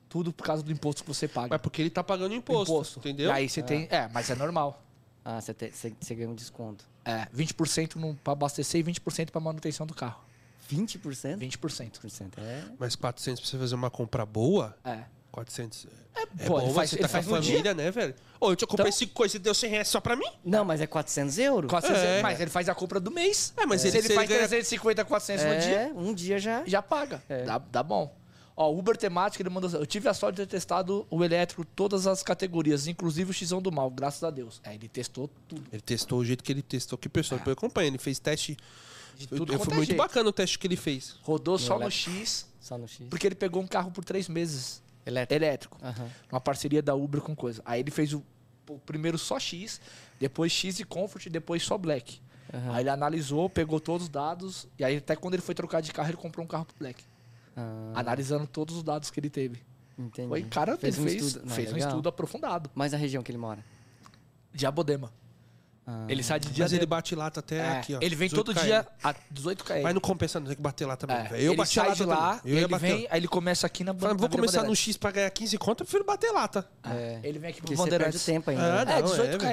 Tudo por causa do imposto que você paga. mas porque ele tá pagando imposto, entendeu? E aí você tem... É, mas é normal. Ah, você, te- você- você ganhou um desconto. É, 20% para abastecer e 20% para manutenção do carro. 20%? 20%. 20%. É. Mas 400 pra você fazer uma compra boa? É. 400... É, pô, bom, ele mas faz- você ele tá com a faz um no família, né, velho? Ô, eu te comprei Então- cinco coisas e deu 100 reais só pra mim? Não, mas é 400 euros? 400, É. Mas ele faz a compra do mês. É, mas ele- se ele, se ele faz ganha- 350, 400 no dia, É, um dia já. já paga. É. Dá, dá bom. Ó, Uber temático, ele mandou. assim, Eu tive a sorte de ter testado o elétrico, todas as categorias, inclusive o Xão do Mal, graças a Deus. É, ele testou tudo. Ele testou o jeito que ele testou. Que pessoa que eu acompanho. Ele fez teste... De Foi, Ah. tudo foi quanto é muito jeito. bacana o teste que ele fez. Rodou só no elétrico. X, Só no X. porque ele pegou um carro por três meses. Elétrico. Elétrico. Aham. Uma parceria da Uber com coisa. Aí ele fez o, o primeiro só X, depois X e Comfort, depois só Black. Aí ele analisou, pegou todos os dados, e aí até quando ele foi trocar de carro, ele comprou um carro pro Black. Ah, Analisando todos os dados que ele teve. entendi. Foi, cara, fez, ele fez, Não, fez um legal. estudo aprofundado. Mas a região que ele mora? Diabodema. Ah. Ele sai de Mas ele Diadema. bate lata até É, aqui, ó. ele vem 18 todo km. dia a 18 km. Mas não compensa, não. Tem que bater lá também. É, velho. Eu ele bati sai lata de lá, também. Eu ia ele bater. vem, aí ele começa aqui na ban- Falei, na vou começar no Bandeirantes. X pra ganhar 15 conto, eu prefiro bater tá? lata. É. Ele vem aqui pro Porque você perde o Bandeirantes. tempo Ah, ainda. né? É, Não, 18 é, km. É,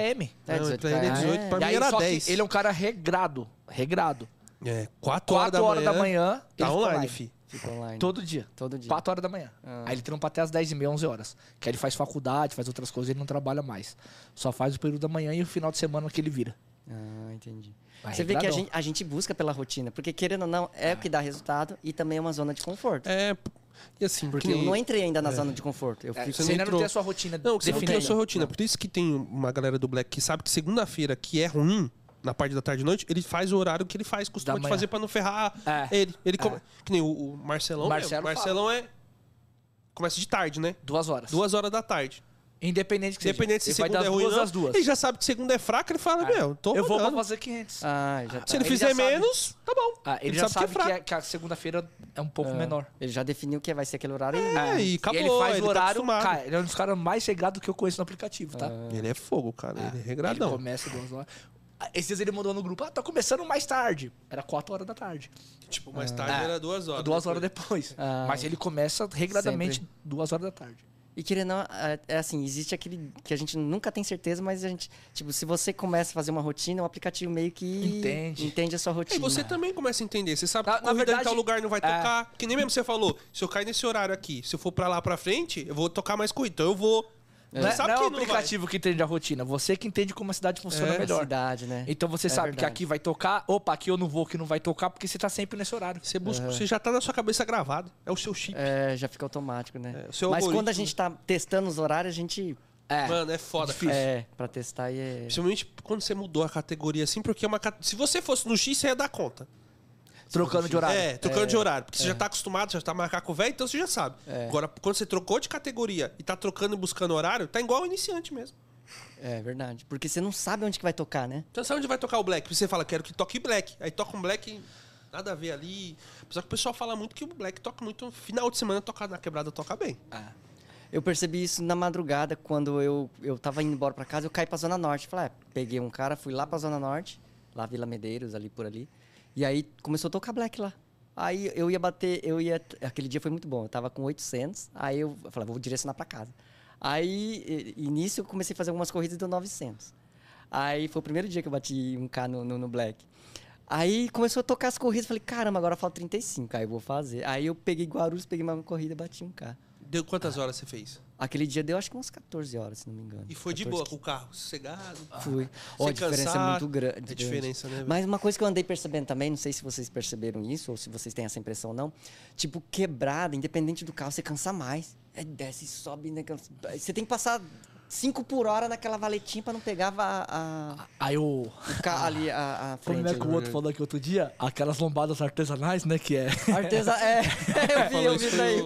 Não, 18 pra ele é km. 18, pra E mim aí, era só 10. que ele é um cara regrado. Regrado. É, 4 horas 4 da horas manhã. da manhã, ele Tá fica online, online. fi. Fica online. Todo dia. Todo dia. 4 horas da manhã. Ah. Aí ele trampa até as 10h30, 11 horas. Que aí ele faz faculdade, faz outras coisas, ele não trabalha mais. Só faz o período da manhã e o final de semana que ele vira. Ah, entendi. Vai Você vê que a regradão. gente, a gente busca pela rotina, porque querendo ou não, é o que dá resultado e também é uma zona de conforto. É, e assim, porque... Porque eu não entrei ainda na zona de conforto. Eu fico É, você É, Você, não ainda entrou. não tem a sua rotina Não, você não definida. criou sua rotina. Por isso que tem uma galera do Black que sabe que segunda-feira, que é ruim, na parte da tarde e noite, ele faz o horário que ele faz, costuma Da de manhã. fazer pra não ferrar É. ele. ele come- Que nem o, o Marcelão. Marcelo mesmo. Marcelão é. Começa de tarde, né? Duas horas. Duas horas da tarde. Independente que seja. Independente se Ele vai segunda das é ruim ou duas não. às duas. Ele já sabe que segunda é fraca, ele fala, meu, tô Eu vou pra rodando. fazer 500. Ah, já tá. Se ele, Ele fizer já sabe. menos, tá bom. Ah, ele, já sabe, que, é- que a segunda-feira é um pouco menor. Ele já definiu que vai ser aquele horário e- É, e acabou, e ele faz o tá horário. acostumado. cara, ele é um dos caras mais regrados que eu conheço no aplicativo, tá? Ele é fogo, cara. Ele é Ele regradão. começa duas horas. Ah, Esses dias ele mandou no grupo, ah, tá começando mais tarde. Era 4 horas da tarde. Tipo, mais tarde É. era duas horas. duas horas depois. Ah. Mas ele começa regradamente Sempre. duas horas da tarde. E querendo, ou não, é- é assim, existe aquele que a gente nunca tem certeza, mas a gente, tipo, se você começa a fazer uma rotina, o aplicativo meio que Entende. entende a sua E rotina. você tá também começa a entender. Você sabe Na- que na corrida em verdade, tal lugar não vai é. tocar. Que nem mesmo você falou, se eu cair nesse horário aqui, se eu for pra lá pra frente, eu vou tocar mais corrida. Então eu vou. Não Você é, sabe não é que o não aplicativo que entende a rotina, você que entende como a cidade funciona É. melhor. melhor. cidade, né? Então você É sabe que verdade. aqui vai tocar, opa, aqui eu não vou, que não vai tocar, porque você tá sempre nesse horário. vai. Você, busca- você já tá na sua cabeça gravado. É o seu chip. É, já fica automático, né? É, o seu mas quando algoritmo- a gente tá testando os horários, a gente É. Mano, é foda, cara. é para testar e é... Principalmente quando você mudou a categoria assim, porque é uma. cate- Se você fosse no X, você ia dar conta. Trocando de horário. É, trocando de horário. Porque você já tá acostumado, já tá macaco velho, então você já sabe. É. Agora, quando você trocou de categoria e tá trocando e buscando horário, tá igual o iniciante mesmo. é verdade, porque você não sabe onde que vai tocar, né? Então sabe onde vai tocar o black? Você fala, quero que toque black. Aí toca um black, nada a ver ali. Apesar que o pessoal fala muito que o black toca muito. no Final de semana toca na quebrada toca bem. Eu percebi isso na madrugada, quando eu, eu tava indo embora pra casa, eu caí pra Zona Norte. Falei, ah, peguei um cara, fui lá pra Zona Norte, lá Vila Medeiros, ali por ali. E aí começou a tocar black lá. Aí eu ia bater, eu ia. Aquele dia foi muito bom, eu tava com 800, aí eu falei, "Ah, vou direcionar pra casa. Aí, e- e nisso, eu comecei a fazer algumas corridas e deu 900. Aí foi o primeiro dia que eu bati um K no, no, no black. Aí começou a tocar as corridas, falei, caramba, agora falta 35, aí eu vou fazer. Aí eu peguei Guarulhos, peguei mais uma corrida, bati um K. Deu quantas Ah. horas você fez? Aquele dia deu acho que umas 14 horas, se não me engano. E foi de 14, boa com o carro, sossegado. Ah. Fui. Sem Ó, a diferença cansar, é muito gran- é grande. diferença, né, velho? Mas uma coisa que eu andei percebendo também, não sei se vocês perceberam isso, ou se vocês têm essa impressão ou não. Tipo, quebrada, independente do carro, você cansa mais. É, desce, sobe, né? cansa- Você tem que passar 5 por hora naquela valetinha pra não pegar a, a- Aí o. o ca- ali a, a Como frente. né? é que o outro falou aqui outro dia? Aquelas lombadas artesanais, né? Que é. Artesa... É, eu vi, eu vi isso aí.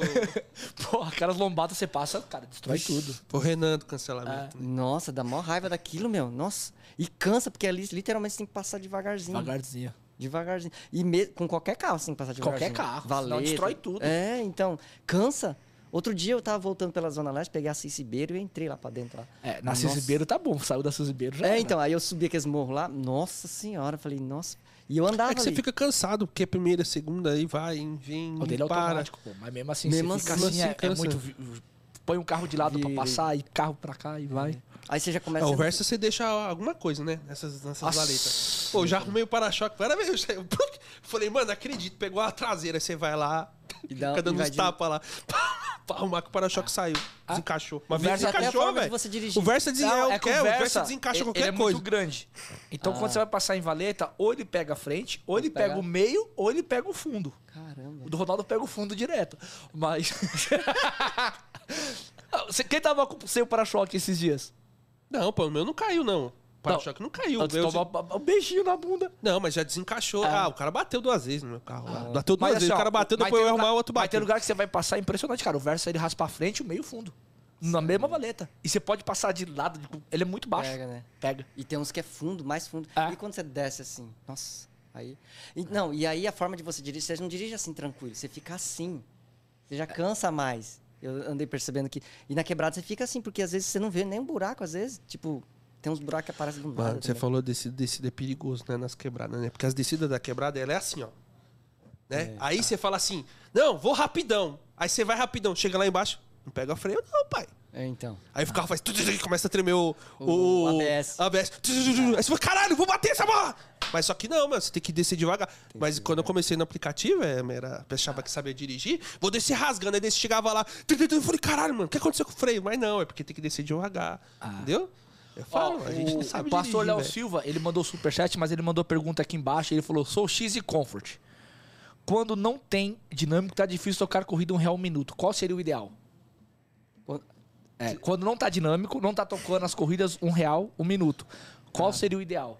Pô, aquelas lombadas você passa, cara, destrói tudo. O Renan do Ah. cancelamento. Nossa, dá mó raiva daquilo, meu. Nossa. E cansa, porque ali literalmente você tem que passar devagarzinho. Devagarzinho. Devagarzinho. E me- com qualquer carro você tem que passar Qualquer devagarzinho. carro, senão destrói tudo. É, então, cansa. Outro dia eu tava voltando pela Zona Leste, peguei a Cis Ribeiro e entrei lá pra dentro. Lá. É, na Nossa. Cisibeiro tá bom, saiu da Cisibeiro já. É, era. então, aí eu subi aqueles morros lá. Nossa senhora, eu falei, nossa. E eu andava É que você ali. fica cansado, porque é primeira, segunda, aí vai, vem, O dele é para. automático, pô. Mas mesmo assim, Mesmo você fica assim, assim, é- é, cansa. muito. vi- vi- Põe um carro de lado pra Vira. passar e carro pra cá e vai. Aí você já começa É, Ah, o a Versa você deixa alguma coisa, né? Nessas, nessas Nossa. valetas. Pô, eu já arrumei o para-choque várias vezes. Eu saí- falei, mano, não acredito. Pegou a traseira, aí você vai lá, E dá- fica dando uns invadindo. tapas lá. Pra arrumar que o para-choque saiu. Desencaixou. Uma vez Versa até a desencaixou, forma de velho. você dirigir. O Versa desen... Não, é o que que é, o Versa desencaixa ele- qualquer ele é coisa. muito grande. Então, quando você vai passar em valeta, ou ele pega a frente, ou ele pega pegar. o meio, ou ele pega o fundo. Caramba. O do Ronaldo pega o fundo direto. Mas. Você- Quem tava com- sem o para-choque esses dias? Não, pô, o meu não caiu, não. O para-choque não caiu. Antes de Eu- tomar um beijinho na bunda. Não, mas já desencaixou. Ah, o cara bateu duas vezes no meu carro lá. Bateu duas Mas, vezes. assim, ó, o cara bateu, mas depois tem eu ia lugar- arrumar o outro Mas tem bateu. lugar que você vai passar é impressionante, cara. O verso ele raspa a frente e o meio fundo. Na mesma valeta. E você pode passar de lado. de- Ele é muito baixo. Pega, né? Pega. E tem uns que é fundo, mais fundo. É. E quando você desce assim, nossa, aí. E, não, e aí a forma de você dirigir, você não dirige assim tranquilo, você fica assim. Você já cansa mais. Eu andei percebendo que. E na quebrada você fica assim, porque às vezes você não vê nem um buraco, às vezes, tipo, tem uns buracos que aparecem do né? Mano, lado. você falou descida, descida é perigoso, né? Nas quebradas, né? Porque as descidas da quebrada, ela é assim, ó. Né? É, tá. Aí você fala assim, não, vou rapidão. Aí você vai rapidão, chega lá embaixo, não pega o freio, não, pai. É, então. Aí Ah. o carro faz... tudu, tudu, Começa a tremer o... O ABS. ABS. tudu, tudu, tudu. Aí você fala, caralho, vou bater essa bola! Mas só que não, mano, você tem que descer devagar. Mas quando eu comecei no aplicativo, é, era, achava que sabia dirigir, vou descer rasgando. Aí desse chegava lá, tudu, tudu. eu falei, caralho, mano, o que aconteceu com o freio? Mas não, é porque tem que descer devagar, entendeu? Eu falo, Ah. Ó, a gente o não sabe pastor dirigir, Léo velho. Silva, ele mandou superchat, mas ele mandou pergunta aqui embaixo. Ele falou: sou X e Comfort. Quando não tem dinâmico, tá difícil tocar corrida um real minuto. Qual seria o ideal? Quando- É, quando não tá dinâmico, não tá tocando as corridas um real um minuto. Ah. Qual seria o ideal?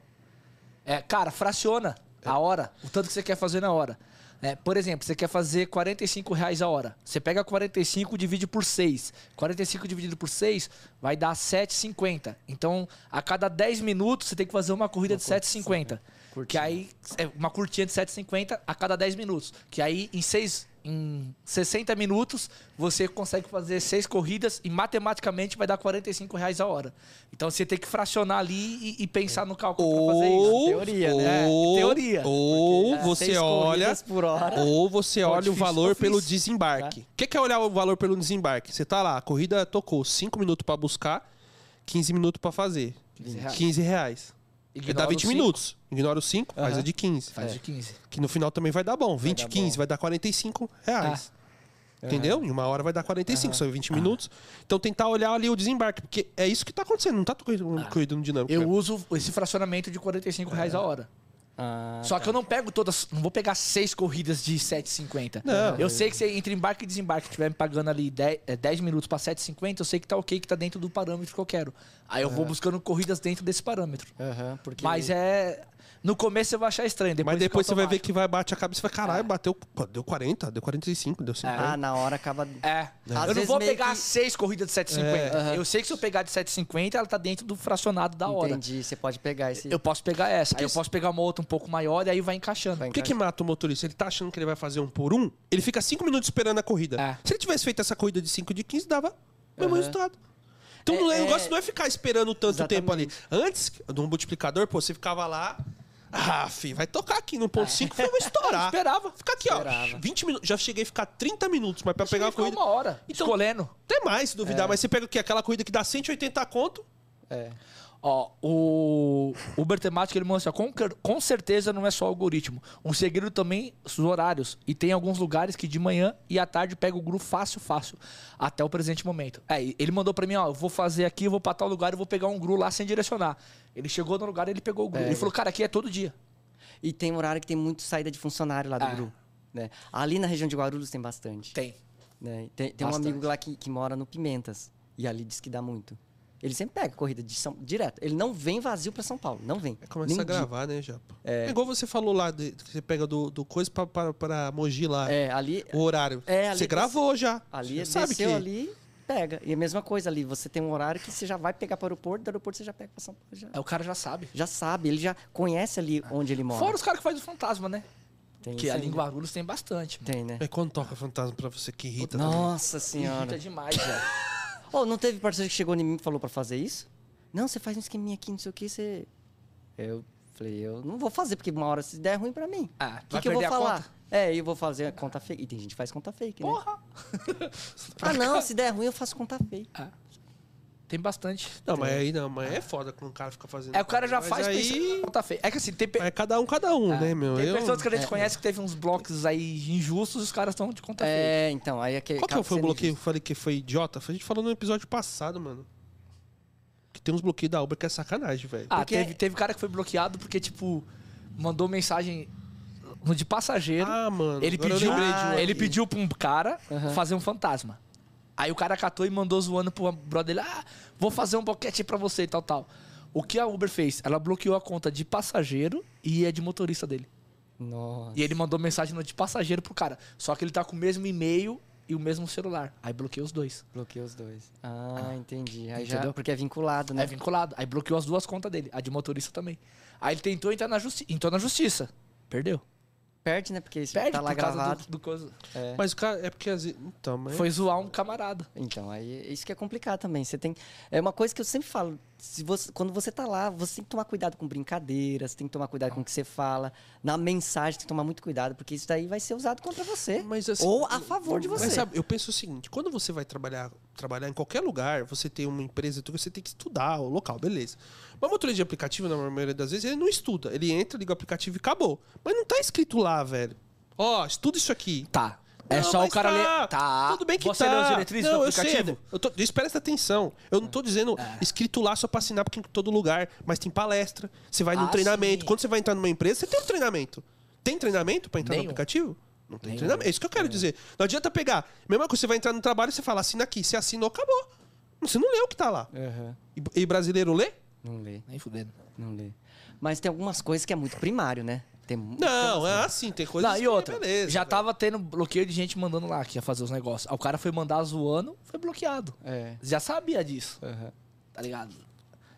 É, cara, fraciona a hora, o tanto que você quer fazer na hora. É, por exemplo, você quer fazer 45 reais a hora. Você pega 45 e divide por 6. 45 dividido por 6 vai dar 7,50. Então, a cada 10 minutos, você tem que fazer uma corrida de 7,50. Que aí, é uma curtinha de 7,50 a cada 10 minutos. Que aí, em, seis, em 60 minutos, você consegue fazer 6 corridas e matematicamente vai dar 45 reais a hora. Então, você tem que fracionar ali e, e pensar no cálculo pra fazer isso. Ou, Teoria, ou, né? É, teoria. é Ou seis você olha. É, corridas por hora. Ou você Pô, olha o difícil, valor difícil, né? pelo desembarque. O que, que é olhar o valor pelo desembarque? Você tá lá, a corrida tocou 5 minutos pra buscar, 15 minutos pra fazer. 15 reais. 15 reais. Ignora Dá 20 o cinco. minutos. Ignora os 5, faz a de 15. Faz de 15. Que no final também vai dar bom. 20, dar 15, vai dar 45 reais. Ah. Entendeu? Em uma hora vai dar 45, são 20 minutos. Então tentar olhar ali o desembarque, porque é isso que tá acontecendo, não tá corrido, corrido no dinâmico. Ah. Eu né? uso esse fracionamento de 45 reais a hora. Ah, Só que eu não pego todas. Não vou pegar seis corridas de 7,50. Não. Eu sei que você entre embarque e desembarque, estiver me pagando ali 10, é, 10 minutos pra 7,50, eu sei que tá ok, que tá dentro do parâmetro que eu quero. Aí eu vou buscando corridas dentro desse parâmetro. aham, porque. Mas é. No começo você vai achar estranho. Depois Mas depois você fica vai ver automático. É. que vai bater a cabeça e fala, caralho, bateu, deu 40, deu 45, deu 50. Ah, na hora acaba. É. Às Eu não vezes vou meio pegar que- seis corridas de 7,50. Eu sei que se eu pegar de 7,50, ela tá dentro do fracionado da hora. Entendi, você pode pegar esse. Eu posso pegar essa. Aí eu posso pegar uma outra um pouco maior e aí vai encaixando. Vai O que, que mata o motorista? Ele tá achando que ele vai fazer um por um, ele fica cinco minutos esperando a corrida. É. Se ele tivesse feito essa corrida de 5 de 15, dava o mesmo resultado. Então É, o é- negócio não é ficar esperando tanto Exatamente. tempo ali. Antes do multiplicador, pô, você ficava lá. Ah, fi, vai tocar aqui no ponto 5, eu vou estourar. É. Esperava. Fica aqui, ó. 20 minutos. Já cheguei a ficar 30 minutos, mas pra pegar a Ficou corrida. uma hora É. Então- escolhendo. Até mais, se duvidar. Mas você pega o quê? Aquela corrida que dá 180 conto. É. Ó, o Uber Temático ele mostra com, cer- com certeza não é só algoritmo. Um segredo também os horários. E tem alguns lugares que de manhã e à tarde pega o grupo fácil, fácil. Até o presente momento. É, e ele mandou pra mim, ó, eu vou fazer aqui, eu vou pra tal lugar, eu vou pegar um gru lá sem direcionar. Ele chegou no lugar, ele pegou o gru. ele falou, cara, aqui é todo dia. E tem um horário que tem muito saída de funcionário lá do Ah. grupo. Né? Ali na região de Guarulhos tem bastante. Tem. né? Tem, tem um Bastante. amigo lá que, que mora no Pimentas. E ali diz que dá muito. Ele sempre pega corrida de São direto. Ele não vem vazio pra São Paulo, não vem. É começar Nem a de- gravar, né, Japa? É. igual você falou lá, de- que você pega do, do coisa pra, pra, pra Mogi lá, É, ali o horário. É, ali você desce- gravou já. Ali né? é Você sabe desceu que... ali, pega. E a mesma coisa ali, você tem um horário que você já vai pegar para o aeroporto, do aeroporto você já pega para São Paulo. Já, Aí É, o cara já sabe. já sabe, ele já conhece ali onde ele mora. Fora os caras que fazem o fantasma, né? tem que isso ali em ainda. Guarulhos tem bastante. mano. Tem, né? É quando toca fantasma pra você que irrita. também. Nossa Irrita senhora. demais, velho. Oh, não teve parceiro que chegou em mim e falou para fazer isso? Não, você faz um esqueminha aqui, não sei o que, você... Eu falei, eu não vou fazer, porque uma hora se der ruim para mim. Ah, O que, vai que eu vou perder a falar? conta? É, eu vou fazer a conta fake. E tem gente que faz conta fake, né? Porra! Ah, não, se der ruim eu faço conta fake. Tem bastante. Não, mas aí não, mas é foda quando o cara fica fazendo. É, o cara já Mas faz pensando aí... na conta feia. É que assim, tem, pe- É cada um, cada um, né, meu? tem Eu... pessoas que a gente é. conhece que teve uns blocos aí injustos e os caras estão de conta feia. É, então, aí é que... Qual que acaba foi o sendo bloqueio que injusto. eu falei que foi idiota? A gente falou no episódio passado, mano. Que tem uns bloqueios da Uber que é sacanagem, velho. Ah, Porque- teve, teve cara que foi bloqueado porque, tipo, mandou mensagem no de passageiro. Ah, mano. ele agora eu pediu, lembrei de Ah, uma. ele pediu pra um cara Aham. fazer um fantasma. Aí o cara catou e mandou zoando pro brother dele: Ah, vou fazer um boquete pra você e tal, tal. O que a Uber fez? Ela bloqueou a conta de passageiro e a de motorista dele. Nossa. E ele mandou mensagem no de passageiro pro cara. Só que ele tá com o mesmo e-mail e o mesmo celular. Aí bloqueou os dois. Bloqueia os dois. Ah, entendi. Aí já, Entendeu? porque é vinculado, né? É vinculado. Aí bloqueou as duas contas dele, a de motorista também. Aí ele tentou entrar na justiça. Entrou na justiça. Perdeu. Perde, né? Porque isso Perde tá lá por causa gravado. do, do coisa. É. Mas o cara. É porque. As... Então, mas. Foi zoar um camarada. Então, aí isso que é complicado também. Você tem é uma coisa que eu sempre falo, se você, quando você tá lá, você tem que tomar cuidado com brincadeiras, tem que tomar cuidado com o que você fala, na mensagem tem que tomar muito cuidado, porque isso daí vai ser usado contra você Mas, assim, ou a favor de você. Mas sabe, eu penso o seguinte: quando você vai trabalhar, trabalhar em qualquer lugar, você tem uma empresa, tudo, você tem que estudar o local, beleza. Mas motorista de aplicativo, na maioria das vezes, ele não estuda. Ele entra, liga o aplicativo e acabou. Mas não tá escrito lá, velho. Ó, estuda isso aqui. Tá. É Não, só o mas cara tá. ler. Tá. Tudo bem que você tá. leu as diretrizes não, do eu sei, aplicativo? É. Eder. Eu tô, eu espero essa atenção. Eu não tô dizendo escrito lá só pra assinar porque em todo lugar, mas tem palestra, você vai num Ah, treinamento. sim. Quando você vai entrar numa empresa, você tem um treinamento. Tem treinamento pra entrar Nenhum. no aplicativo? Não tem treinamento. É isso que eu quero dizer. Não adianta pegar. Mesma coisa, você vai entrar no trabalho e você fala, assina aqui. Você assinou, acabou. Você não leu o que tá lá. Aham. E, e brasileiro lê? Não lê, Nem fudendo. não lê. Mas tem algumas coisas que é muito primário, né? Tem mu- Não, é assim, tem coisa Não, e outra. já tá tava tendo bloqueio de gente mandando lá que ia fazer os negócios. Aí o cara foi mandar zoando, foi bloqueado. É. Já sabia disso, Aham. tá ligado?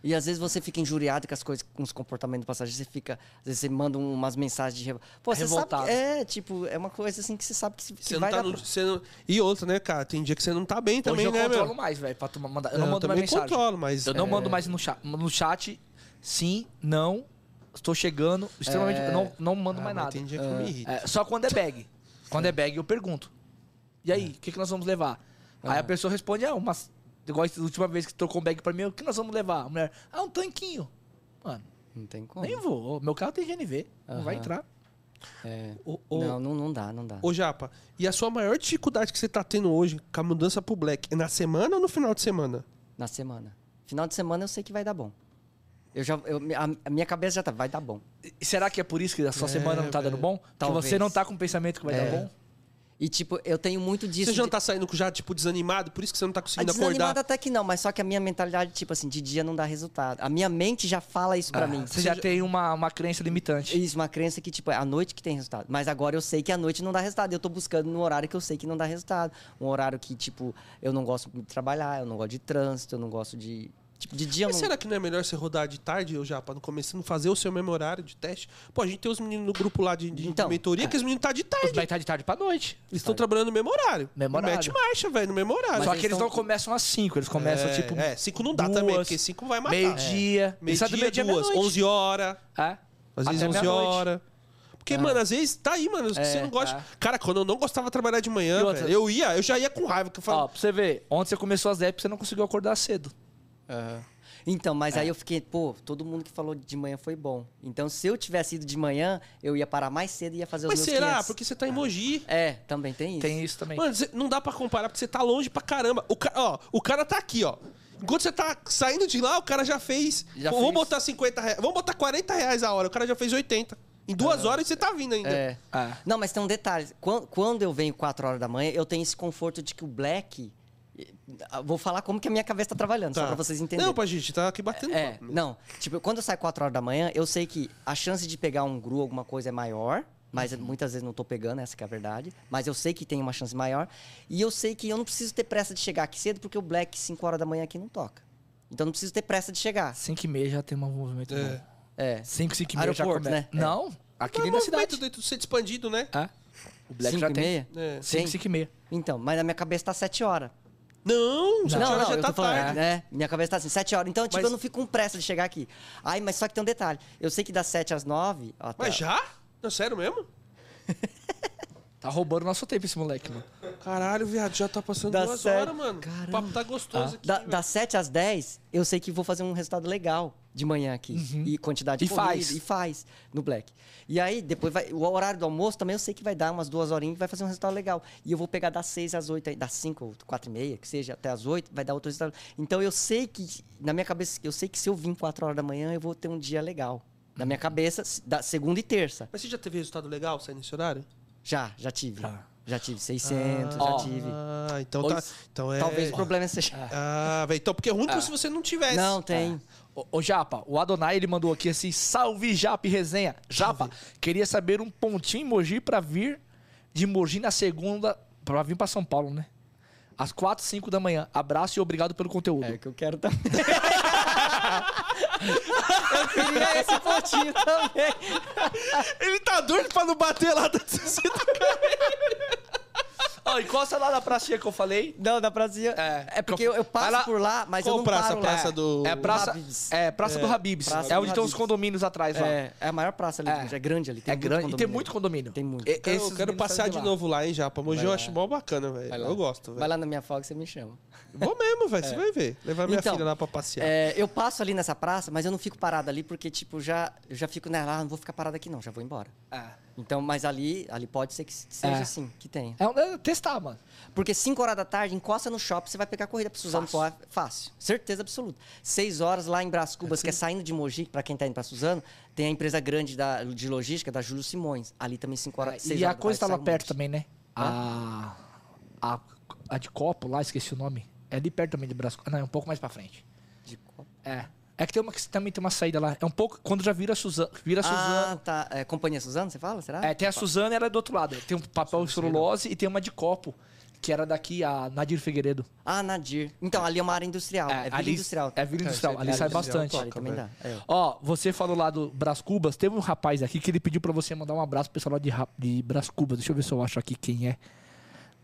E às vezes você fica injuriado com as coisas, com os comportamentos do passageiro, você fica, às vezes você manda um- umas mensagens de revo... Pô, você Revoltado. sabe, que- é, tipo, é uma coisa assim que você sabe que, se- que Você não vai tá dar no- você não- E outra, né, cara? Tem dia que você não tá bem também, Hoje eu né, meu? controlo mais, velho, pra tu mandar. Eu não mando mais Ah, também mensagem. controlo, mas... Eu não é, mando mais no chat. No chat, sim, não, estou chegando, extremamente. Não, não mando Ah, mais mas nada. Tem dia que eu me irrito. É, só quando é bag. Quando é bag, eu pergunto. E É. aí, o que, que nós vamos levar? Aí a pessoa responde, ah, umas. Igual a última vez que trocou um bag pra mim, o que nós vamos levar? A mulher, ah, um tanquinho. Mano, Não tem como. nem vou. Meu carro tem GNV, Ah. não vai Aham. entrar. É. Ô, ô, Não, não, não dá, não dá. ô, Japa, e a sua maior dificuldade que você tá tendo hoje com a mudança pro Black é na semana ou no final de semana? Na semana. Final de semana eu sei que vai dar bom. Eu já, eu, a, a minha cabeça já tá, vai dar bom. E será que é por isso que a sua semana não tá é. dando bom? Talvez. Que você não tá com o pensamento que vai dar É. bom? E tipo, eu tenho muito disso. Você já não de- tá saindo já, tipo, desanimado? Por isso que você não tá Ah, conseguindo desanimado acordar? até que não, mas só que a minha mentalidade, tipo assim, de dia não dá resultado. A minha mente já fala isso pra Ah, mim. Você já tem uma, uma crença limitante. Isso, uma crença que, tipo, é a noite que tem resultado. Mas agora eu sei que a noite não dá resultado. Eu tô buscando num horário que eu sei que não dá resultado. Um horário que, tipo, eu não gosto de trabalhar, eu não gosto de trânsito, eu não gosto de. Tipo, de tá dia eu Mas não. será que não é melhor você rodar de tarde, ô Japa, no começando, fazer o seu mesmo horário de teste? Pô, a gente tem os meninos no grupo lá de, de Então, mentoria que os meninos tá de tarde. Os vai estar de tarde pra noite. Eles estão trabalhando no mesmo horário. Mesmo Não horário. Mete marcha, velho, no mesmo horário. Só eles que eles tão- não começam às 5, eles começam é, tipo. É, 5 não dá também, duas, porque 5 vai matar. É. Meio-dia. Eles saem é do Meio-dia, meio-dia à duas, meia-noite. 11 horas. É. Às vezes Até 11 meia-noite. horas. Porque, mano, às vezes tá aí, mano. você não gosta. é. Cara, quando eu não gostava de trabalhar de manhã, E outra- velho, eu ia, eu já ia com raiva. Que eu Ó, falava, pra você ver, ontem você começou às 10 porque você não conseguiu acordar cedo. "É." Então, mas aí eu fiquei, pô, todo mundo que falou de manhã foi bom. Então, se eu tivesse ido de manhã, eu ia parar mais cedo e ia fazer os mas meus será? 500. Porque você tá em Mogi. É, também tem isso. Tem isso também. Mano, você- não dá pra comparar porque você tá longe pra caramba. O, ca- ó, o cara tá aqui, ó. Enquanto você tá saindo de lá, o cara já fez. Já vamos fez. botar 50 reais. Vamos botar 40 reais a hora. O cara já fez 80. Em duas horas você tá vindo ainda. É. Ah. Não, mas tem um detalhe. Quan- Quando eu venho 4 horas da manhã, eu tenho esse conforto de que o black E, ah, Vou falar como que a minha cabeça tá trabalhando, só pra vocês entenderem. Não, pra gente, tá aqui batendo É, papo. não. Tipo, quando eu saio 4 horas da manhã, eu sei que a chance de pegar um gru, alguma coisa, é maior. Mas Uhum. muitas vezes não tô pegando, essa que é a verdade. Mas eu sei que tem uma chance maior. E eu sei que eu não preciso ter pressa de chegar aqui cedo, porque o Black 5 horas da manhã aqui não toca. Então não preciso ter pressa de chegar. 5 e meia já tem um movimento É. bom. É. 5, 5 e meia já Aeroporto, começa. né? É. Não, aqui Mas dentro é da movimento cidade. dentro de ser expandido, né? Ah, o Black 5 já e tem. meia? É. 5, Tem? 5 e meia. Então, mas na minha cabeça tá 7 horas. Não, não, Não, não, já eu tá tô falando, tarde. né? Minha cabeça tá assim, 7 horas. Então, tipo, Mas- eu não fico com pressa de chegar aqui. Ai, mas só que tem um detalhe. Eu sei que das 7 às 9... ó, até- Mas já? Não, sério mesmo? Tá roubando nosso tempo esse moleque, mano. Caralho, viado, já tá passando Dá duas certo. Ah, horas, mano. O papo tá gostoso aqui. Da- velho. das 7 às 10, eu sei que vou fazer um resultado legal de manhã aqui. E quantidade de Uhum. E corrida, faz. E faz no Black. E aí, depois vai, o horário do almoço também eu sei que vai dar umas duas horinhas e vai fazer um resultado legal. E eu vou pegar das 6 às 8, aí, das 5, 4 e meia, que seja, até às 8, vai dar outro resultado. Então eu sei que, na minha cabeça, eu sei que se eu vim 4 horas da manhã, eu vou ter um dia legal. Na minha cabeça, se- da segunda e terça. Mas você já teve resultado legal saindo nesse horário? Já, já tive. Tá. Já tive 600, já Ó. tive. Ah, então Pois- tá. Então é. Talvez o problema seja. Ah, velho, então porque é ruim se você não tivesse. Não, tem. Ô, ô, Japa, o Adonai ele mandou aqui assim: salve Japa e resenha. Japa, queria saber um pontinho em Mogi pra vir de Mogi na segunda. Pra vir pra São Paulo, né? Às 4, 5 da manhã. Abraço e obrigado pelo conteúdo. É o que eu quero também. eu É. queria esse pontinho também. Ele tá doido pra não bater lá da Ó, encosta lá na pracinha que eu falei. Não, da pracinha. É, porque eu, eu passo Vai lá- por lá, mas eu Qual não praça? paro lá. Praça do. É Praça, Habib's. é, praça do Habibs. Praça é do onde estão os Habib's. condomínios atrás lá. É, É, é a maior praça ali, É. é, é grande ali. Tem muito grande. E tem condomínio. muito condomínio. Tem muito. E- Cara, esses Ah, eu quero meninos passar saem de lá. novo lá, hein, Japa. Mogi eu lá. acho mó bacana, velho. Vai lá. Eu gosto, Vai velho. lá na minha folga, você me chama. Vou mesmo, velho. Você vai ver. Levar minha Então, filha lá pra passear. É, eu passo ali nessa praça, mas eu não fico parado ali porque, tipo, já, eu já fico nela, ah, não vou ficar parado aqui não, já vou embora. É. Então, mas ali, ali pode ser que seja É. assim, que tenha. É, um- é testar, mano. Porque 5 horas da tarde, encosta no shopping, você vai pegar corrida pro Suzano Fácil. Poá, fácil. Certeza absoluta. 6 horas lá em Brás Cubas, assim? que é saindo de Mogi, pra quem tá indo pra Suzano, tem a empresa grande da- de logística da Júlio Simões. Ali também 5 horas, 6 horas. e a da Ah. coisa tá tarde, lá sai um perto monte. também, né? A, a. A de copo lá, esqueci o nome. É ali perto também de Brasco. Não, é um pouco mais pra frente. De Copa. É. É que tem uma que também tem uma saída lá. É um pouco. Quando já vira a Suzana. Vira a Suzana. Ah, tá. É, Companhia Suzano, você fala? Será? é, tem a Suzana era do outro lado. Tem um papel celulose e tem uma de copo. Que era daqui, a Nadir Figueiredo. Ah, Nadir. Então, ali é uma área industrial. É, vila ali- industrial. É né? Vila É, Industrial. isso é ali Vila sai Industrial, bastante. ali também dá. É. Ó, você falou lá do Brás Cubas. Teve um rapaz aqui que ele pediu pra você mandar um abraço pro pessoal lá de, Ra- de Brás Cubas. Deixa eu ver se eu acho aqui quem é.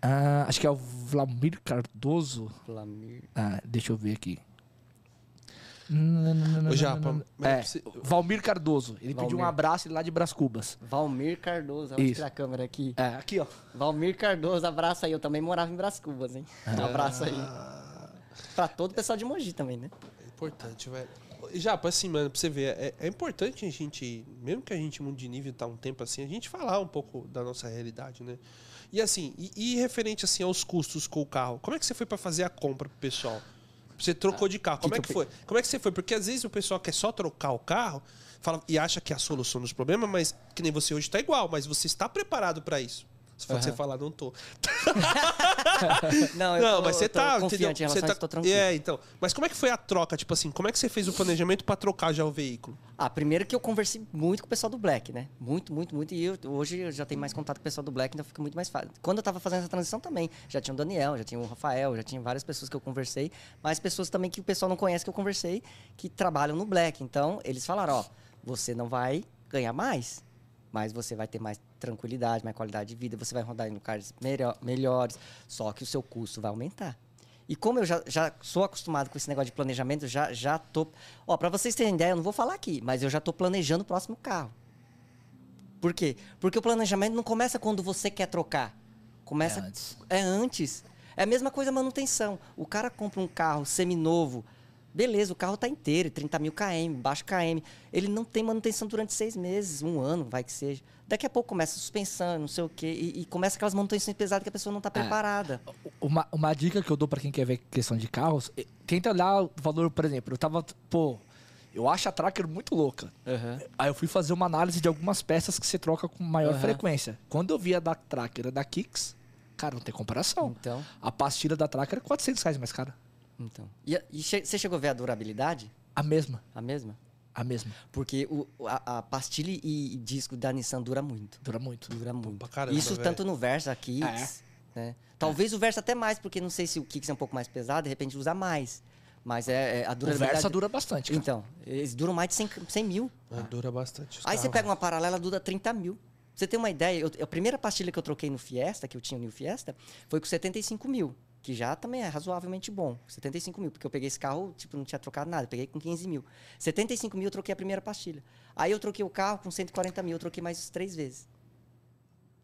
Ah, acho que é o Vlamir Cardoso. Flamir. Ah, deixa eu ver aqui. Ô, Japa, mas É, não precisa- Valmir Cardoso. Ele pediu um Valmir. abraço lá de Brás Cubas. Valmir Cardoso, vamos Isso. tirar a câmera aqui. É, aqui, ó. Valmir Cardoso, abraço aí. Eu também morava em Brás Cubas, hein? Ah. Abraço aí. Pra todo o pessoal de Mogi também, né? É importante, velho. Japa, assim, mano, pra você ver, é, é importante a gente, mesmo que a gente mude de nível tá um tempo assim, a gente falar um pouco da nossa realidade, né? E assim, e, e referente assim aos custos com o carro, como é que você foi pra fazer a compra pro pessoal? Você trocou de carro, como é que foi? Como é que você foi? Porque às vezes o pessoal quer só trocar o carro fala, e acha que é a solução dos problemas, mas que nem você hoje tá igual, mas você está preparado pra isso. Se for você falar, não tô. Não, eu Não, tô, mas você eu tô tá, confiante entendeu? em relação Você a tá, isso, tô tranquilo. É, então. Mas como é que foi a troca? Tipo assim, como é que você fez o planejamento pra trocar já o veículo? Ah, primeiro que eu conversei muito com o pessoal do Black, né? Muito, muito, muito. E eu- hoje eu já tenho mais contato com o pessoal do Black, então fica muito mais fácil. Quando eu tava fazendo essa transição também, já tinha o Daniel, já tinha o Rafael, já tinha várias pessoas que eu conversei, mas pessoas também que o pessoal não conhece que eu conversei, que trabalham no Black. Então, eles falaram, ó, você não vai ganhar mais, mas você vai ter mais tranquilidade, mais qualidade de vida, você vai rodar em lugares melho- melhores, só que o seu custo vai aumentar. E como eu já, já sou acostumado com esse negócio de planejamento, já, já tô. Ó, pra vocês terem ideia, eu não vou falar aqui, mas eu já tô planejando o próximo carro. Por quê? Porque o planejamento não começa quando você quer trocar. Começa. É antes. É antes. É a mesma coisa a manutenção. O cara compra um carro seminovo. Beleza, o carro tá inteiro, 30 mil km, baixo km. Ele não tem manutenção durante seis meses, um ano, vai que seja. Daqui a pouco começa a suspensão, não sei o quê, e, e começa aquelas manutenções pesadas que a pessoa não tá É. preparada. Uma, uma dica que eu dou pra quem quer ver questão de carros, eh, tenta olhar o valor, por exemplo, eu tava, pô, eu acho a Tracker muito louca. Aí eu fui fazer uma análise de algumas peças que você troca com maior frequência. Quando eu vi a da Tracker, a da Kicks, Cara, não tem comparação. Então. A pastilha da Tracker era 400 reais mais cara. Então. E, e che- você chegou a ver a durabilidade? A mesma. A mesma? A mesma. Porque o, a, a pastilha e, e disco da Nissan dura muito. Dura muito. Dura muito. pra caramba, Isso velho. tanto no Versa Kicks, né? Talvez o Versa até mais, porque não sei se o Kicks é um pouco mais pesado, de repente usa mais. Mas é, é a O durabilidade... Versa dura bastante, cara. Então, eles duram mais de 100, 100 mil. Mas Ah, Dura bastante. os Aí você carros. pega um uma paralela, dura 30 mil. Pra Você tem uma ideia, eu- a primeira pastilha que eu troquei no Fiesta, que eu tinha no New Fiesta, foi com 75 mil, que já também é razoavelmente bom. 75 mil, porque eu peguei esse carro, tipo, não tinha trocado nada, eu peguei com 15 mil. 75 mil eu troquei a primeira pastilha. Aí eu troquei o carro com 140 mil, eu troquei mais três vezes.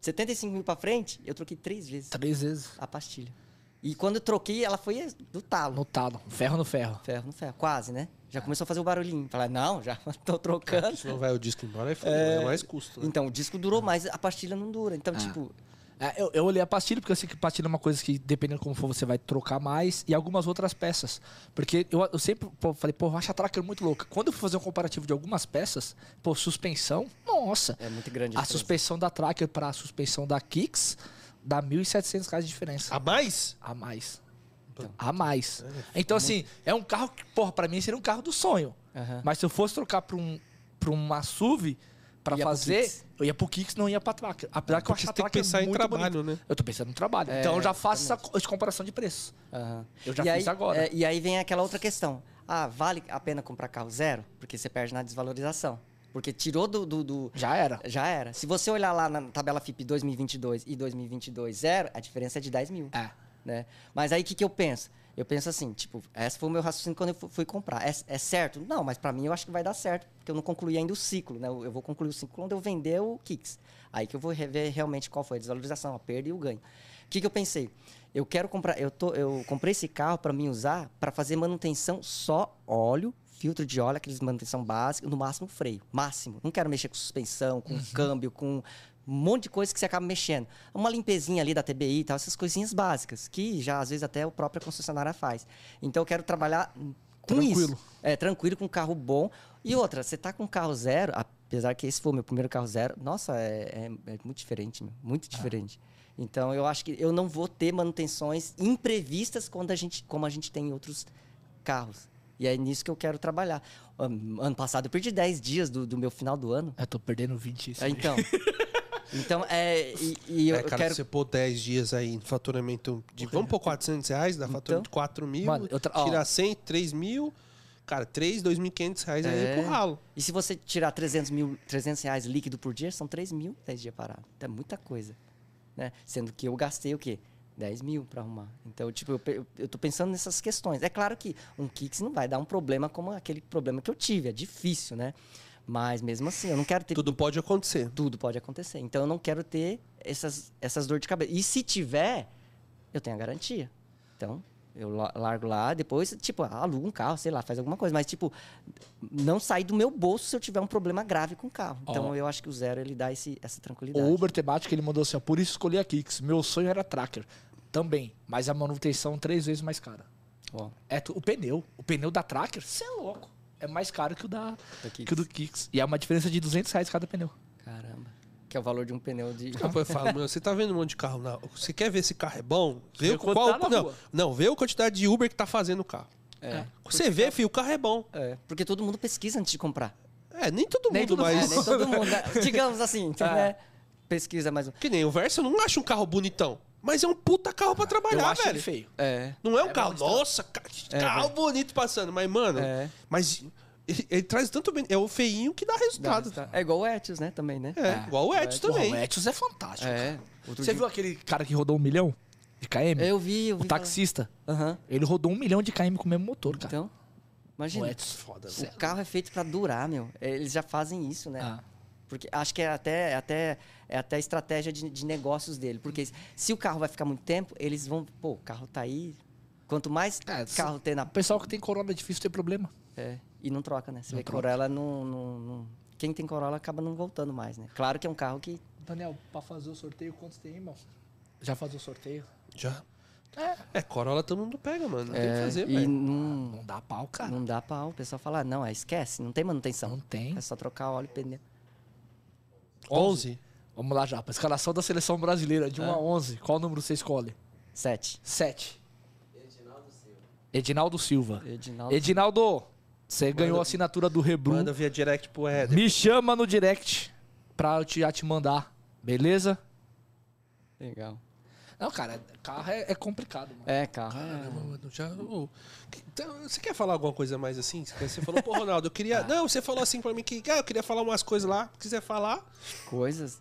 75 mil pra frente, eu troquei três vezes Três vezes. a pastilha. E quando eu troquei, ela foi do talo. No talo. Ferro no ferro. Ferro no ferro, quase, né? Já começou a fazer o barulhinho. Falar, não, já tô trocando. Se não vai o disco embora, aí foi é... mais custo, né? Então, o disco durou mais, a pastilha não dura. Ah. Então, tipo, É, eu, eu olhei a pastilha, porque eu sei que pastilha é uma coisa que, dependendo como for, você vai trocar mais, e algumas outras peças. Porque eu, eu sempre pô, falei, pô, eu acho a Tracker muito louca. Quando eu fui fazer um comparativo de algumas peças, pô, suspensão, nossa. é muito grande. A diferença. suspensão da Tracker para a suspensão da Kicks dá 1.700 reais de diferença. então. A mais? A mais. A mais. Então, assim, é um carro que, porra, pra mim seria um carro do sonho. Aham. Mas se eu fosse trocar pra, um, pra uma SUV pra Ia pro fazer, Kicks. eu ia pro Kicks, não ia pra Tracker. Apesar que eu É, Porque acho você a tem que é Tracker pensar em muito trabalho, bonita. né? Eu tô pensando no trabalho. então eu já faço essa, co- essa comparação de preços. Aham. Eu já E fiz aí, agora. é, e aí vem aquela outra questão. Ah, vale a pena comprar carro zero? Porque você perde na desvalorização. Porque tirou do. do- do- Já era. Já era. Se você olhar lá na tabela FIP 2022 e 2022 zero, a diferença é de 10 mil. É. né? Mas aí o que, que eu penso? Eu penso assim, tipo, esse foi o meu raciocínio quando eu fu- fui comprar. É, é certo? Não, mas pra mim eu acho que vai dar certo, porque eu não concluí ainda o ciclo, né? Eu eu vou concluir o ciclo quando eu vender o Kicks. Aí que eu vou rever realmente qual foi a desvalorização, a perda e o ganho. O que, que eu pensei? Eu quero comprar, eu, tô, eu comprei esse carro pra mim usar pra fazer manutenção só óleo, filtro de óleo, aqueles manutenção básica, no máximo freio, máximo. Não quero mexer com suspensão, com câmbio, com um monte de coisa que você acaba mexendo. Uma limpezinha ali da TBI e tal, essas coisinhas básicas, que já às vezes até o próprio concessionária faz. Então eu quero trabalhar com Tranquilo. isso. É, tranquilo, com um carro bom. E outra, você tá com um carro zero, apesar que esse foi o meu primeiro carro zero, nossa, é, é- é muito diferente, meu, muito diferente. Então eu acho que eu não vou ter manutenções imprevistas quando a gente, como a gente tem em outros carros. E é nisso que eu quero trabalhar. Ano ano passado eu perdi 10 dias do- do meu final do ano. Eu tô perdendo 20. É, Então. Então, é. E, e eu é, cara, quero. se você pôr 10 dias aí em faturamento de. Vamos pôr 400 reais, dá Então. faturamento de 4 mil. Mano, eu tra- ó. Tirar 100, 3 mil. Cara, 3, 2.500 reais aí É. pro ralo. E se você tirar 300, mil, 300 reais líquido por dia, são 3 mil 10 dias parado. Então, é muita coisa. Né? Sendo que eu gastei o quê? 10 mil pra arrumar. Então, tipo, eu, pe- eu, eu tô pensando nessas questões. É claro que um Kicks não vai dar um problema como aquele problema que eu tive. É difícil, né? Mas mesmo assim, eu não quero ter Tudo pode acontecer. tudo pode acontecer. Então eu não quero ter essas, essas dor de cabeça. E se tiver, eu tenho a garantia. Então, eu la- largo lá, depois, tipo, alugo um carro, sei lá, faz alguma coisa. Mas, tipo, não sai do meu bolso se eu tiver um problema grave com o carro. Então Ó. eu acho que o zero ele dá esse, essa tranquilidade. O Uber temático, ele mandou assim, ó, por isso escolhi a Kicks. Meu sonho era Tracker. Também, mas a manutenção três vezes mais cara. Ó, É tu- o pneu. O pneu da Tracker, você é louco. É mais caro que o da Da Kicks. É que o do Kicks. E é uma diferença de 200 reais cada pneu. caramba. Que é o valor de um pneu de. Rapaz, eu falo, meu, você tá vendo um monte de carro na. Você quer ver se carro é bom? Vê Vê o quanto qual. tá na não, rua. não, vê a quantidade de Uber que tá fazendo o carro. É. Você vê, filho, o carro é bom. É, porque todo mundo pesquisa antes de comprar. É, nem todo mundo, Nem todo mas. É, nem todo mundo. né? Digamos assim, Ah. né? Pesquisa mais um. Que nem o Versa, eu não acho um carro bonitão. Mas é um puta carro pra Eu trabalhar, acho ele velho. feio. É. Não é um carro, nossa, ca- carro velho. bonito passando. Mas, mano, É. mas ele, ele traz tanto bem. É o feinho que dá dá- resultado. dá- É igual o Etios, né? Também, né? É, igual o Etios Porra, também. o Etios é fantástico. É. cara. Outro Você dia- viu aquele cara que rodou um milhão de KM? Eu vi, eu vi. o taxista. falar. Aham. Ele rodou um milhão de KM com o mesmo motor, cara. Então, imagina. o Etios, foda, o velho. carro é feito pra durar, meu. É, Eles já fazem isso, né? Ah. Porque acho que é até, é até, é até a estratégia de, de negócios dele. Porque se o carro vai ficar muito tempo, eles vão. Pô, o carro tá aí. Quanto mais É, se- carro tem na. O pessoal que tem Corolla é difícil ter problema. É, e não troca, né? Você Não vê que troca. Corolla não, não, não- Quem tem Corolla acaba não voltando mais, né? Claro que é um carro que. Daniel, pra fazer o sorteio, quantos tem, irmão? Já fazer o sorteio? Já. É. É, Corolla todo mundo pega, mano. Não tem o que é, fazer, e velho. não, Não dá pau, cara. não dá pau. O pessoal fala, não, é, esquece, não tem manutenção. Não tem. É só trocar óleo e pneu. 11? 11 Vamos lá, Japa. Escalação da seleção brasileira, de 1 a 11. Qual número você escolhe? Sete. 7. Edinaldo Silva. Edinaldo. Edinaldo, você ganhou a assinatura do Rebru. Manda via direct pro Éder. Me chama no direct pra eu te, já te mandar, beleza? Legal. Não, cara, carro é, é complicado, mano. É, carro. é- Caramba, mano, já- ô, que- então, Você quer falar alguma coisa mais assim? Você falou, pô, Ronaldo, eu Ah. queria. Não, você falou assim pra mim que ah, eu queria falar umas coisas lá. Se quiser falar, Coisas.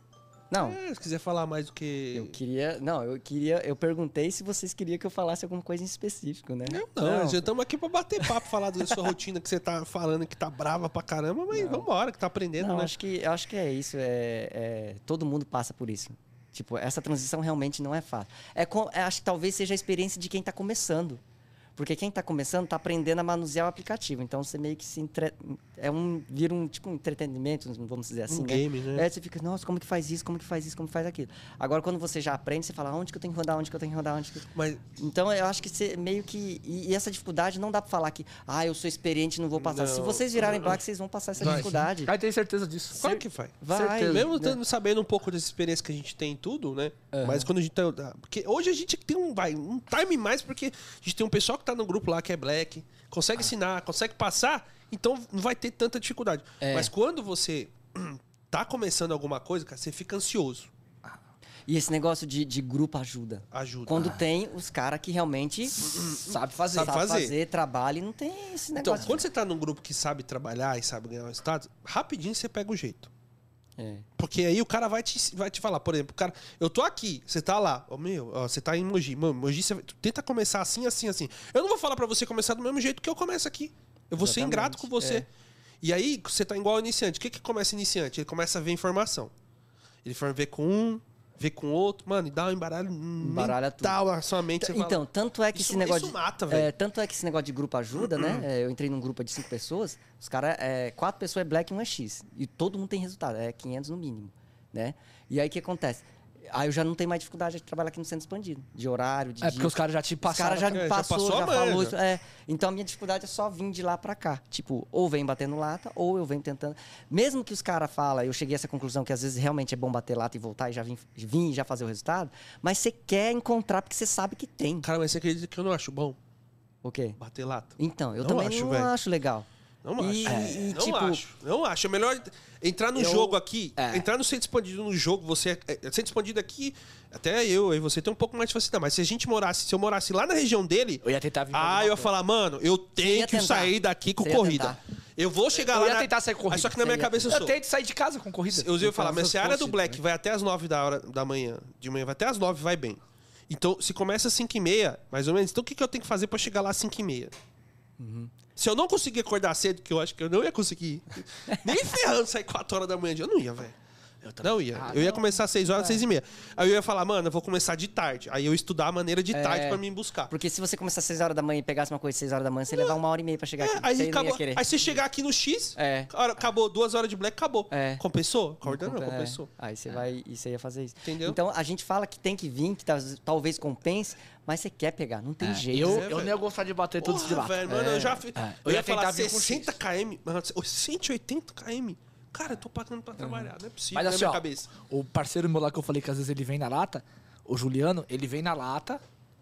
Não, é, se quiser falar mais do que. eu queria. Não, eu queria. Eu perguntei se vocês queriam que eu falasse alguma coisa em específico, né? Eu não, já estamos aqui pra bater papo, falar da sua rotina que você tá falando que tá brava pra caramba, mas vambora, que tá aprendendo, Não, né? acho que, acho que é isso. É, é- todo mundo passa por isso. Tipo, essa transição realmente não é fácil. É co- é, acho que talvez seja a experiência de quem está começando. Porque quem está começando está aprendendo a manusear o aplicativo. Então você meio que se entre... é um vira um tipo um entretenimento, vamos dizer assim, Um game, né? É, você fica, nossa, como que faz isso? Como que faz isso? Como que faz aquilo? Agora quando você já aprende, você fala, onde que eu tenho que rodar? Onde que eu tenho que rodar? Onde que eu... Mas Então eu acho que você meio que e, e essa dificuldade não dá pra falar que, ah, eu sou experiente, não vou passar. Se Não. vocês virarem black, vocês vão passar essa Vai. dificuldade. Aí tem Ah, certeza disso. claro que vai. Vai, Certeza. Mesmo né? tendo- sabendo um pouco dessa experiência que a gente tem em tudo, né? Mas quando a gente tá. Porque hoje a gente tem um, vai, um time mais, porque a gente tem um pessoal que tá no grupo lá que é black, Ah. consegue ensinar, consegue passar, então não vai ter tanta dificuldade. É. Mas quando você hum, tá começando alguma coisa, cara, você fica ansioso. E esse negócio de, de grupo ajuda. Ajuda. Quando tem os caras que realmente Sabe fazer. sabe fazer. fazer. trabalha e não tem esse Então, negócio. quando você tá num grupo que sabe trabalhar e sabe ganhar o status, rapidinho você pega o jeito. É. Porque aí o cara vai te, vai te falar, por exemplo, cara, eu tô aqui, você tá lá, ó, meu, ó, você tá em Mogi, mano, Mogi, você vai- tu tenta começar assim, assim, assim. Eu não vou falar pra você começar do mesmo jeito que eu começo aqui. Eu vou ser Exatamente, ingrato com você. é. E aí você tá igual ao iniciante. O que que começa iniciante? Ele começa a ver informação. Ele for ver com um, ver com outro, mano, e dá um embaralho Embaralha tudo. mental a sua mente. você fala, Então, tanto é que Isso- esse negócio. isso de- mata, velho. Uhum. é, tanto é que esse negócio de grupo ajuda, né? É, eu entrei num grupo de cinco pessoas, os caras, é, quatro pessoas é black e um é X. E todo mundo tem resultado, é 500 no mínimo, né? E aí o que acontece? Aí eu já não tenho mais dificuldade de trabalhar aqui no centro expandido, de horário, de É dia. porque os caras já te Os passaram. caras já é, já me passou, passou a já, manja. falou isso. é. Então a minha dificuldade é só vir de lá pra cá. Tipo, ou vem batendo lata, ou eu venho tentando. Mesmo que os caras falem, eu cheguei a essa conclusão que às vezes realmente é bom bater lata e voltar e já vim, vim e já fazer o resultado, mas você quer encontrar porque você sabe que tem. Cara, mas você acredita que eu não acho bom O quê? bater lata? Então, eu Não também acho, não velho. acho legal. Não acho. E- e, não tipo- acho. Não acho. É melhor entrar no Eu- jogo aqui. É. Entrar no centro expandido no jogo, você. é, é, Centro expandido aqui, até eu e você tem um pouco mais de facilidade. Mas se a gente morasse, se eu morasse lá na região dele. Eu ia tentar vir. Ah, eu ia falar, mano, eu tenho ia que tentar. sair daqui com Você ia corrida. tentar. Eu vou chegar Eu lá. ia na- tentar sair com Aí corrida. é Só que na minha Você ia cabeça eu Eu sou. tento sair de casa com corrida. Eu Então ia falar, mas se a área do Corrida, Black né? vai até as 9 da, hora, da manhã, de manhã, vai até as 9, vai bem. Então, se começa às 5 e meia, mais ou menos, então o que, que eu tenho que fazer pra chegar lá às 5 e meia? Uhum. Se eu não conseguir acordar cedo, que eu acho que eu não ia conseguir, nem ferrando sair 4 horas da manhã, eu não ia, velho. não ia. Ah, eu ia começar às 6 horas, É. 6 e meia. Aí eu ia falar, mano, eu vou começar de tarde. Aí eu ia estudar a maneira de tarde pra me buscar. É. Porque se você começar às 6 horas da manhã e pegasse uma coisa às 6 horas da manhã, você ia levar uma hora e meia pra chegar É, aqui. você aí, não acabou, ia querer. aí você chegar aqui no X, É. hora- acabou duas horas de black, acabou. É. Compensou? Acorda não, Compre- é. compensou. Aí você vai e você ia fazer isso. Entendeu? Então a gente fala que tem que vir, que tá- talvez compense, mas você quer pegar, não tem jeito. É, Eu, eu velho. não ia gostar de bater todos de Porra, lá. velho, mano, É. eu já fiz. Eu, Eu ia ia tentar falar vir com 60 km, mano, 180 km. Cara, eu tô pagando pra trabalhar, não é possível Mas na assim, minha ó, cabeça. o parceiro meu lá que eu falei que às vezes ele vem na lata, o Juliano, ele vem na lata,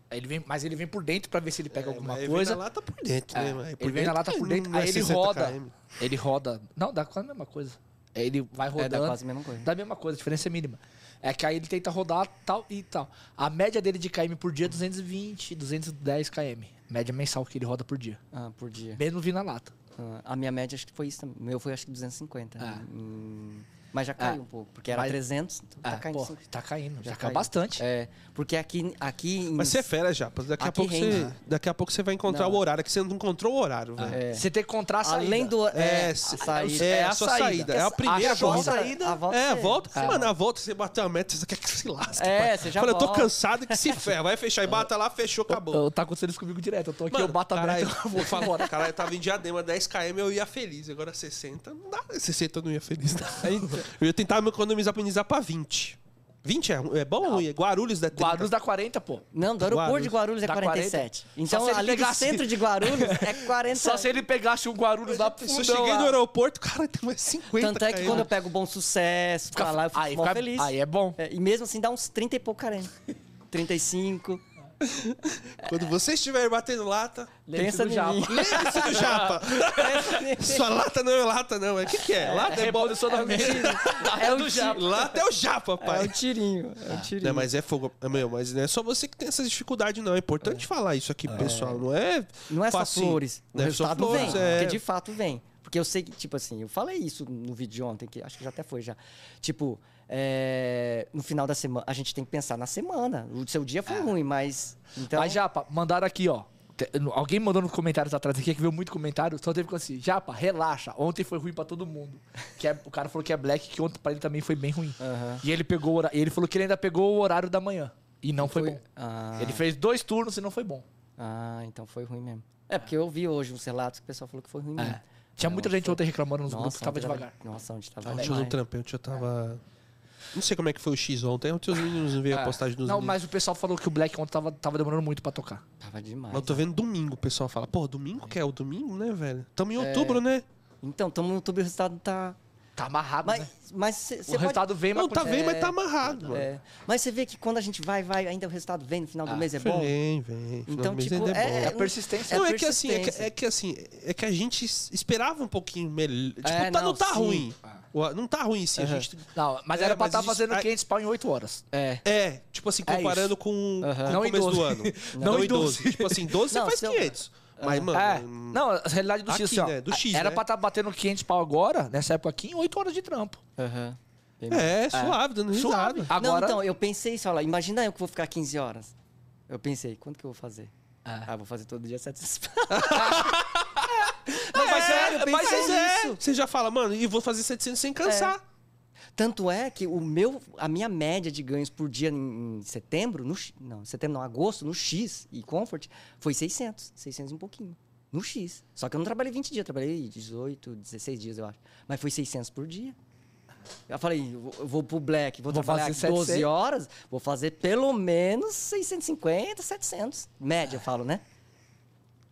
ele vem, mas ele vem por dentro pra ver se ele pega alguma Aí É, coisa. É, vem na lata por dentro, né? mano? ele Por vem na dentro, lata por não dentro, é aí ele 60 roda. km. Ele roda. Não, dá quase a mesma coisa. Aí Ele vai rodando. É, quase a mesma coisa. Dá a mesma coisa, a diferença é mínima. É que aí ele tenta rodar tal e tal. A média dele de KM por dia é 220, 210 KM. Média mensal que ele roda por dia. Ah, por dia. Mesmo vindo na lata. Ah, a minha média acho que foi isso também. O meu foi acho que 250. Ah. Hum, mas já caiu um pouco, porque era Mas- 300, então tá Ah, caindo. pô, cinco- tá caindo. Já, caiu caiu. bastante. É, porque aqui, aqui em- Mas você é fera, Japa. Daqui a, Aqui pouco você, rende. daqui a pouco você vai encontrar Não. o horário, que você não encontrou o horário, Ah, velho. É. Você tem que encontrar a saída. Além do. É, Ah, É, a se- saída. é a sua saída. É a primeira a volta. corrida. A volta É, é- volta. Mano, a volta você bateu a meta, você quer que se lasque. É, pai. você já Fala, eu tô volta. cansado que se ferra. Vai fechar e bata lá, fechou, acabou. Eu- Tá acontecendo isso comigo direto. Eu tô aqui, é eu bato a caralho, breca, eu vou eu falar. falo, Caralho, eu tava em diadema, 10km eu ia feliz. Agora 60 não dá. 60 eu não ia feliz. não. Eu ia tentar me economizar pra inizar pra 20. 20 é, é bom ou ruim? Guarulhos da 30. Guarulhos dá 40, pô. Não, do aeroporto de Guarulhos é Dá 47. 40. Tá Só Então, se ele ali do pegasse- centro de Guarulhos é 40. Só se ele pegasse o Guarulhos lá pro Se eu fundão cheguei lá. no aeroporto, cara, tem mais 50. Tanto é que caindo. quando eu pego bom sucesso, fica lá, eu fico aí, mó fica- feliz. aí é bom. É, e mesmo assim dá uns 30 e pouco carente. 35. Quando você estiver batendo lata, pensa no no Japa. mim. lembre-se do japa. Sua lata não é lata, não. É o que, que é? Lata é, bom. Reprodução da mesa. É um japa. Lata é o japa, É um pai. tirinho. Ah, É um tirinho. né, Não, mas é fogo. É, Meu, mas não é só você que tem essa dificuldade, não. É importante falar isso aqui, pessoal. Não é. Não é só facinho. flores. O Não é só resultado flores. vem. é... Porque de fato vem. Porque eu sei que, tipo assim, eu falei isso no vídeo de ontem, que acho que já até foi já. Tipo, é, no final da semana, a gente tem que pensar na semana. O seu dia foi ruim, mas. Então, Ah. Mas, Japa, mandaram aqui, ó. Te- Alguém mandou nos comentários atrás aqui, que viu muito comentário, só teve com assim, Japa, relaxa, ontem foi ruim pra todo mundo. Que é- o cara falou que é black, que ontem pra ele também foi bem ruim. E ele pegou o hora- e ele falou que ele ainda pegou o horário da manhã. E não foi, Foi- bom. Ah. Ele fez dois turnos e não foi bom. Ah, então foi ruim mesmo. É, porque eu vi hoje uns relatos que o pessoal falou que foi ruim mesmo. Tinha muita gente ontem reclamando nos É, grupos, Nossa, que tava onde tava- devagar. Nossa, onde tava Ontem eu não demais. trampei, ontem eu tava. Não sei como é que foi o X ontem. Ontem os meninos Ah, veio a postagem dos É. Não, meninos. mas o pessoal falou que o black ontem tava, tava demorando muito pra tocar. Tava demais. Mas eu tô vendo domingo, o pessoal fala. Pô, domingo que é o domingo, né, velho? Tamo É. em outubro, né? Então, tamo no YouTube, o resultado tá. Tá amarrado, né? Mas mas cê- O cê pode- resultado vem, mas... Não, tá acontece. vendo, mas tá amarrado, mano. É, Mas você vê que quando a gente vai, vai, ainda o resultado vem no final Ah, do mês, é bom. Vem, vem. Final Então, do mês tipo, ainda é- É bom. a persistência. é não, é que assim, é que, persistência. é que assim, é que a gente es- esperava um pouquinho melhor. Tipo, É, tá- não, não, tá sim. Ah. ruim. O- Não tá ruim, sim. A gente. Não, mas É, era pra mas estar isso- fazendo aí- 500 pau em 8 horas. É. É, tipo assim, É comparando isso. com, com Não o em começo do 12. ano. Não em 12. Tipo assim, 12 você Não, faz se eu- 500. Mas, mano. hum. é. Não, a realidade do X, Aqui, assim, ó, né? Do X, Era né? pra estar batendo 500 pau agora, nessa época aqui, em 8 horas de trampo. Aham. É, suave, dando risada. Agora. Não, então, eu pensei isso, olha lá, imagina eu que vou ficar 15 horas. Eu pensei, quanto que eu vou fazer? Ah, vou fazer todo dia 700 Mas, é, sério, eu pensei mas é, nisso. Você já fala, mano, e vou fazer 700 sem cansar. Tanto é que o meu, a minha média de ganhos por dia em em setembro, no, X- não, setembro não, agosto, no X e Comfort, foi 600, 600 e um pouquinho, no X. Só que eu não trabalhei 20 dias, eu trabalhei 18, 16 dias, eu acho. Mas foi 600 por dia. Eu falei, eu vou- eu vou pro Black, vou, Vou trabalhar fazer 12 700. horas, vou fazer pelo menos 650, 700. Média, eu falo, né?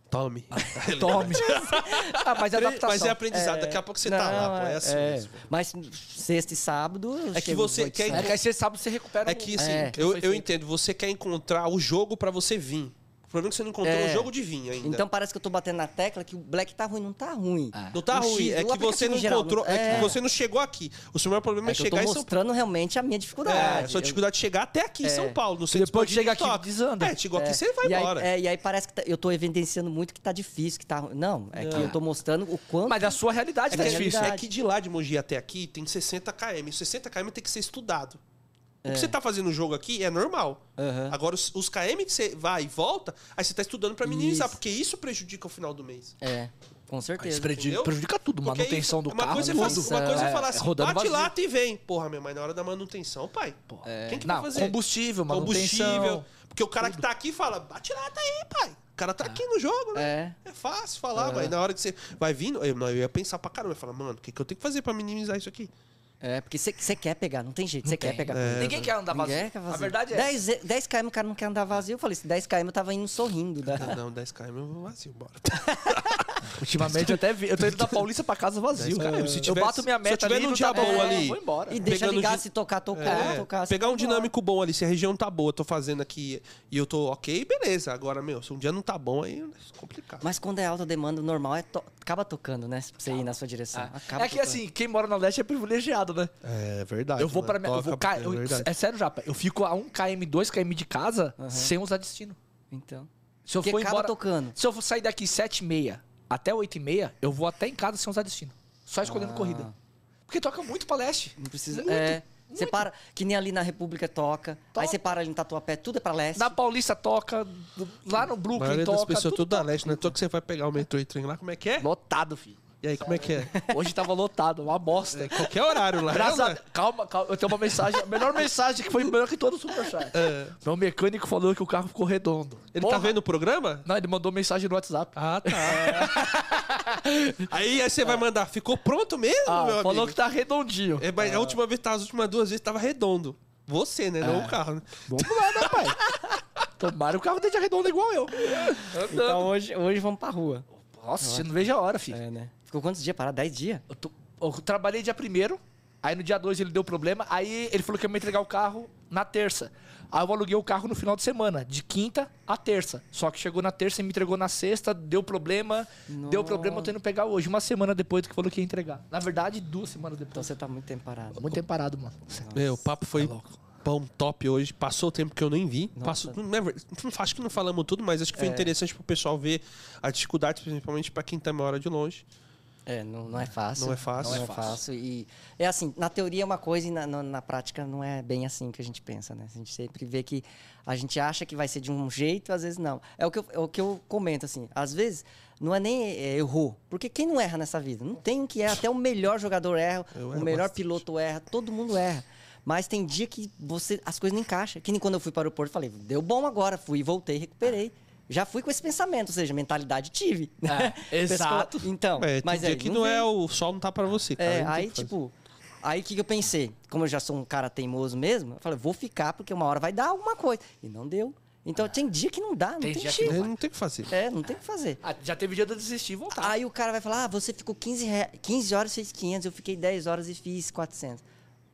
Tome. então, Tome. ah, mas é adaptação. Mas é aprendizado, daqui a pouco você tá lá, pô. É assim é. mesmo. Mas sexta e sábado... eu É que chego nos você quer 800. É que aí você sabe, você recupera É que o... assim, É. eu, Foi eu feito. entendo, você quer encontrar o jogo pra você vir. O problema é que você não encontrou É. o jogo de vinho ainda. Então parece que eu tô batendo na tecla que o Black tá ruim, não tá ruim. Ah. não tá O ruim, X, é o que você aplicativo não em geral, né? encontrou, é. que você não chegou aqui. O seu maior problema é, É que eu tô chegar em São mostrando realmente a minha Paulo. dificuldade. É, sua Eu- dificuldade de chegar até aqui em São Paulo, no centro depois que expandido, chega aqui, top. desanda. É, chegou aqui, é, você vai e aí- embora. é, e aí parece que tá- eu tô evidenciando muito que tá difícil, que tá ruim. Não, é que eu tô mostrando o quanto. Mas a sua realidade É tá que, difícil. é que de lá de Mogi até aqui tem 60 km. 60 km tem que ser estudado. O É. que você tá fazendo no jogo aqui é normal. Agora, os, os KM que você vai e volta, aí você tá estudando pra minimizar, Isso. porque isso prejudica o final do mês. É, com certeza. Entendeu? Prejudica, prejudica tudo, Porque aí manutenção do uma carro, Coisa é tudo. fazer- uma coisa é, falar assim, rodando bate vazio. lata e vem. Porra, meu, mas na hora da manutenção, pai, quem que vai É. Não, fazer? combustível, manutenção. Combustível. Porque o cara que tá aqui fala, bate lata aí, pai. O cara tá aqui no jogo, né? É. É fácil falar, mas na hora que você vai vindo, eu, não, eu ia pensar pra caramba. Eu ia falar, mano, o que, que eu tenho que fazer pra minimizar isso aqui? É, porque você quer pegar, não tem jeito, você quer tem. É. pegar. Ninguém quer andar vazio. Ninguém quer fazer. A verdade é 10, e- 10 km o cara não quer andar vazio. Eu falei assim, 10 km eu tava indo sorrindo. né? Não, 10 km eu vou vazio, bora. Ultimamente eu até vi. Eu tô indo da Paulista pra casa vazio, cara. Se eu tivesse- bato minha se meta eu tiver ali. num não dia tá bom bom ali. Vou embora. E deixa Pegando ligar di- se tocar, tocar, É, tocar. se pegar um tocar. dinâmico bom ali, se a região tá boa, eu tô fazendo aqui e eu tô ok, beleza. Agora, meu, se um dia não tá bom, aí é complicado. Mas quando é alta demanda, o normal é to- acaba tocando, né? Pra você ir na sua direção. Ah, Acaba É que tocando. assim, quem mora na leste é privilegiado, né? É verdade. Eu vou mano. pra minha. eu vou Toca- ca- eu- é verdade. é sério, Japa. Eu fico a 1km, 2km de casa sem usar destino. Então. Se eu Porque for acaba embora. tocando. Se eu for sair daqui 7h30 até 8h30, eu vou até em casa sem usar destino. Só escolhendo Ah. corrida. Porque toca muito pra leste. Não precisa. Muito, é. Você para, que nem ali na República toca. Toca. Tá Aí você para ali no Tatuapé, tudo é pra leste. Na Paulista toca, do- lá no A Brooklyn maioria toca. das pessoas tudo tudo da leste, né? Tô que você vai pegar o metrô e trem lá, como é que é? Lotado, filho. E aí, como é que é? Hoje tava lotado, uma bosta. É qualquer horário lá. Graças a né? Deus. Calma, calma. Eu tenho uma mensagem. A melhor mensagem que foi melhor que todo o Superchat. Meu mecânico falou que o carro ficou redondo. É. Ele Porra. tá vendo o programa? Não, ele mandou mensagem no WhatsApp. Ah, tá. É. aí, aí você vai mandar, ficou pronto mesmo, Ah, meu falou amigo? que tá redondinho. É, mas a última vez, tá, as últimas duas vezes tava redondo. Você, né? Não o carro. né? Vamos lá, né, pai? Tomara o carro esteja redondo igual eu. Então hoje, hoje vamos pra rua. Nossa, eu não vejo a hora, filho. É, né? Ficou quantos dias parado? Dez dias? Eu, tô- eu trabalhei dia primeiro, aí no dia 2 ele deu problema, aí ele falou que ia me entregar o carro na terça. Aí eu aluguei o carro no final de semana, de quinta a terça. Só que chegou na terça e me entregou na sexta, deu problema, deu problema, eu tô indo pegar hoje, uma semana depois do que falou que ia entregar. Na verdade, duas semanas Então depois. você tá muito tempo parado. Muito tempo parado, mano. Meu, o papo foi pão top hoje. Passou o tempo que eu nem vi. Nossa. Passou, não é ver- acho que não falamos tudo, mas acho que foi interessante pro pessoal ver a dificuldade, principalmente pra quem tá uma hora de longe. É, não, não é fácil. Não é fácil. Não é Não é fácil. E é assim, na teoria é uma coisa e na, na, na prática não é bem assim que a gente pensa, né? A gente sempre vê que a gente acha que vai ser de um jeito, às vezes não. É o que eu, é o que eu comento, assim. Às vezes não é nem é, errou. Porque quem não erra nessa vida? Não tem um que erra. Até o melhor jogador erra, Eu o erro melhor bastante. piloto erra, todo mundo erra. Mas tem dia que você as coisas não encaixam. Que nem quando eu fui para o aeroporto, falei, deu bom agora, fui, voltei, recuperei. Já fui com esse pensamento, ou seja, mentalidade tive. né? É, exato. Então, É, tem mas dia aí, que não, vem. é o sol não tá pra você, cara. É, Não tem aí, o que fazer. tipo, aí o que, que eu pensei? Como eu já sou um cara teimoso mesmo, eu falei, vou ficar porque uma hora vai dar alguma coisa. E não deu. Então tem dia que não dá, não Tem tem, dia que jeito. É, não tem o que fazer. É, não tem o que fazer. Ah, já teve dia de eu desistir e voltar. Aí o cara vai falar, ah, você ficou 15, re... 15 horas e fez 500, eu fiquei 10 horas e fiz 400.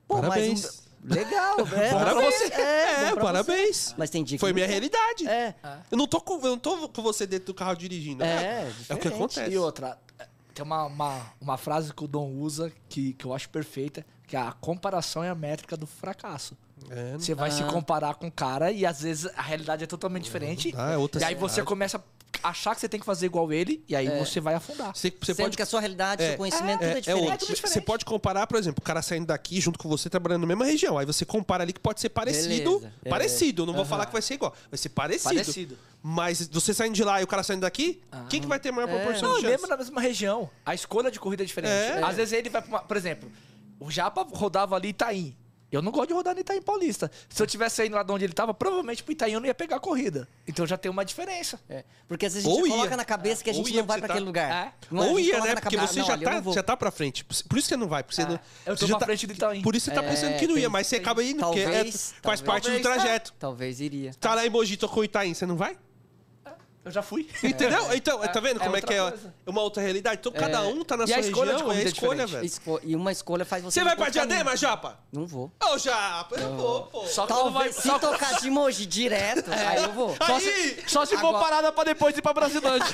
Pô, Parabéns. mas... um- Legal, é, Bom pra bom pra você. É, É, bom pra parabéns. você. Mas tem dia que Foi não minha dá. realidade. É, Eu não tô com, eu não tô com você dentro do carro dirigindo. é É, o que diferente. acontece. E outra, tem uma, uma, uma frase que o Dom usa que, que eu acho perfeita, que é a comparação é a métrica do fracasso. É, Você vai se comparar com o cara e às vezes a realidade é totalmente diferente. dá, é outra e aí você realidade. começa a achar que você tem que fazer igual ele e aí você vai afundar. você, você sendo pode que a sua realidade, É, seu conhecimento, tudo é outro. diferente. tudo diferente. Você pode comparar, por exemplo, o cara saindo daqui junto com você trabalhando na mesma região. Aí você compara ali que pode ser parecido. Beleza, é. parecido, eu não vou falar que vai ser igual. Vai ser parecido. Parecido. Mas você saindo de lá e o cara saindo daqui, Ah. quem que vai ter É. maior proporção É. Não, de chance? mesmo na mesma região. A escolha de corrida é diferente. É. Às vezes ele vai pra uma, Por exemplo, o Japa rodava ali em Itaim. Eu não gosto de rodar no Itaim Paulista. Se eu tivesse indo lá de onde ele tava, provavelmente pro Itaim eu não ia pegar a corrida. Então já tem uma diferença. É, Porque às vezes a gente Ou ia. coloca na cabeça que a Ou gente ia, não vai porque pra tá- aquele lugar. É. Não, a Ou gente ia, coloca né? na Porque cabeça, você "Ah, não, já, ali eu tá, não vou". Ah, já tá pra frente. Por isso que você não vai. Porque você não, eu tô você pra já tá- frente do Itaim. Por isso você tá É, pensando que não ia, tem- mas você tem- acaba indo, porque é- talvez, faz talvez. parte do Talvez, trajeto. Talvez iria. Tá lá em Mogi, tocou Itaim, você não vai? Eu já fui. Entendeu? então, tá vendo é como é outra que é coisa. uma outra realidade? Então cada um tá na E sua a escolha de região, é a comida é escolha, diferente. velho. Esco- E uma escolha faz você. Você ir vai pro pra outro caminho. Diadema, Japa? Não vou. Ô, Japa, eu um não vou, pô. Só quando Talvez vai- se tocar de Mogi direto, É. aí eu vou. Só Aí! se, só se for Agora- parada pra depois ir pra Brasilândia.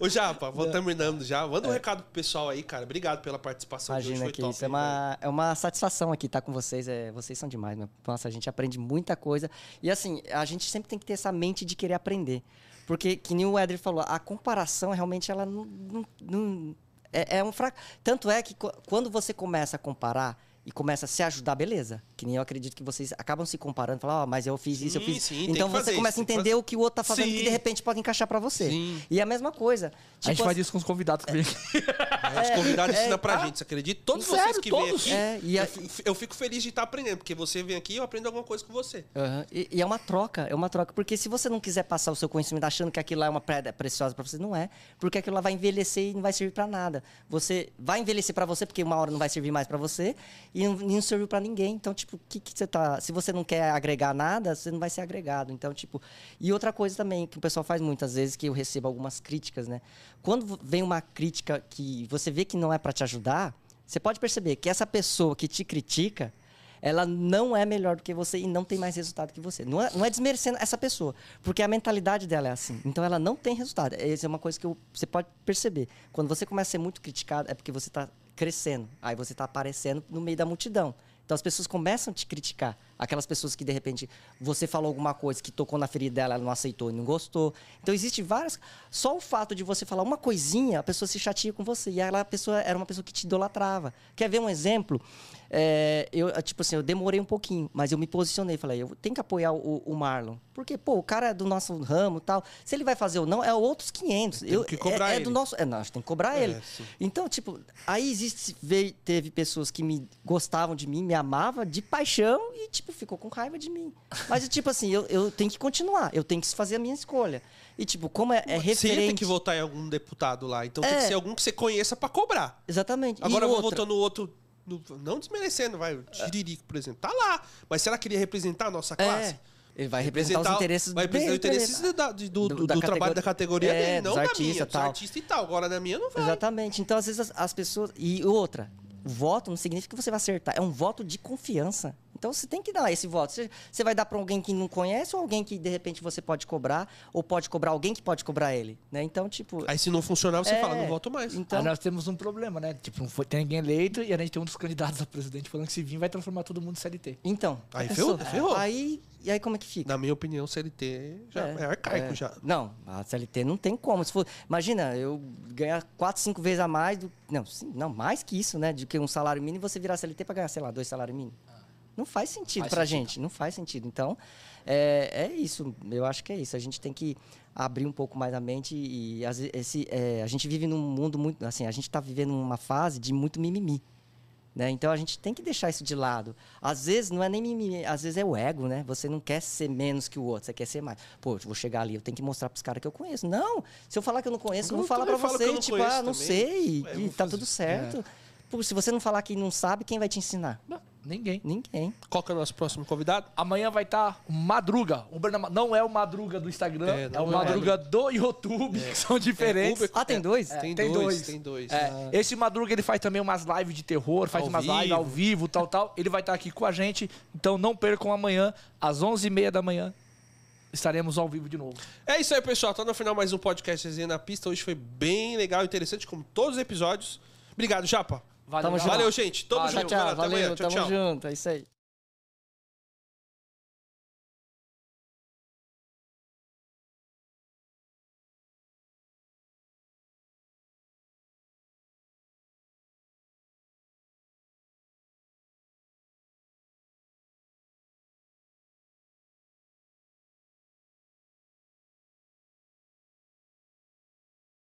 Ô, Japa, vou terminando já. Manda um recado pro pessoal aí, cara. Obrigado pela participação de hoje. Imagina Foi que top, isso é hein, velho? uma, é uma satisfação aqui estar com vocês. É, vocês são demais, meu. Nossa, a gente aprende muita coisa. E assim, a gente sempre tem que ter essa mente de querer aprender. Porque, que nem o Edri falou, a comparação realmente ela não. não- não- é, é um fraco. Tanto é que co- quando você começa a comparar e começa a se ajudar, beleza. Que nem eu acredito que vocês acabam se comparando, falar, ó, mas eu fiz isso, eu Sim, fiz. sim, tem então que você fazer começa isso, tem a que entender fazer. o que o outro tá fazendo que Sim. de repente pode encaixar pra você. Sim. E é a mesma coisa. a gente Tipo, faz isso com os convidados que vêm aqui. Os convidados ensinam pra gente, você acredita? é, tá. Todos Sério, vocês que vêm todos? aqui, É, e a- eu, fi- eu fico feliz de estar aprendendo, porque você vem aqui e eu aprendo alguma coisa com você. Aham. E, e é uma troca, é uma troca. Porque se você não quiser passar o seu conhecimento achando que aquilo lá é uma pedra preciosa pra você, não é. Porque aquilo lá vai envelhecer e não vai servir pra nada. Você vai envelhecer pra você, porque uma hora não vai servir mais pra você, e não, e não serviu pra ninguém. Então, tipo, o que, que você tá. Se você não quer agregar nada, você não vai ser agregado. Então, tipo. E outra coisa também, que o pessoal faz muitas vezes, que eu recebo algumas críticas, né? Quando v- vem uma crítica que você vê que não é pra te ajudar, você pode perceber que essa pessoa que te critica ela não é melhor do que você e não tem mais resultado que você. Não é, não é desmerecendo essa pessoa, porque a mentalidade dela é assim. Então ela não tem resultado. Essa é uma coisa que eu- você pode perceber. Quando você começa a ser muito criticado, é porque você está crescendo. Aí você está aparecendo no meio da multidão. Então as pessoas começam a te criticar. Aquelas pessoas que de repente você falou alguma coisa que tocou na ferida dela, ela não aceitou, não gostou. Então existe várias. Só o fato de você falar uma coisinha, a pessoa se chateia com você. E ela, a pessoa era uma pessoa que te idolatrava. Quer ver um exemplo? É, eu, eh, tipo assim, eu demorei um pouquinho, mas eu me posicionei. Falei, eu tenho que apoiar o, o Marlon. Porque, pô, o cara é do nosso ramo e tal. Se ele vai fazer ou não, é outros 500. Eu, que cobrar é, é ele. do nosso. É, não, a gente tem que cobrar ele. Então, tipo, aí existe, veio- teve pessoas que me gostavam de mim, me amavam de paixão e, tipo, ficou com raiva de mim. Mas, tipo assim, eu, eu tenho que continuar, eu tenho que fazer a minha escolha. E, tipo, como é, é Você tem referente. que votar em algum deputado lá, então tem que É. ser algum que você conheça pra cobrar. Exatamente. E Agora eu vou outra- votar no outro no- não desmerecendo, vai, o Tiririca, por exemplo, tá lá. Mas será que ele ia representar a nossa classe? É. Ele vai representar, os o- interesses vai representar os dele, interesses né? da- de- do, Do- do- da do trabalho categoria- da categoria É, dele, não dos da artistas, minha, dos tal. artistas e tal. Agora na minha não vai. Exatamente. Então, às vezes, as, as pessoas. E outra, voto não significa que você vai acertar. É um voto de confiança. Então, você tem que dar esse voto. Você, você vai dar para alguém que não conhece ou alguém que, de repente, você pode cobrar, ou pode cobrar alguém que pode cobrar ele. Né? Então, tipo. Aí se não funcionar, você É. fala, não voto mais. Então, Aí nós temos um problema, né? Tipo, não foi, tem ninguém eleito e a gente tem um dos candidatos a presidente falando que se vir vai transformar todo mundo em CLT. então Aí a pessoa- ferrou, ferrou. Aí, e aí, como é que fica? Na minha opinião, CLT já é, arcaico é. já. Não, a CLT não tem como. Se for- imagina, eu ganhar quatro, cinco vezes a mais do. Não, sim, não, mais que isso, né? De que um salário mínimo e você virar CLT para ganhar, sei lá, dois salários mínimos. Não faz sentido Ah. Faz pra sentido. gente, não faz sentido. Então, é, é isso, eu acho que é isso. A gente tem que abrir um pouco mais a mente e às ve- esse, é, a gente vive num mundo muito. Assim, a gente tá vivendo uma fase de muito mimimi. Né? Então a gente tem que deixar isso de lado. Às vezes não é nem mimimi, às vezes é o ego, né? Você não quer ser menos que o outro, você quer ser mais. Pô, eu vou chegar ali, eu tenho que mostrar pros caras que eu conheço. Não! Se eu falar que eu não conheço, eu Eu vou falar pra também falo que eu você, não tipo, conheço ah, não também. É sei, Ué, eu e vou tá fazer. tudo é. certo. Pô, se você não falar que não sabe, quem vai te ensinar? Não, ninguém. Ninguém. Qual que é o nosso próximo convidado? Amanhã vai estar o Madruga. O Bernama- não é o Madruga do Instagram, É, é, não o é. Madruga do YouTube, que são diferentes. É, Uber- Ah, tem dois? tem, tem dois, dois. tem dois. É, Esse Madruga ele faz também umas lives de terror, faz Ao umas lives ao vivo. vivo, tal, tal. Ele vai estar aqui com a gente, então não percam amanhã, às 11h30 da manhã, estaremos ao vivo de novo. É isso aí, pessoal. Tá no final mais um podcast Resenha na Pista. Hoje foi bem legal, interessante, como todos os episódios. Obrigado, Japa. Valeu, Tamo galera. Valeu, gente. Tamo Valeu. junto. Vai lá, até amanhã. tamo junto, é isso aí.